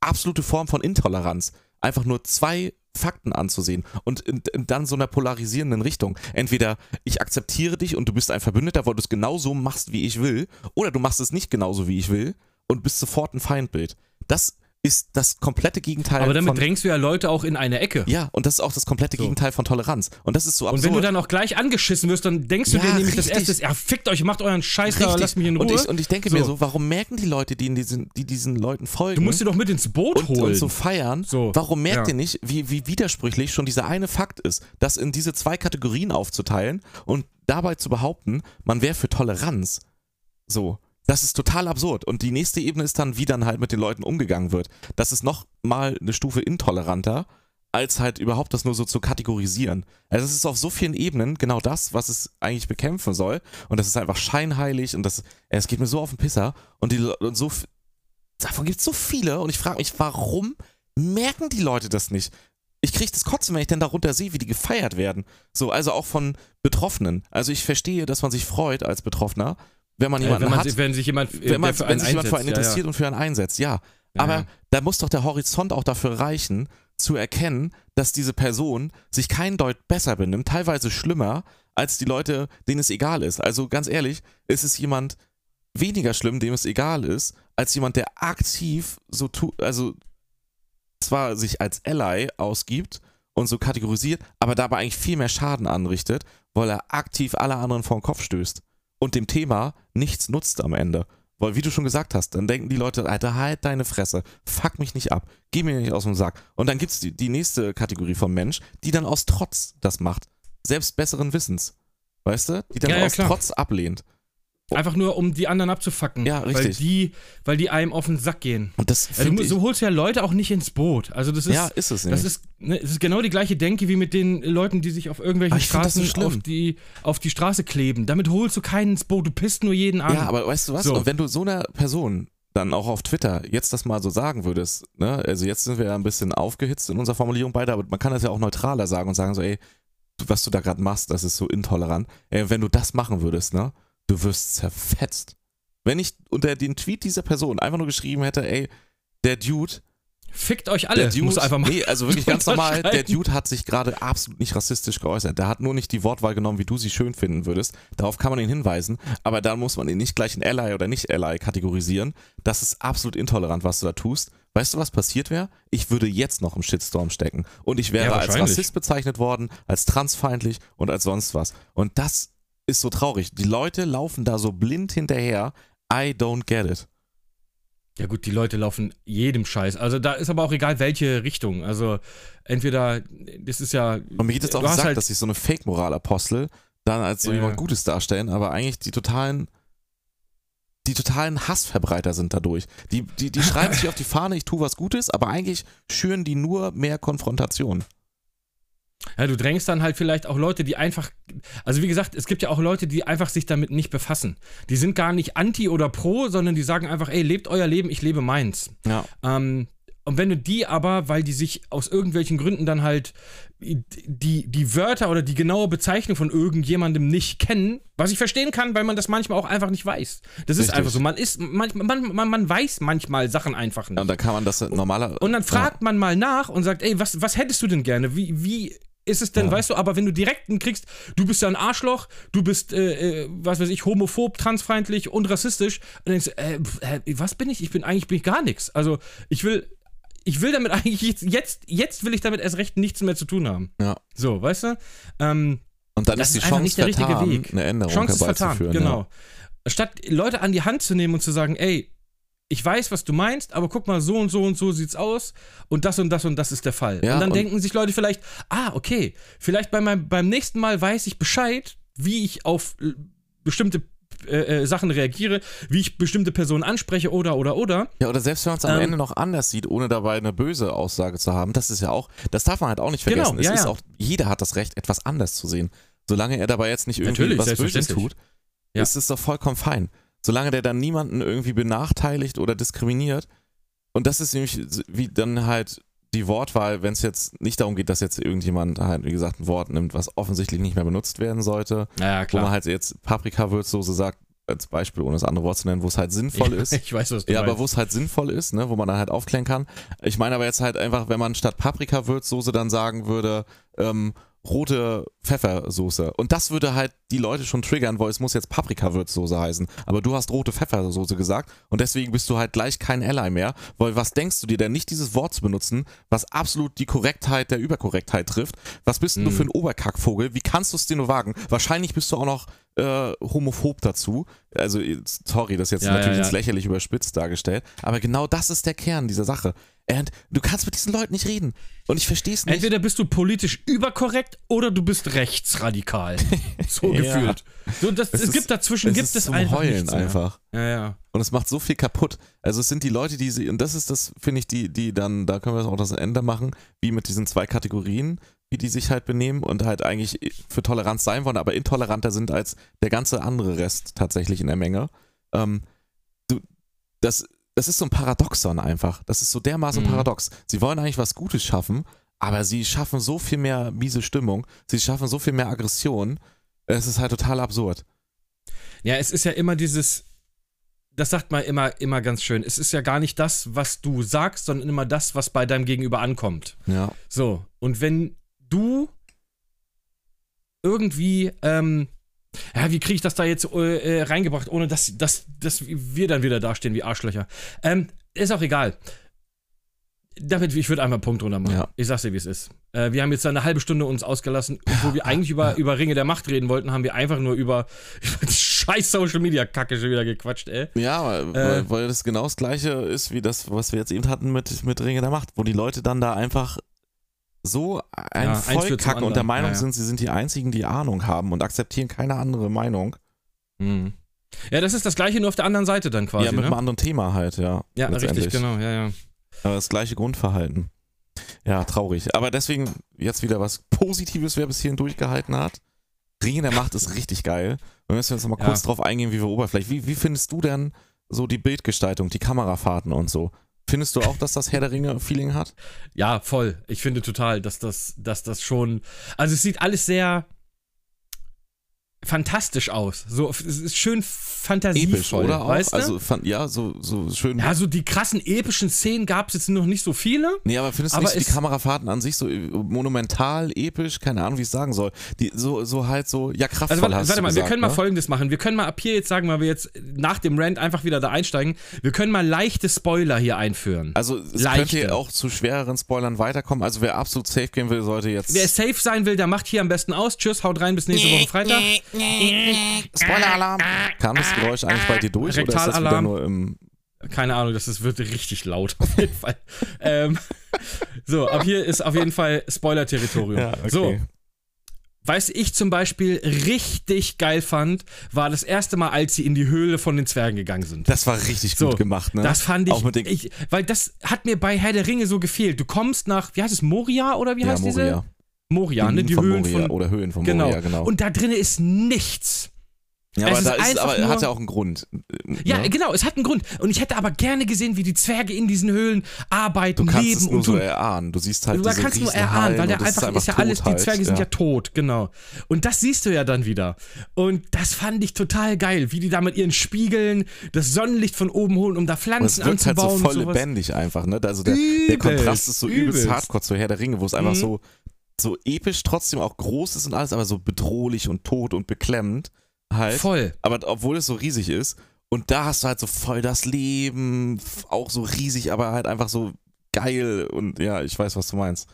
absolute Form von Intoleranz. Einfach nur zwei Fakten anzusehen und in, in dann so einer polarisierenden Richtung. Entweder ich akzeptiere dich und du bist ein Verbündeter, weil du es genauso machst, wie ich will, oder du machst es nicht genauso, wie ich will und bist sofort ein Feindbild. Das ist das komplette Gegenteil Aber von damit drängst du ja Leute auch in eine Ecke. ja, und das ist auch das komplette Gegenteil von Toleranz. Und das ist so absurd. Und wenn du dann auch gleich angeschissen wirst, dann denkst du Ja, dir nämlich das richtig. erste, ist, ja, fickt euch, macht euren Scheiß da, lasst mich in Ruhe. Und ich, und ich denke mir So. so, warum merken die Leute, die, in diesen, die diesen Leuten folgen du musst sie doch mit ins Boot und, holen. Äh, und so feiern, So, warum merkt ja. ihr nicht, wie, wie widersprüchlich schon dieser eine Fakt ist, das in diese zwei Kategorien aufzuteilen und dabei zu behaupten, man wäre für Toleranz. So. Das ist total absurd. Und die nächste Ebene ist dann, wie dann halt mit den Leuten umgegangen wird. Das ist noch mal eine Stufe intoleranter, als halt überhaupt das nur so zu kategorisieren. Also es ist auf so vielen Ebenen genau das, was es eigentlich bekämpfen soll. Und das ist einfach scheinheilig und das, es geht mir so auf den Pisser. Und, die, Le- und so, f- davon gibt es so viele. Und ich frage mich, warum merken die Leute das nicht? Ich kriege das Kotzen, wenn ich denn darunter sehe, wie die gefeiert werden. So, also auch von Betroffenen. Also ich verstehe, dass man sich freut als Betroffener, wenn man Äh, jemanden wenn, man, hat wenn sich jemand, äh, wenn, man, der für wenn einen sich jemand für einen einsetzt, ja, interessiert und für einen einsetzt, ja. Ja, Aber ja. da muss doch der Horizont auch dafür reichen, zu erkennen, dass diese Person sich kein Deut besser benimmt, teilweise schlimmer, als die Leute, denen es egal ist. Also ganz ehrlich, ist es jemand weniger schlimm, dem es egal ist, als jemand, der aktiv so tut, also zwar sich als Ally ausgibt und so kategorisiert, aber dabei eigentlich viel mehr Schaden anrichtet, weil er aktiv alle anderen vor den Kopf stößt und dem Thema nichts nutzt am Ende. Weil, wie du schon gesagt hast, dann denken die Leute, Alter, halt deine Fresse, fuck mich nicht ab, geh mir nicht aus dem Sack. Und dann gibt es die, die nächste Kategorie von Mensch, die dann aus Trotz das macht. Selbst besseren Wissens. Weißt du? Die dann Ja, ja, aus klar. Trotz ablehnt. ja. Einfach nur, um die anderen abzufacken. Ja, Weil richtig. die, weil die einem auf den Sack gehen. Und das Also, finde du, so holst du ja Leute auch nicht ins Boot. Also das ich, ist, ja, ist es das nämlich. ist, ne, es ist genau die gleiche Denke wie mit den Leuten, die sich auf irgendwelchen Aber ich find das so Straßen schlimm. auf, die, auf die Straße kleben. Damit holst du keinen ins Boot, du pisst nur jeden an. Ja, aber weißt du was? So. Und wenn du so einer Person dann auch auf Twitter jetzt das mal so sagen würdest, ne? Also jetzt sind wir ja ein bisschen aufgehitzt in unserer Formulierung beide, aber man kann das ja auch neutraler sagen und sagen so, ey, du- was du da gerade machst, das ist so intolerant. Ey, wenn du das machen würdest, ne? Du wirst zerfetzt. Wenn ich unter den Tweet dieser Person einfach nur geschrieben hätte, ey, der Dude Fickt euch alle, der Dude, musst du einfach mal Nee, also wirklich ganz normal, der unterschreiben. Dude hat sich gerade absolut nicht rassistisch geäußert. Der hat nur nicht die Wortwahl genommen, wie du sie schön finden würdest. Darauf kann man ihn hinweisen, aber dann muss man ihn nicht gleich in Ally oder nicht Ally kategorisieren. Das ist absolut intolerant, was du da tust. Weißt du, was passiert wäre? Ich würde jetzt noch im Shitstorm stecken. Und ich wäre Ja, als wahrscheinlich. Rassist bezeichnet worden, als transfeindlich und als sonst was. Und das ist so traurig. Die Leute laufen da so blind hinterher. I don't get it. Ja gut, die Leute laufen jedem Scheiß. Also da ist aber auch egal, welche Richtung. Also entweder, das ist ja... Und mir geht es auch Du hast gesagt, halt- dass ich so eine Fake-Moral-Apostel dann als so Ja, jemand ja. Gutes darstellen, aber eigentlich die totalen, die totalen Hassverbreiter sind dadurch. Die, die, die schreiben sich auf die Fahne, ich tue was Gutes, aber eigentlich schüren die nur mehr Konfrontation. Ja, du drängst dann halt vielleicht auch Leute, die einfach... Also wie gesagt, es gibt ja auch Leute, die einfach sich damit nicht befassen. Die sind gar nicht anti oder pro, sondern die sagen einfach, ey, lebt euer Leben, ich lebe meins. Ja. Ähm, Und wenn du die aber, weil die sich aus irgendwelchen Gründen dann halt die, die Wörter oder die genaue Bezeichnung von irgendjemandem nicht kennen, was ich verstehen kann, weil man das manchmal auch einfach nicht weiß. Das ist Richtig. einfach so. Man ist manchmal, man, man, man weiß manchmal Sachen einfach nicht. Und dann kann man das normaler. Und dann fragt man mal nach und sagt, ey, was, was hättest du denn gerne? Wie, wie ist es denn, weißt du, aber wenn du direkten kriegst, du bist ja ein Arschloch, du bist, äh, äh, was weiß ich, homophob, transfeindlich und rassistisch, und denkst, du, äh, pf, äh, was bin ich? Ich bin eigentlich bin ich gar nichts. Also ich will, ich will damit eigentlich jetzt, jetzt, jetzt will ich damit erst recht nichts mehr zu tun haben. Ja. ja. So, weißt du? Ähm, Und dann das ist die ist einfach Chance nicht der richtige vertan, Weg. eine Änderung Chance ist vertan, herbeizuführen. genau. Statt Leute an die Hand zu nehmen und zu sagen, ey, ich weiß, was du meinst, aber guck mal, so und so und so sieht's aus und das und das und das ist der Fall. Ja, und dann und- denken sich Leute vielleicht, ah, okay, vielleicht bei meinem, beim nächsten Mal weiß ich Bescheid, wie ich auf äh, bestimmte äh, äh, Sachen reagiere, wie ich bestimmte Personen anspreche oder oder oder. Ja. ja, oder selbst wenn man es am Ähm, Ende noch anders sieht, ohne dabei eine böse Aussage zu haben, das ist ja auch, das darf man halt auch nicht Genau, vergessen. es ja, ist ja. auch, jeder hat das Recht, etwas anders zu sehen. Solange er dabei jetzt nicht irgendwie Natürlich, was Böses selbstverständlich. tut, Ja. ist es doch vollkommen fein. Solange der dann niemanden irgendwie benachteiligt oder diskriminiert. Und das ist nämlich wie dann halt die Wortwahl, wenn es jetzt nicht darum geht, dass jetzt irgendjemand halt, wie gesagt, ein Wort nimmt, was offensichtlich nicht mehr benutzt werden sollte. Ja, wo man halt jetzt Paprikawürzsoße sagt, als Beispiel, ohne das andere Wort zu nennen, wo es halt sinnvoll Voll ist. ist. Ich weiß, was du Ja, aber meinst. wo es halt sinnvoll ist, ne, wo man dann halt aufklären kann. Ich meine aber jetzt halt einfach, wenn man statt Paprikawürzsoße dann sagen würde, ähm, rote Pfeffersoße. Und das würde halt die Leute schon triggern, weil es muss jetzt Paprikawürzsoße heißen. Aber du hast rote Pfeffersoße gesagt und deswegen bist du halt gleich kein Ally mehr, weil was denkst du dir denn, nicht dieses Wort zu benutzen, was absolut die Korrektheit der Überkorrektheit trifft? Was bist denn du Mhm. für ein Oberkackvogel? Wie kannst du es dir nur wagen? Wahrscheinlich bist du auch noch äh, homophob dazu. Also, sorry, das ist jetzt Ja, natürlich ja, ins ja. lächerlich überspitzt dargestellt, aber genau das ist der Kern dieser Sache. Und du kannst mit diesen Leuten nicht reden. Und ich verstehe es nicht. Entweder bist du politisch überkorrekt oder du bist rechtsradikal. So Ja. gefühlt. So, das, es, ist- gibt dazwischen, gibt ist es zum einfach ne? Heulen nichts mehr. einfach. Ja, ja. Und es macht so viel kaputt. Also es sind die Leute, die sie, und das ist das, finde ich, die, die dann, da können wir auch das Ende machen, wie mit diesen zwei Kategorien, wie die sich halt benehmen und halt eigentlich für Toleranz sein wollen, aber intoleranter sind als der ganze andere Rest tatsächlich in der Menge. Ähm, du, das, das ist so ein Paradoxon einfach. Das ist so dermaßen Mhm. paradox. Sie wollen eigentlich was Gutes schaffen, aber sie schaffen so viel mehr miese Stimmung, sie schaffen so viel mehr Aggression. Es ist halt total absurd. Ja, es ist ja immer dieses, das sagt man immer, immer ganz schön. Es ist ja gar nicht das, was du sagst, sondern immer das, was bei deinem Gegenüber ankommt. Ja. So, und wenn du irgendwie, ähm, ja, wie kriege ich das da jetzt äh, äh, reingebracht, ohne dass, dass, dass wir dann wieder dastehen wie Arschlöcher? Ähm, ist auch egal. Damit, ich würde einmal einen Punkt drunter machen. Ja. Ich sag's dir, wie es ist. Äh, wir haben jetzt eine halbe Stunde uns ausgelassen, wo wir eigentlich über, über Ringe der Macht reden wollten, haben wir einfach nur über, über die scheiß Social Media Kacke schon wieder gequatscht, ey. Ja, weil, weil- Äh. weil das genau das gleiche ist wie das, was wir jetzt eben hatten mit, mit Ringe der Macht, wo die Leute dann da einfach so ein Ja, eins führt voll zum kacken und der anderen. Meinung Ja, ja. sind, sie sind die einzigen, die Ahnung haben und akzeptieren keine andere Meinung. Ja, das ist das gleiche, nur auf der anderen Seite dann quasi. Mhm. ja, mit einem ne? anderen Thema halt, ja. ja richtig, letztendlich. genau, ja, ja. Aber Äh, das gleiche Grundverhalten. Ja, traurig. Aber deswegen jetzt wieder was Positives, wer bis hierhin durchgehalten hat. Ringe der Macht ist richtig geil. Und müssen wir jetzt noch mal Ja. kurz drauf eingehen, wie wir oberflächlich. Wie, wie findest du denn so die Bildgestaltung, die Kamerafahrten und so? Findest du auch, dass das Herr der Ringe-Feeling hat? Ja, voll. Ich finde total, dass das, dass das schon. Also es sieht alles sehr fantastisch aus. So, es ist schön fantasievoll, Episch, oder auch? weißt du? Also, fand, ja, so, so schön. ja, so die krassen epischen Szenen gab es jetzt noch nicht so viele. Nee, aber findest du Aber nicht die es- Kamerafahrten an sich so äh, monumental, episch, keine Ahnung, wie ich es sagen soll. Die, so, so halt so, ja, kraftvoll Also warte, hast warte du mal, gesagt, wir können mal ne? folgendes machen. Wir können mal ab hier jetzt sagen, weil wir jetzt nach dem Rant einfach wieder da einsteigen, wir können mal leichte Spoiler hier einführen. Also es Leichte. könnte auch zu schwereren Spoilern weiterkommen. Also wer absolut safe gehen will, sollte jetzt. Wer safe sein will, der macht hier am besten aus. Tschüss, haut rein, bis nächste Woche Freitag. Spoiler-Alarm! Kam das Geräusch eigentlich bei dir durch oder ist das wieder Rektalalarm. nur im. Keine Ahnung, das ist, wird richtig laut auf jeden Fall. ähm, so, ab hier ist auf jeden Fall Spoiler-Territorium. So, was ich zum Beispiel richtig geil fand, war das erste Mal, als sie in die Höhle von den Zwergen gegangen sind. Das war richtig So, gut gemacht, ne? Das fand ich, Auch mit den, ich, weil das hat mir bei Herr der Ringe so gefehlt. Du kommst nach, wie heißt es, Moria oder wie ja, heißt diese? Moria. Mhm, Moria, ne? Die von Höhlen Moria von, oder Höhen von genau. Moria, genau. Und da drin ist nichts. Ja, Es aber ist da ist, einfach aber nur- hat ja auch einen Grund. Ja, ne? genau, es hat einen Grund. Und ich hätte aber gerne gesehen, wie die Zwerge in diesen Höhlen arbeiten, Du kannst leben es nur und so tun. erahnen. Du siehst halt Man diese kann es nur riesen erahnen, Hallen weil und der das einfach, ist ja tot alles, halt, die Zwerge sind ja tot, genau. Und das siehst du ja dann wieder. Und das fand ich total geil, wie die da mit ihren Spiegeln das Sonnenlicht von oben holen, um da Und Pflanzen es wirkt halt so anzubauen voll und sowas. lebendig einfach, ne? Also der, der Übelst, Kontrast ist so übelst, übelst. hardcore zu Herr der Ringe, wo es einfach Mhm. so, so episch, trotzdem auch groß ist und alles, aber so bedrohlich und tot und beklemmend halt. Voll. Aber obwohl es so riesig ist, und da hast du halt so voll das Leben, f- auch so riesig, aber halt einfach so geil und ja, ich weiß, was du meinst.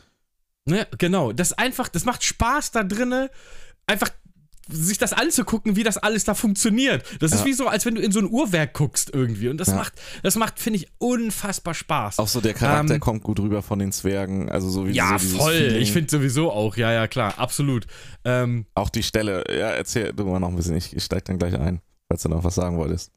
Ne? Genau, das einfach, das macht Spaß da drinne, einfach sich das anzugucken, wie das alles da funktioniert. Das Ja. ist wie so, als wenn du in so ein Uhrwerk guckst irgendwie. Und das Ja. macht, das macht, finde ich, unfassbar Spaß. Auch so der Charakter Ähm, kommt gut rüber von den Zwergen, also so wie ja, so dieses voll. Feeling. Ich finde sowieso auch, ja, ja, klar, absolut. Ähm, Auch die Stelle, ja, erzähl du mal noch ein bisschen, ich, ich steig dann gleich ein, falls du noch was sagen wolltest.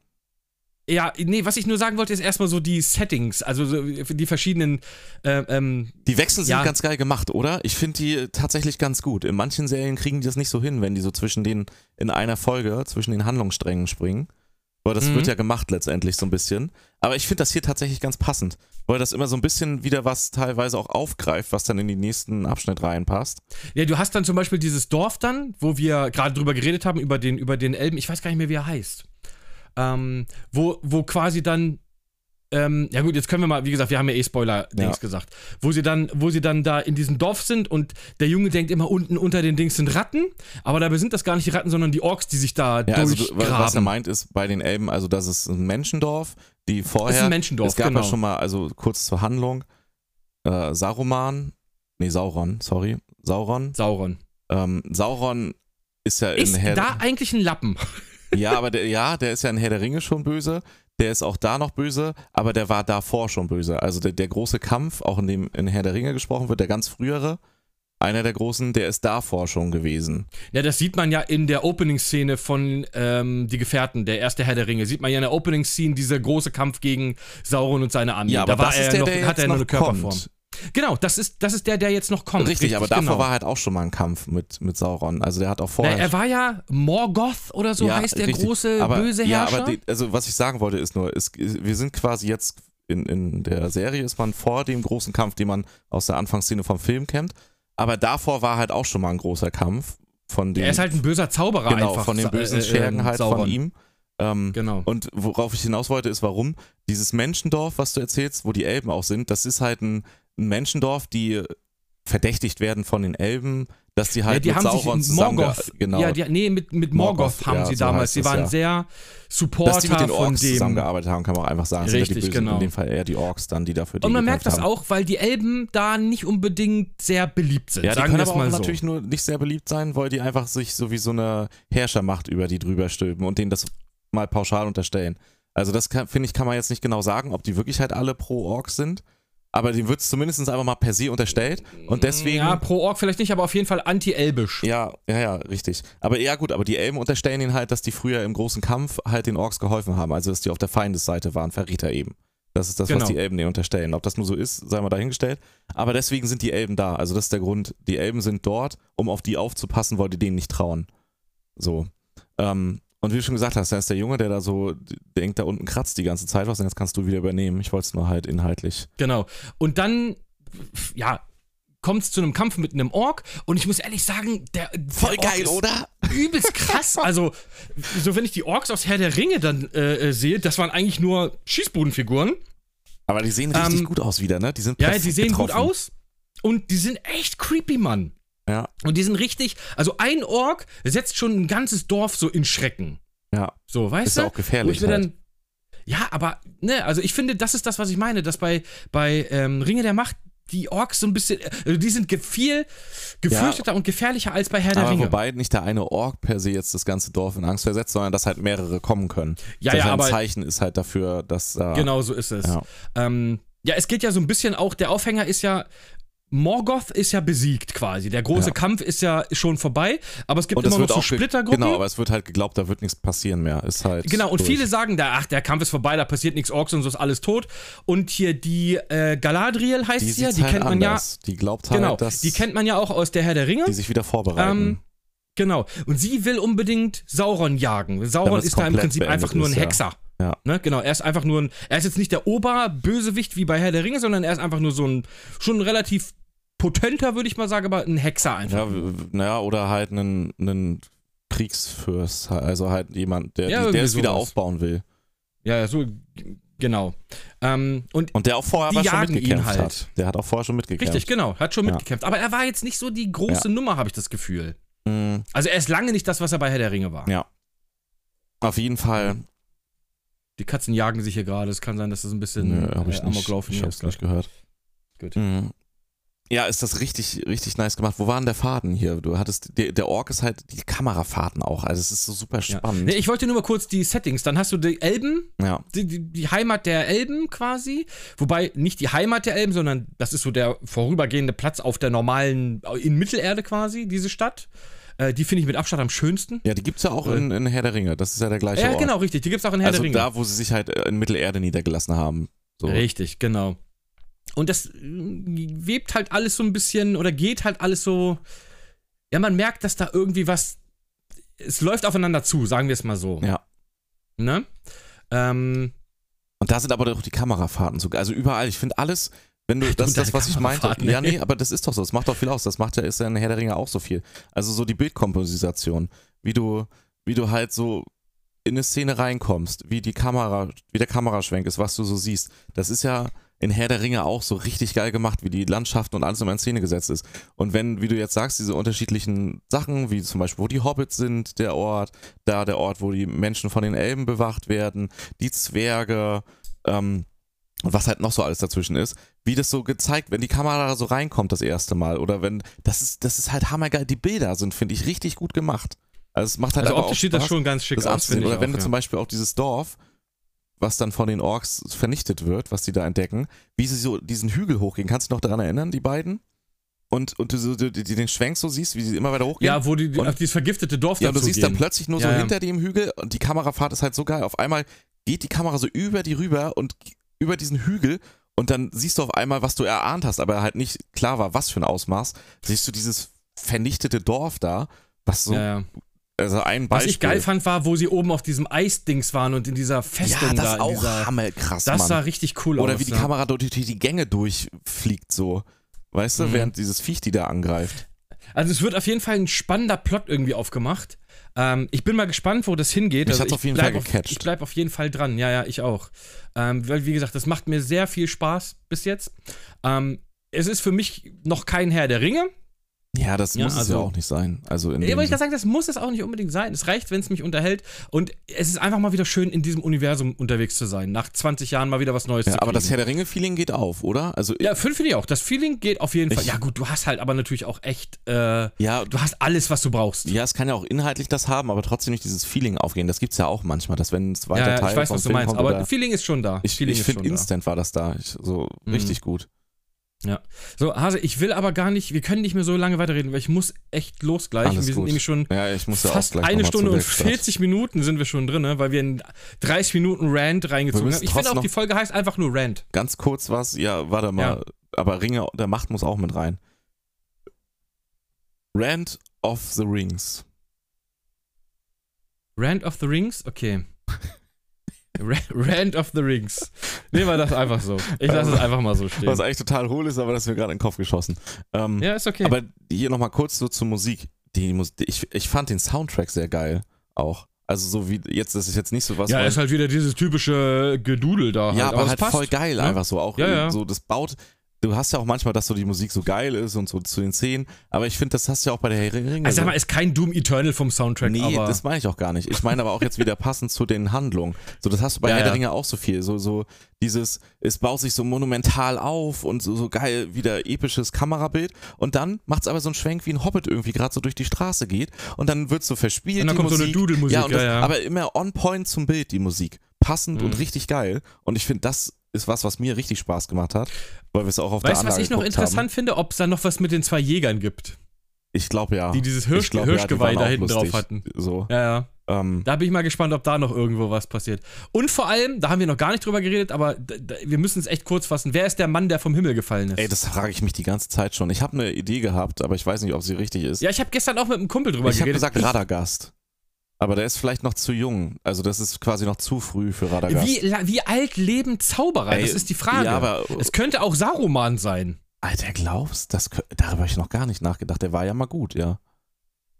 ja, nee, was ich nur sagen wollte, ist erstmal so die Settings, also so die verschiedenen, äh, ähm, Die Wechsel sind Ja. ganz geil gemacht, oder? Ich finde die tatsächlich ganz gut. In manchen Serien kriegen die das nicht so hin, wenn die so zwischen den, in einer Folge, zwischen den Handlungssträngen springen. Aber das Mhm. wird ja gemacht letztendlich so ein bisschen. Aber ich finde das hier tatsächlich ganz passend, weil das immer so ein bisschen wieder was teilweise auch aufgreift, was dann in den nächsten Abschnitt reinpasst. ja, du hast dann zum Beispiel dieses Dorf dann, wo wir gerade drüber geredet haben, über den, über den Elben, ich weiß gar nicht mehr, wie er heißt. Ähm, wo, wo quasi dann, ähm, ja gut, jetzt können wir mal, wie gesagt, wir haben ja eh Spoiler-Dings Ja. gesagt, wo sie dann, wo sie dann da in diesem Dorf sind und der Junge denkt immer, unten unter den Dings sind Ratten, aber dabei sind das gar nicht die Ratten, sondern die Orks, die sich da Ja, also du, durchgraben. wa- was er meint ist bei den Elben, also das ist ein Menschendorf, die vorher. Das ist ein Menschendorf, Es gab genau. ja schon mal, also kurz zur Handlung, äh, Saruman, nee, Sauron, sorry, Sauron Sauron. Ähm, Sauron ist ja in Ist Herr da eigentlich ein Lappen? Ja, aber der, ja, der ist ja in Herr der Ringe schon böse. Der ist auch da noch böse, aber der war davor schon böse. Also der, der große Kampf, auch in dem in Herr der Ringe gesprochen wird, der ganz frühere, einer der großen, der ist davor schon gewesen. Ja, das sieht man ja in der Opening-Szene von ähm, Die Gefährten, der erste Herr der Ringe. Sieht man ja in der Opening-Szene dieser große Kampf gegen Sauron und seine Armee. da war er noch, hat er noch eine Körperform. Genau, das ist, das ist der, der jetzt noch kommt. Richtig, aber davor genau. war halt auch schon mal ein Kampf mit, mit Sauron. Also der hat auch Na, vorher. er war ja Morgoth oder so heißt der richtig. große aber, böse Herrscher. Ja, aber die, also was ich sagen wollte ist nur, es, wir sind quasi jetzt in, in der Serie ist man vor dem großen Kampf, den man aus der Anfangsszene vom Film kennt, aber davor war halt auch schon mal ein großer Kampf von dem er ist halt ein böser Zauberer genau, einfach. von den Sa- bösen äh, Schergen ähm, halt von Sauron. ihm. Ähm, Genau. und worauf ich hinaus wollte, ist, warum dieses Menschendorf, was du erzählst, wo die Elben auch sind, das ist halt ein, ein Menschendorf, die verdächtigt werden von den Elben, dass die halt ja, die mit haben sich Sauron in zusammen Morgoth, genau, ja, die, nee, mit, mit Morgoth, Morgoth, haben ja, sie so damals. heißt Sie es, waren ja. sehr dass die mit Supporter den von Orks dem. zusammengearbeitet haben, kann man auch einfach sagen. Sind ja Richtig, die Bösen, genau. In dem Fall eher die Orks dann, die dafür die Und man gekämpft merkt das haben. auch, weil die Elben da nicht unbedingt sehr beliebt sind. Ja, die sagen können wir aber es auch mal so. natürlich nur nicht sehr beliebt sein, weil die einfach sich so wie so eine Herrschermacht über die drüber stülpen und denen das mal pauschal unterstellen. Also das kann- finde ich, kann man jetzt nicht genau sagen, ob die wirklich halt alle pro Orks sind, aber die wird zumindest einfach mal per se unterstellt und deswegen... Ja, pro Ork vielleicht nicht, aber auf jeden Fall anti-elbisch. Ja, ja, ja, richtig. Aber ja gut, aber die Elben unterstellen ihnen halt, dass die früher im großen Kampf halt den Orks geholfen haben, also dass die auf der Feindesseite waren, Verräter eben. Das ist das, Genau. was die Elben denen unterstellen. Ob das nur so ist, sei mal dahingestellt. Aber deswegen sind die Elben da. Also das ist der Grund. Die Elben sind dort, um auf die aufzupassen, weil die denen nicht trauen. So. Ähm, und wie du schon gesagt hast, da ist der Junge, der da so denkt, da unten kratzt die ganze Zeit was und jetzt kannst du wieder übernehmen. Ich wollte es nur halt inhaltlich. Genau. Und dann, ja, kommt es zu einem Kampf mit einem Ork und ich muss ehrlich sagen, der, der Ork ist oder? Übelst krass. Also, so wenn ich die Orks aus Herr der Ringe dann äh, äh, sehe, das waren eigentlich nur Schießbodenfiguren. Aber die sehen richtig Ähm, gut aus wieder, ne? Die sind Ja, perfekt die sehen gut getroffen. aus und die sind echt creepy, Mann. Ja, Und die sind richtig, also ein Ork setzt schon ein ganzes Dorf so in Schrecken. ja. So, weißt Ist du? ja auch gefährlich Wo ich mir halt. dann, ja, aber, ne, also ich finde, das ist das, was ich meine, dass bei, bei ähm, Ringe der Macht die Orks so ein bisschen, also die sind ge- viel gefürchteter und gefährlicher als bei Herr der Aber Ringe. wobei nicht der eine Ork per se jetzt das ganze Dorf in Angst versetzt, sondern dass halt mehrere kommen können. Ja, das ja, ein aber- Zeichen ist halt dafür, dass äh, Genau so ist es. Ja. Ja. Ähm, ja, es geht ja so ein bisschen auch, der Aufhänger ist ja, Morgoth ist ja besiegt quasi. Der große Ja. Kampf ist ja schon vorbei, aber es gibt und es immer noch wird so auch ge- Splittergruppen. Genau, aber es wird halt geglaubt, da wird nichts passieren mehr. Ist halt Genau, und durch. viele sagen da, ach, der Kampf ist vorbei, da passiert nichts, Orks und so ist alles tot. Und hier die äh, Galadriel heißt die, sie ja, sieht's die halt kennt man ja, anders. Die glaubt halt, genau, dass die kennt man ja auch aus der Herr der Ringe. die sich wieder vorbereiten. Ähm, Genau. Und sie will unbedingt Sauron jagen. Sauron Damit's ist da im komplett Prinzip beendet einfach nur ein ist, ja. Hexer. Ja. Ne? Genau, er ist einfach nur ein, er ist jetzt nicht der Oberbösewicht wie bei Herr der Ringe, sondern er ist einfach nur so ein, schon relativ potenter, würde ich mal sagen, aber ein Hexer einfach. Ja, w- w- naja, oder halt einen, einen Kriegsfürst, also halt jemand, Ja, der, die- irgendwie der es wieder sowas. aufbauen will. Ja, ja, so, g- genau. Ähm, und Und der auch vorher Die aber schon jagen ihn mitgekämpft halt. hat. Der hat auch vorher schon mitgekämpft. richtig, genau, hat schon Ja. mitgekämpft. Aber er war jetzt nicht so die große Nummer, habe ich das Gefühl. Mhm. Also er ist lange nicht das, was er bei Herr der Ringe war. Ja. Auf jeden Fall. Die Katzen jagen sich hier gerade. Es kann sein, dass das ein bisschen Nö, hab ich äh, nicht. Amoklauf ich hier hab's ist. nicht gehört. Gut. Mhm. Ja, ist das richtig, richtig nice gemacht. Wo war denn der Faden hier? Du hattest, der, der Ork ist halt die Kamerafahrten auch. Also es ist so super Ja. spannend. Nee, ich wollte nur mal kurz die Settings. Dann hast du die Elben, ja. die, die, die Heimat der Elben quasi. Wobei nicht die Heimat der Elben, sondern das ist so der vorübergehende Platz auf der normalen, äh, in Mittelerde quasi, diese Stadt. Äh, die finde ich mit Abstand am schönsten. ja, die gibt's ja auch in, in Herr der Ringe. Das ist ja der gleiche Äh. Ja, Ort. genau, richtig. Die gibt es auch in Herr Also der Ringe. da, wo sie sich halt äh, in Mittelerde niedergelassen haben. So. Richtig, genau. Und das mm, webt halt alles so ein bisschen oder geht halt alles so. Ja, man merkt, dass da irgendwie was. Es läuft aufeinander zu, sagen wir es mal so. Ja. Ne? Ähm, Und da sind aber doch die Kamerafahrten sogar. Also überall. Ich finde alles, wenn du, das ist deine das, was ich meinte. Kamerafahrten, Ja, ey. nee, aber das ist doch so. Das macht doch viel aus. Das macht ja, ist ja in Herr der Ringe auch so viel. Also so die Bildkomposition. Wie du, wie du halt so in eine Szene reinkommst, wie die Kamera, wie der Kameraschwenk ist, was du so siehst. Das ist ja in Herr der Ringe auch so richtig geil gemacht, wie die Landschaften und alles immer in Szene gesetzt ist. Und wenn, wie du jetzt sagst, diese unterschiedlichen Sachen, wie zum Beispiel, wo die Hobbits sind, der Ort, da der Ort, wo die Menschen von den Elben bewacht werden, die Zwerge, ähm, und was halt noch so alles dazwischen ist, wie das so gezeigt, wenn die Kamera da so reinkommt das erste Mal oder wenn, das ist, das ist halt hammergeil, die Bilder sind, finde ich, richtig gut gemacht. Also es macht halt also einfach optisch auch sieht das Spaß, schon ganz schick das aus. anzusehen. finde ich Oder wenn auch, du zum Beispiel auch dieses Dorf, was dann von den Orks vernichtet wird, was die da entdecken, wie sie so diesen Hügel hochgehen, kannst du dich noch daran erinnern, die beiden? Und, und du, so- du, du den Schwenk so siehst, wie sie immer weiter hochgehen? ja. ja, wo die, die, Und- auf dieses vergiftete Dorf Ja, und du dazu siehst gehen. dann plötzlich nur Ja, so ja. hinter dem Hügel und die Kamerafahrt ist halt so geil. Auf einmal geht die Kamera so über die rüber und g- über diesen Hügel und dann siehst du auf einmal, was du erahnt hast, aber halt nicht klar war, was für ein Ausmaß. Siehst du dieses vernichtete Dorf da, was so, ja, ja. also ein Was Beispiel. ich geil fand, war, wo sie oben auf diesem Eisdings waren und in dieser Festung ja, das da. In auch dieser, hammerkrass, das Mann. sah richtig cool aus. Oder wie die ja. Kamera durch die, die Gänge durchfliegt so. Weißt du, Mhm. während dieses Viech die da angreift. Also es wird auf jeden Fall ein spannender Plot irgendwie aufgemacht. Ähm, ich bin mal gespannt, wo das hingeht. Mich also hat's ich auf jeden bleib Fall gecatcht. ich bleib auf jeden Fall dran. Ja, ja, ich auch. Ähm, weil, wie gesagt, das macht mir sehr viel Spaß bis jetzt. Ähm, es ist für mich noch kein Herr der Ringe. Ja, das Ja, muss es also- ja auch nicht sein. Also in Ja, dem wollte ich gerade sagen, das muss es auch nicht unbedingt sein. Es reicht, wenn es mich unterhält. Und es ist einfach mal wieder schön, in diesem Universum unterwegs zu sein. Nach 20 Jahren mal wieder was Neues zu ja, aber das kriegen. Herr der Ringe-Feeling geht auf, oder? Also ja, fünf finde ich auch. Das Feeling geht auf jeden Ich- Fall. Ja, gut, du hast halt aber natürlich auch echt, äh, du ja, hast alles, was du brauchst. Ja, es kann ja auch inhaltlich das haben, aber trotzdem nicht dieses Feeling aufgehen. Das gibt's ja auch manchmal, dass wenn es weiter Ja, ja, Teil ich weiß, vom was du Film meinst, kommt aber oder- Feeling ist schon da. ich, Feeling ich ist finde schon da. instant war das da. Ich, so Mhm. richtig gut. So, Hase, ich will aber gar nicht, wir können nicht mehr so lange weiterreden, weil ich muss echt los gleich. Alles wir sind gut. nämlich schon Ja, ich muss ja auch fast gleich eine nochmal Stunde zur und Werkstatt. 40 Minuten sind wir schon drin, ne, weil wir einen 30 Minuten Rant Wir reingezogen müssen haben. Ich trotzdem finde auch, noch- die Folge heißt einfach nur Rant. Ganz kurz was, ja, warte mal. Aber Ringe der Macht muss auch mit rein. Rand of the Rings. Rant of the Rings? Okay. Ra- Rant of the Rings. Nehmen wir das einfach so. Ich lasse es einfach mal so stehen. Was eigentlich total hohl ist, aber das ist mir gerade in den Kopf geschossen. Ähm, Ja, ist okay. Aber hier nochmal kurz so zur Musik. Die Mus ich, ich fand den Soundtrack sehr geil auch. Also so wie jetzt, das ist jetzt nicht so was. ja, man- ist halt wieder dieses typische Gedudel da. Ja, aber, es halt voll geil ne? einfach so. Auch Ja, ja. so, das baut. Du hast ja auch manchmal, dass so die Musik so geil ist und so zu den Szenen, aber ich finde, das hast du ja auch bei der Herr der Ringe. Also, sag so. mal, ist kein Doom Eternal vom Soundtrack, nee, aber. das meine ich auch gar nicht. Ich meine aber auch jetzt wieder passend zu den Handlungen. So, das hast du bei Ja, Herr der ja. Ringe auch so viel. So, so dieses, es baut sich so monumental auf und so, so geil wieder episches Kamerabild und dann macht's aber so einen Schwenk, wie ein Hobbit irgendwie gerade so durch die Straße geht und dann wird so verspielt. Und dann die kommt so eine Musik. Dudelmusik, Ja, und das, ja, ja. aber immer on point zum Bild, die Musik. Passend Mhm. und richtig geil. Und ich finde, das ist was, was mir richtig Spaß gemacht hat, weil wir es auch Weißt auf du, der was Anlage ich noch geguckt interessant haben. finde? Ob es da noch was mit den zwei Jägern gibt, Ich glaube ja. die dieses Hirsch Ah, Ich glaub, ja, die Hirschgeweih waren da auch hinten drauf lustig. hatten. So. Ja, ja. Ähm, Da bin ich mal gespannt, ob da noch irgendwo was passiert. Und vor allem, da haben wir noch gar nicht drüber geredet, aber d- d- wir müssen es echt kurz fassen. Wer ist der Mann, der vom Himmel gefallen ist? ey, das frage ich mich die ganze Zeit schon. Ich habe eine Idee gehabt, aber ich weiß nicht, ob sie richtig ist. ja, ich habe gestern auch mit einem Kumpel drüber ich habe geredet. gesagt Radagast. Aber der ist vielleicht noch zu jung. Also das ist quasi noch zu früh für Radagast. wie, la- wie alt leben Zauberer? Ey, das ist die Frage. Ja, aber es könnte auch Saruman sein. Alter, glaubst das kö- darüber habe ich noch gar nicht nachgedacht. Der war ja mal gut, ja.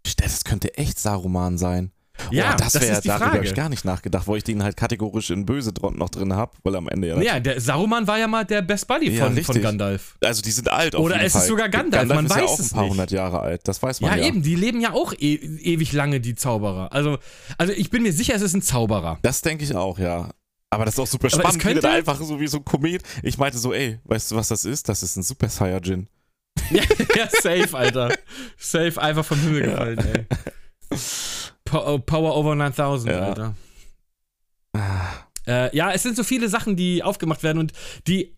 Stell- Das könnte echt Saruman sein. Ja, oh, das, das wär- ist die darüber habe ich Frage. gar nicht nachgedacht, weil ich den halt kategorisch in böse Trott noch drin habe, weil am Ende ja, Ja, der Saruman war ja mal der Best Buddy Ja, von, von richtig. Gandalf. Also die sind alt auf Oder jeden es ist Fall. sogar Gandalf, man ist ja weiß auch es ein paar nicht. hundert Jahre alt, das weiß man Ja, ja. eben, die leben ja auch e ewig lange, die Zauberer. Also, also ich bin mir sicher, es ist ein Zauberer. Das denke ich auch, ja. Aber das ist auch super Aber es spannend, wie der da könnte- einfach so wie so ein Komet. Ich meinte so, ey, weißt du, was das ist? Das ist ein Super Saiyajin. ja, ja, safe, Alter. Safe, einfach vom Himmel Ja. gefallen, ey. Po Power over 9000, Ja. Alter. Ah, Äh, ja, es sind so viele Sachen, die aufgemacht werden und die,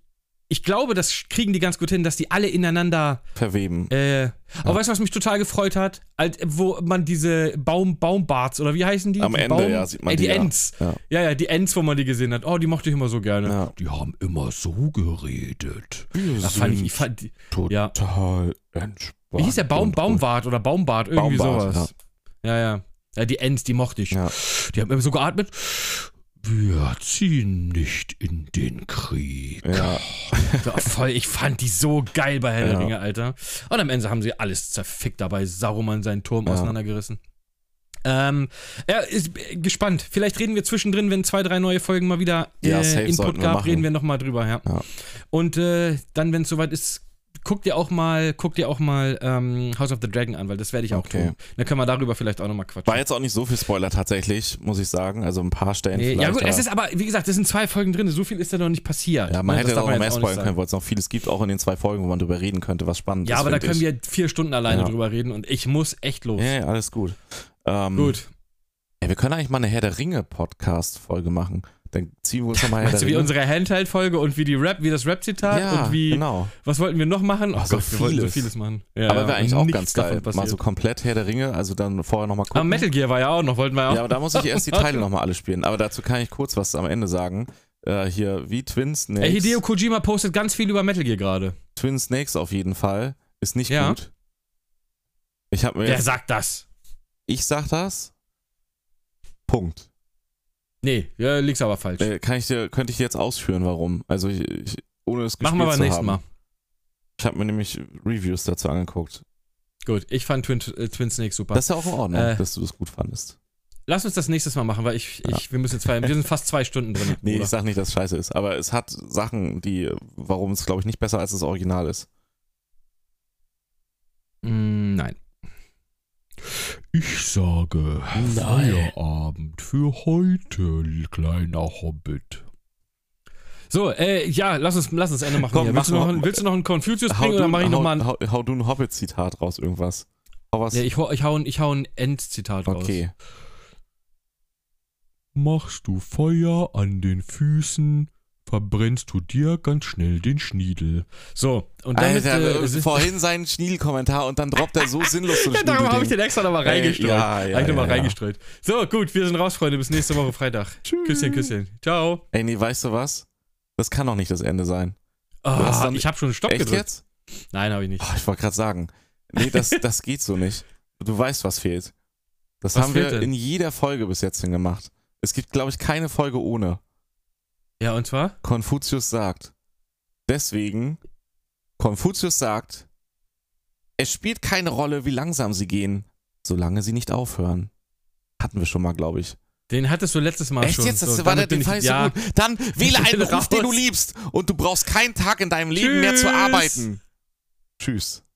ich glaube, das kriegen die ganz gut hin, dass die alle ineinander. Verweben. Äh, Aber weißt du, was mich total gefreut hat? Alt, wo man diese Baum, Baumbarts oder wie heißen die? Am die Ende, Baum, ja, sieht man äh, die. die, ja. Ents. Ja. Ja. ja, die Ents, wo man die gesehen hat. Oh, die mochte ich immer so gerne. Ja. Die haben immer so geredet. Wir Da fand ich, sind ich fand, die- ja. total entspannt. wie hieß der Baum, und- Baumwart oder Baumbart? Irgendwie Baumbart, sowas. Ja. ja, ja. die Ents, die mochte ich. Ja. Die haben immer so geatmet. Wir ziehen nicht in den Krieg. Ja. Ja, Voll, ich fand die so geil bei Herr der Ja. Ringe, Alter. Und am Ende haben sie alles zerfickt dabei. Saruman seinen Turm Ja. auseinandergerissen. Ähm, ja, ist äh, gespannt. Vielleicht reden wir zwischendrin, wenn zwei, drei neue Folgen mal wieder äh, Ja, safe Input sollten wir gab, machen. reden wir nochmal drüber, ja. Ja. Und äh, dann, wenn es soweit ist, guck dir auch mal, guck dir auch mal ähm, House of the Dragon an, weil das werde ich auch Okay. tun. Dann können wir darüber vielleicht auch nochmal quatschen. War jetzt auch nicht so viel Spoiler tatsächlich, muss ich sagen. Also ein paar Stellen Nee, vielleicht. ja gut, aber, es ist aber, wie gesagt, es sind zwei Folgen drin, so viel ist da noch nicht passiert. ja, man Ne, das hätte darf auch noch jetzt mehr nicht spoilern sagen. können, weil es noch vieles gibt, auch in den zwei Folgen, wo man drüber reden könnte, was spannend Ja, ist. aber da find können ich. wir vier Stunden alleine Ja. drüber reden und ich muss echt los. Ja, ja, alles gut. Ähm, Gut. Ja, wir können eigentlich mal eine Herr der Ringe Podcast-Folge machen. Dann ziehen wir uns nochmal Herr Meinst du, der wie Ringe. unsere Handheld-Folge und wie die Rap, wie das Rap-Zitat ja, und wie, genau. was wollten wir noch machen? Oh Ach, so Gott, wir wollten so vieles. vieles machen. Ja, aber ja, wäre eigentlich und auch nichts ganz geil. davon Mal so passiert. komplett Herr der Ringe, also dann vorher nochmal gucken. Aber Metal Gear war ja auch noch, wollten wir auch. Ja, aber da muss ich erst die machen. Teile nochmal alle spielen. Aber dazu kann ich kurz was am Ende sagen. Äh, hier, wie Twin Snakes. Ey, Hideo Kojima postet ganz viel über Metal Gear gerade. Twin Snakes auf jeden Fall. Ist nicht Ja. gut. Ich habe mir Wer jetzt, sagt das? ich sag das. Punkt. Nee, ja, liegt's aber falsch. Äh, kann ich dir, könnte ich jetzt ausführen, warum? Also ich, ich, ohne es gespielt machen wir beim zu nächsten haben. Mal. Ich habe mir nämlich Reviews dazu angeguckt. Gut, ich fand Twin, äh, Twin Snake super. Das ist ja auch in Ordnung, Äh, dass du das gut fandest. Lass uns das nächstes Mal machen, weil ich, ich wir müssen jetzt zwei, wir sind fast zwei Stunden drin. Nee, Bruder. ich sag nicht, dass es scheiße ist, aber es hat Sachen, die, warum es, glaube ich, nicht besser als das Original ist. Mm, nein. Ich sage Feierabend für heute, kleiner Hobbit. So, äh, ja, lass uns, lass uns Ende machen. Komm, hier. Willst, du mach noch, mal. einen- willst du noch einen Confucius Hau bringen oder mache ich hau, nochmal einen. hau, hau du ein Hobbit-Zitat raus, irgendwas. Hau was. Nee, ich, hau- ich, hau, ein- ich hau ein Endzitat raus. okay. Machst du Feuer an den Füßen, verbrennst du dir ganz schnell den Schniedel. So, und damit. Alter, äh, es ist- vorhin seinen Schniedel-Kommentar und dann droppt er so sinnlos so ein ja, darum habe ich Schniedelding. den extra nochmal Ey, reingestreut. ja, ja, Hab ich nochmal ja, ja. reingestreut. So, gut, wir sind raus, Freunde. Bis nächste Woche Freitag. Küsschen, Küsschen. Ciao. Ey, nee, weißt du was? Das kann doch nicht das Ende sein. hast Ah, dann- ich habe schon einen Stopp Echt gedrückt. jetzt? Nein, habe ich nicht. Oh, ich wollte gerade sagen. Nee, das, das geht so nicht. Du weißt, was fehlt. Das Was haben fehlt wir denn? in jeder Folge bis jetzt hin gemacht. Es gibt, glaube ich, keine Folge ohne. Ja, und zwar? Konfuzius sagt. Deswegen, Konfuzius sagt, es spielt keine Rolle, wie langsam sie gehen, solange sie nicht aufhören. Hatten wir schon mal, glaube ich. Den hattest du letztes Mal Echt schon. jetzt? Das so, war der damit bin den Fall ich, so ja, gut. Dann wähle Ich einen bin Beruf, den du raus. liebst und du brauchst keinen Tag in deinem Leben mehr zu Tschüss. arbeiten. Tschüss.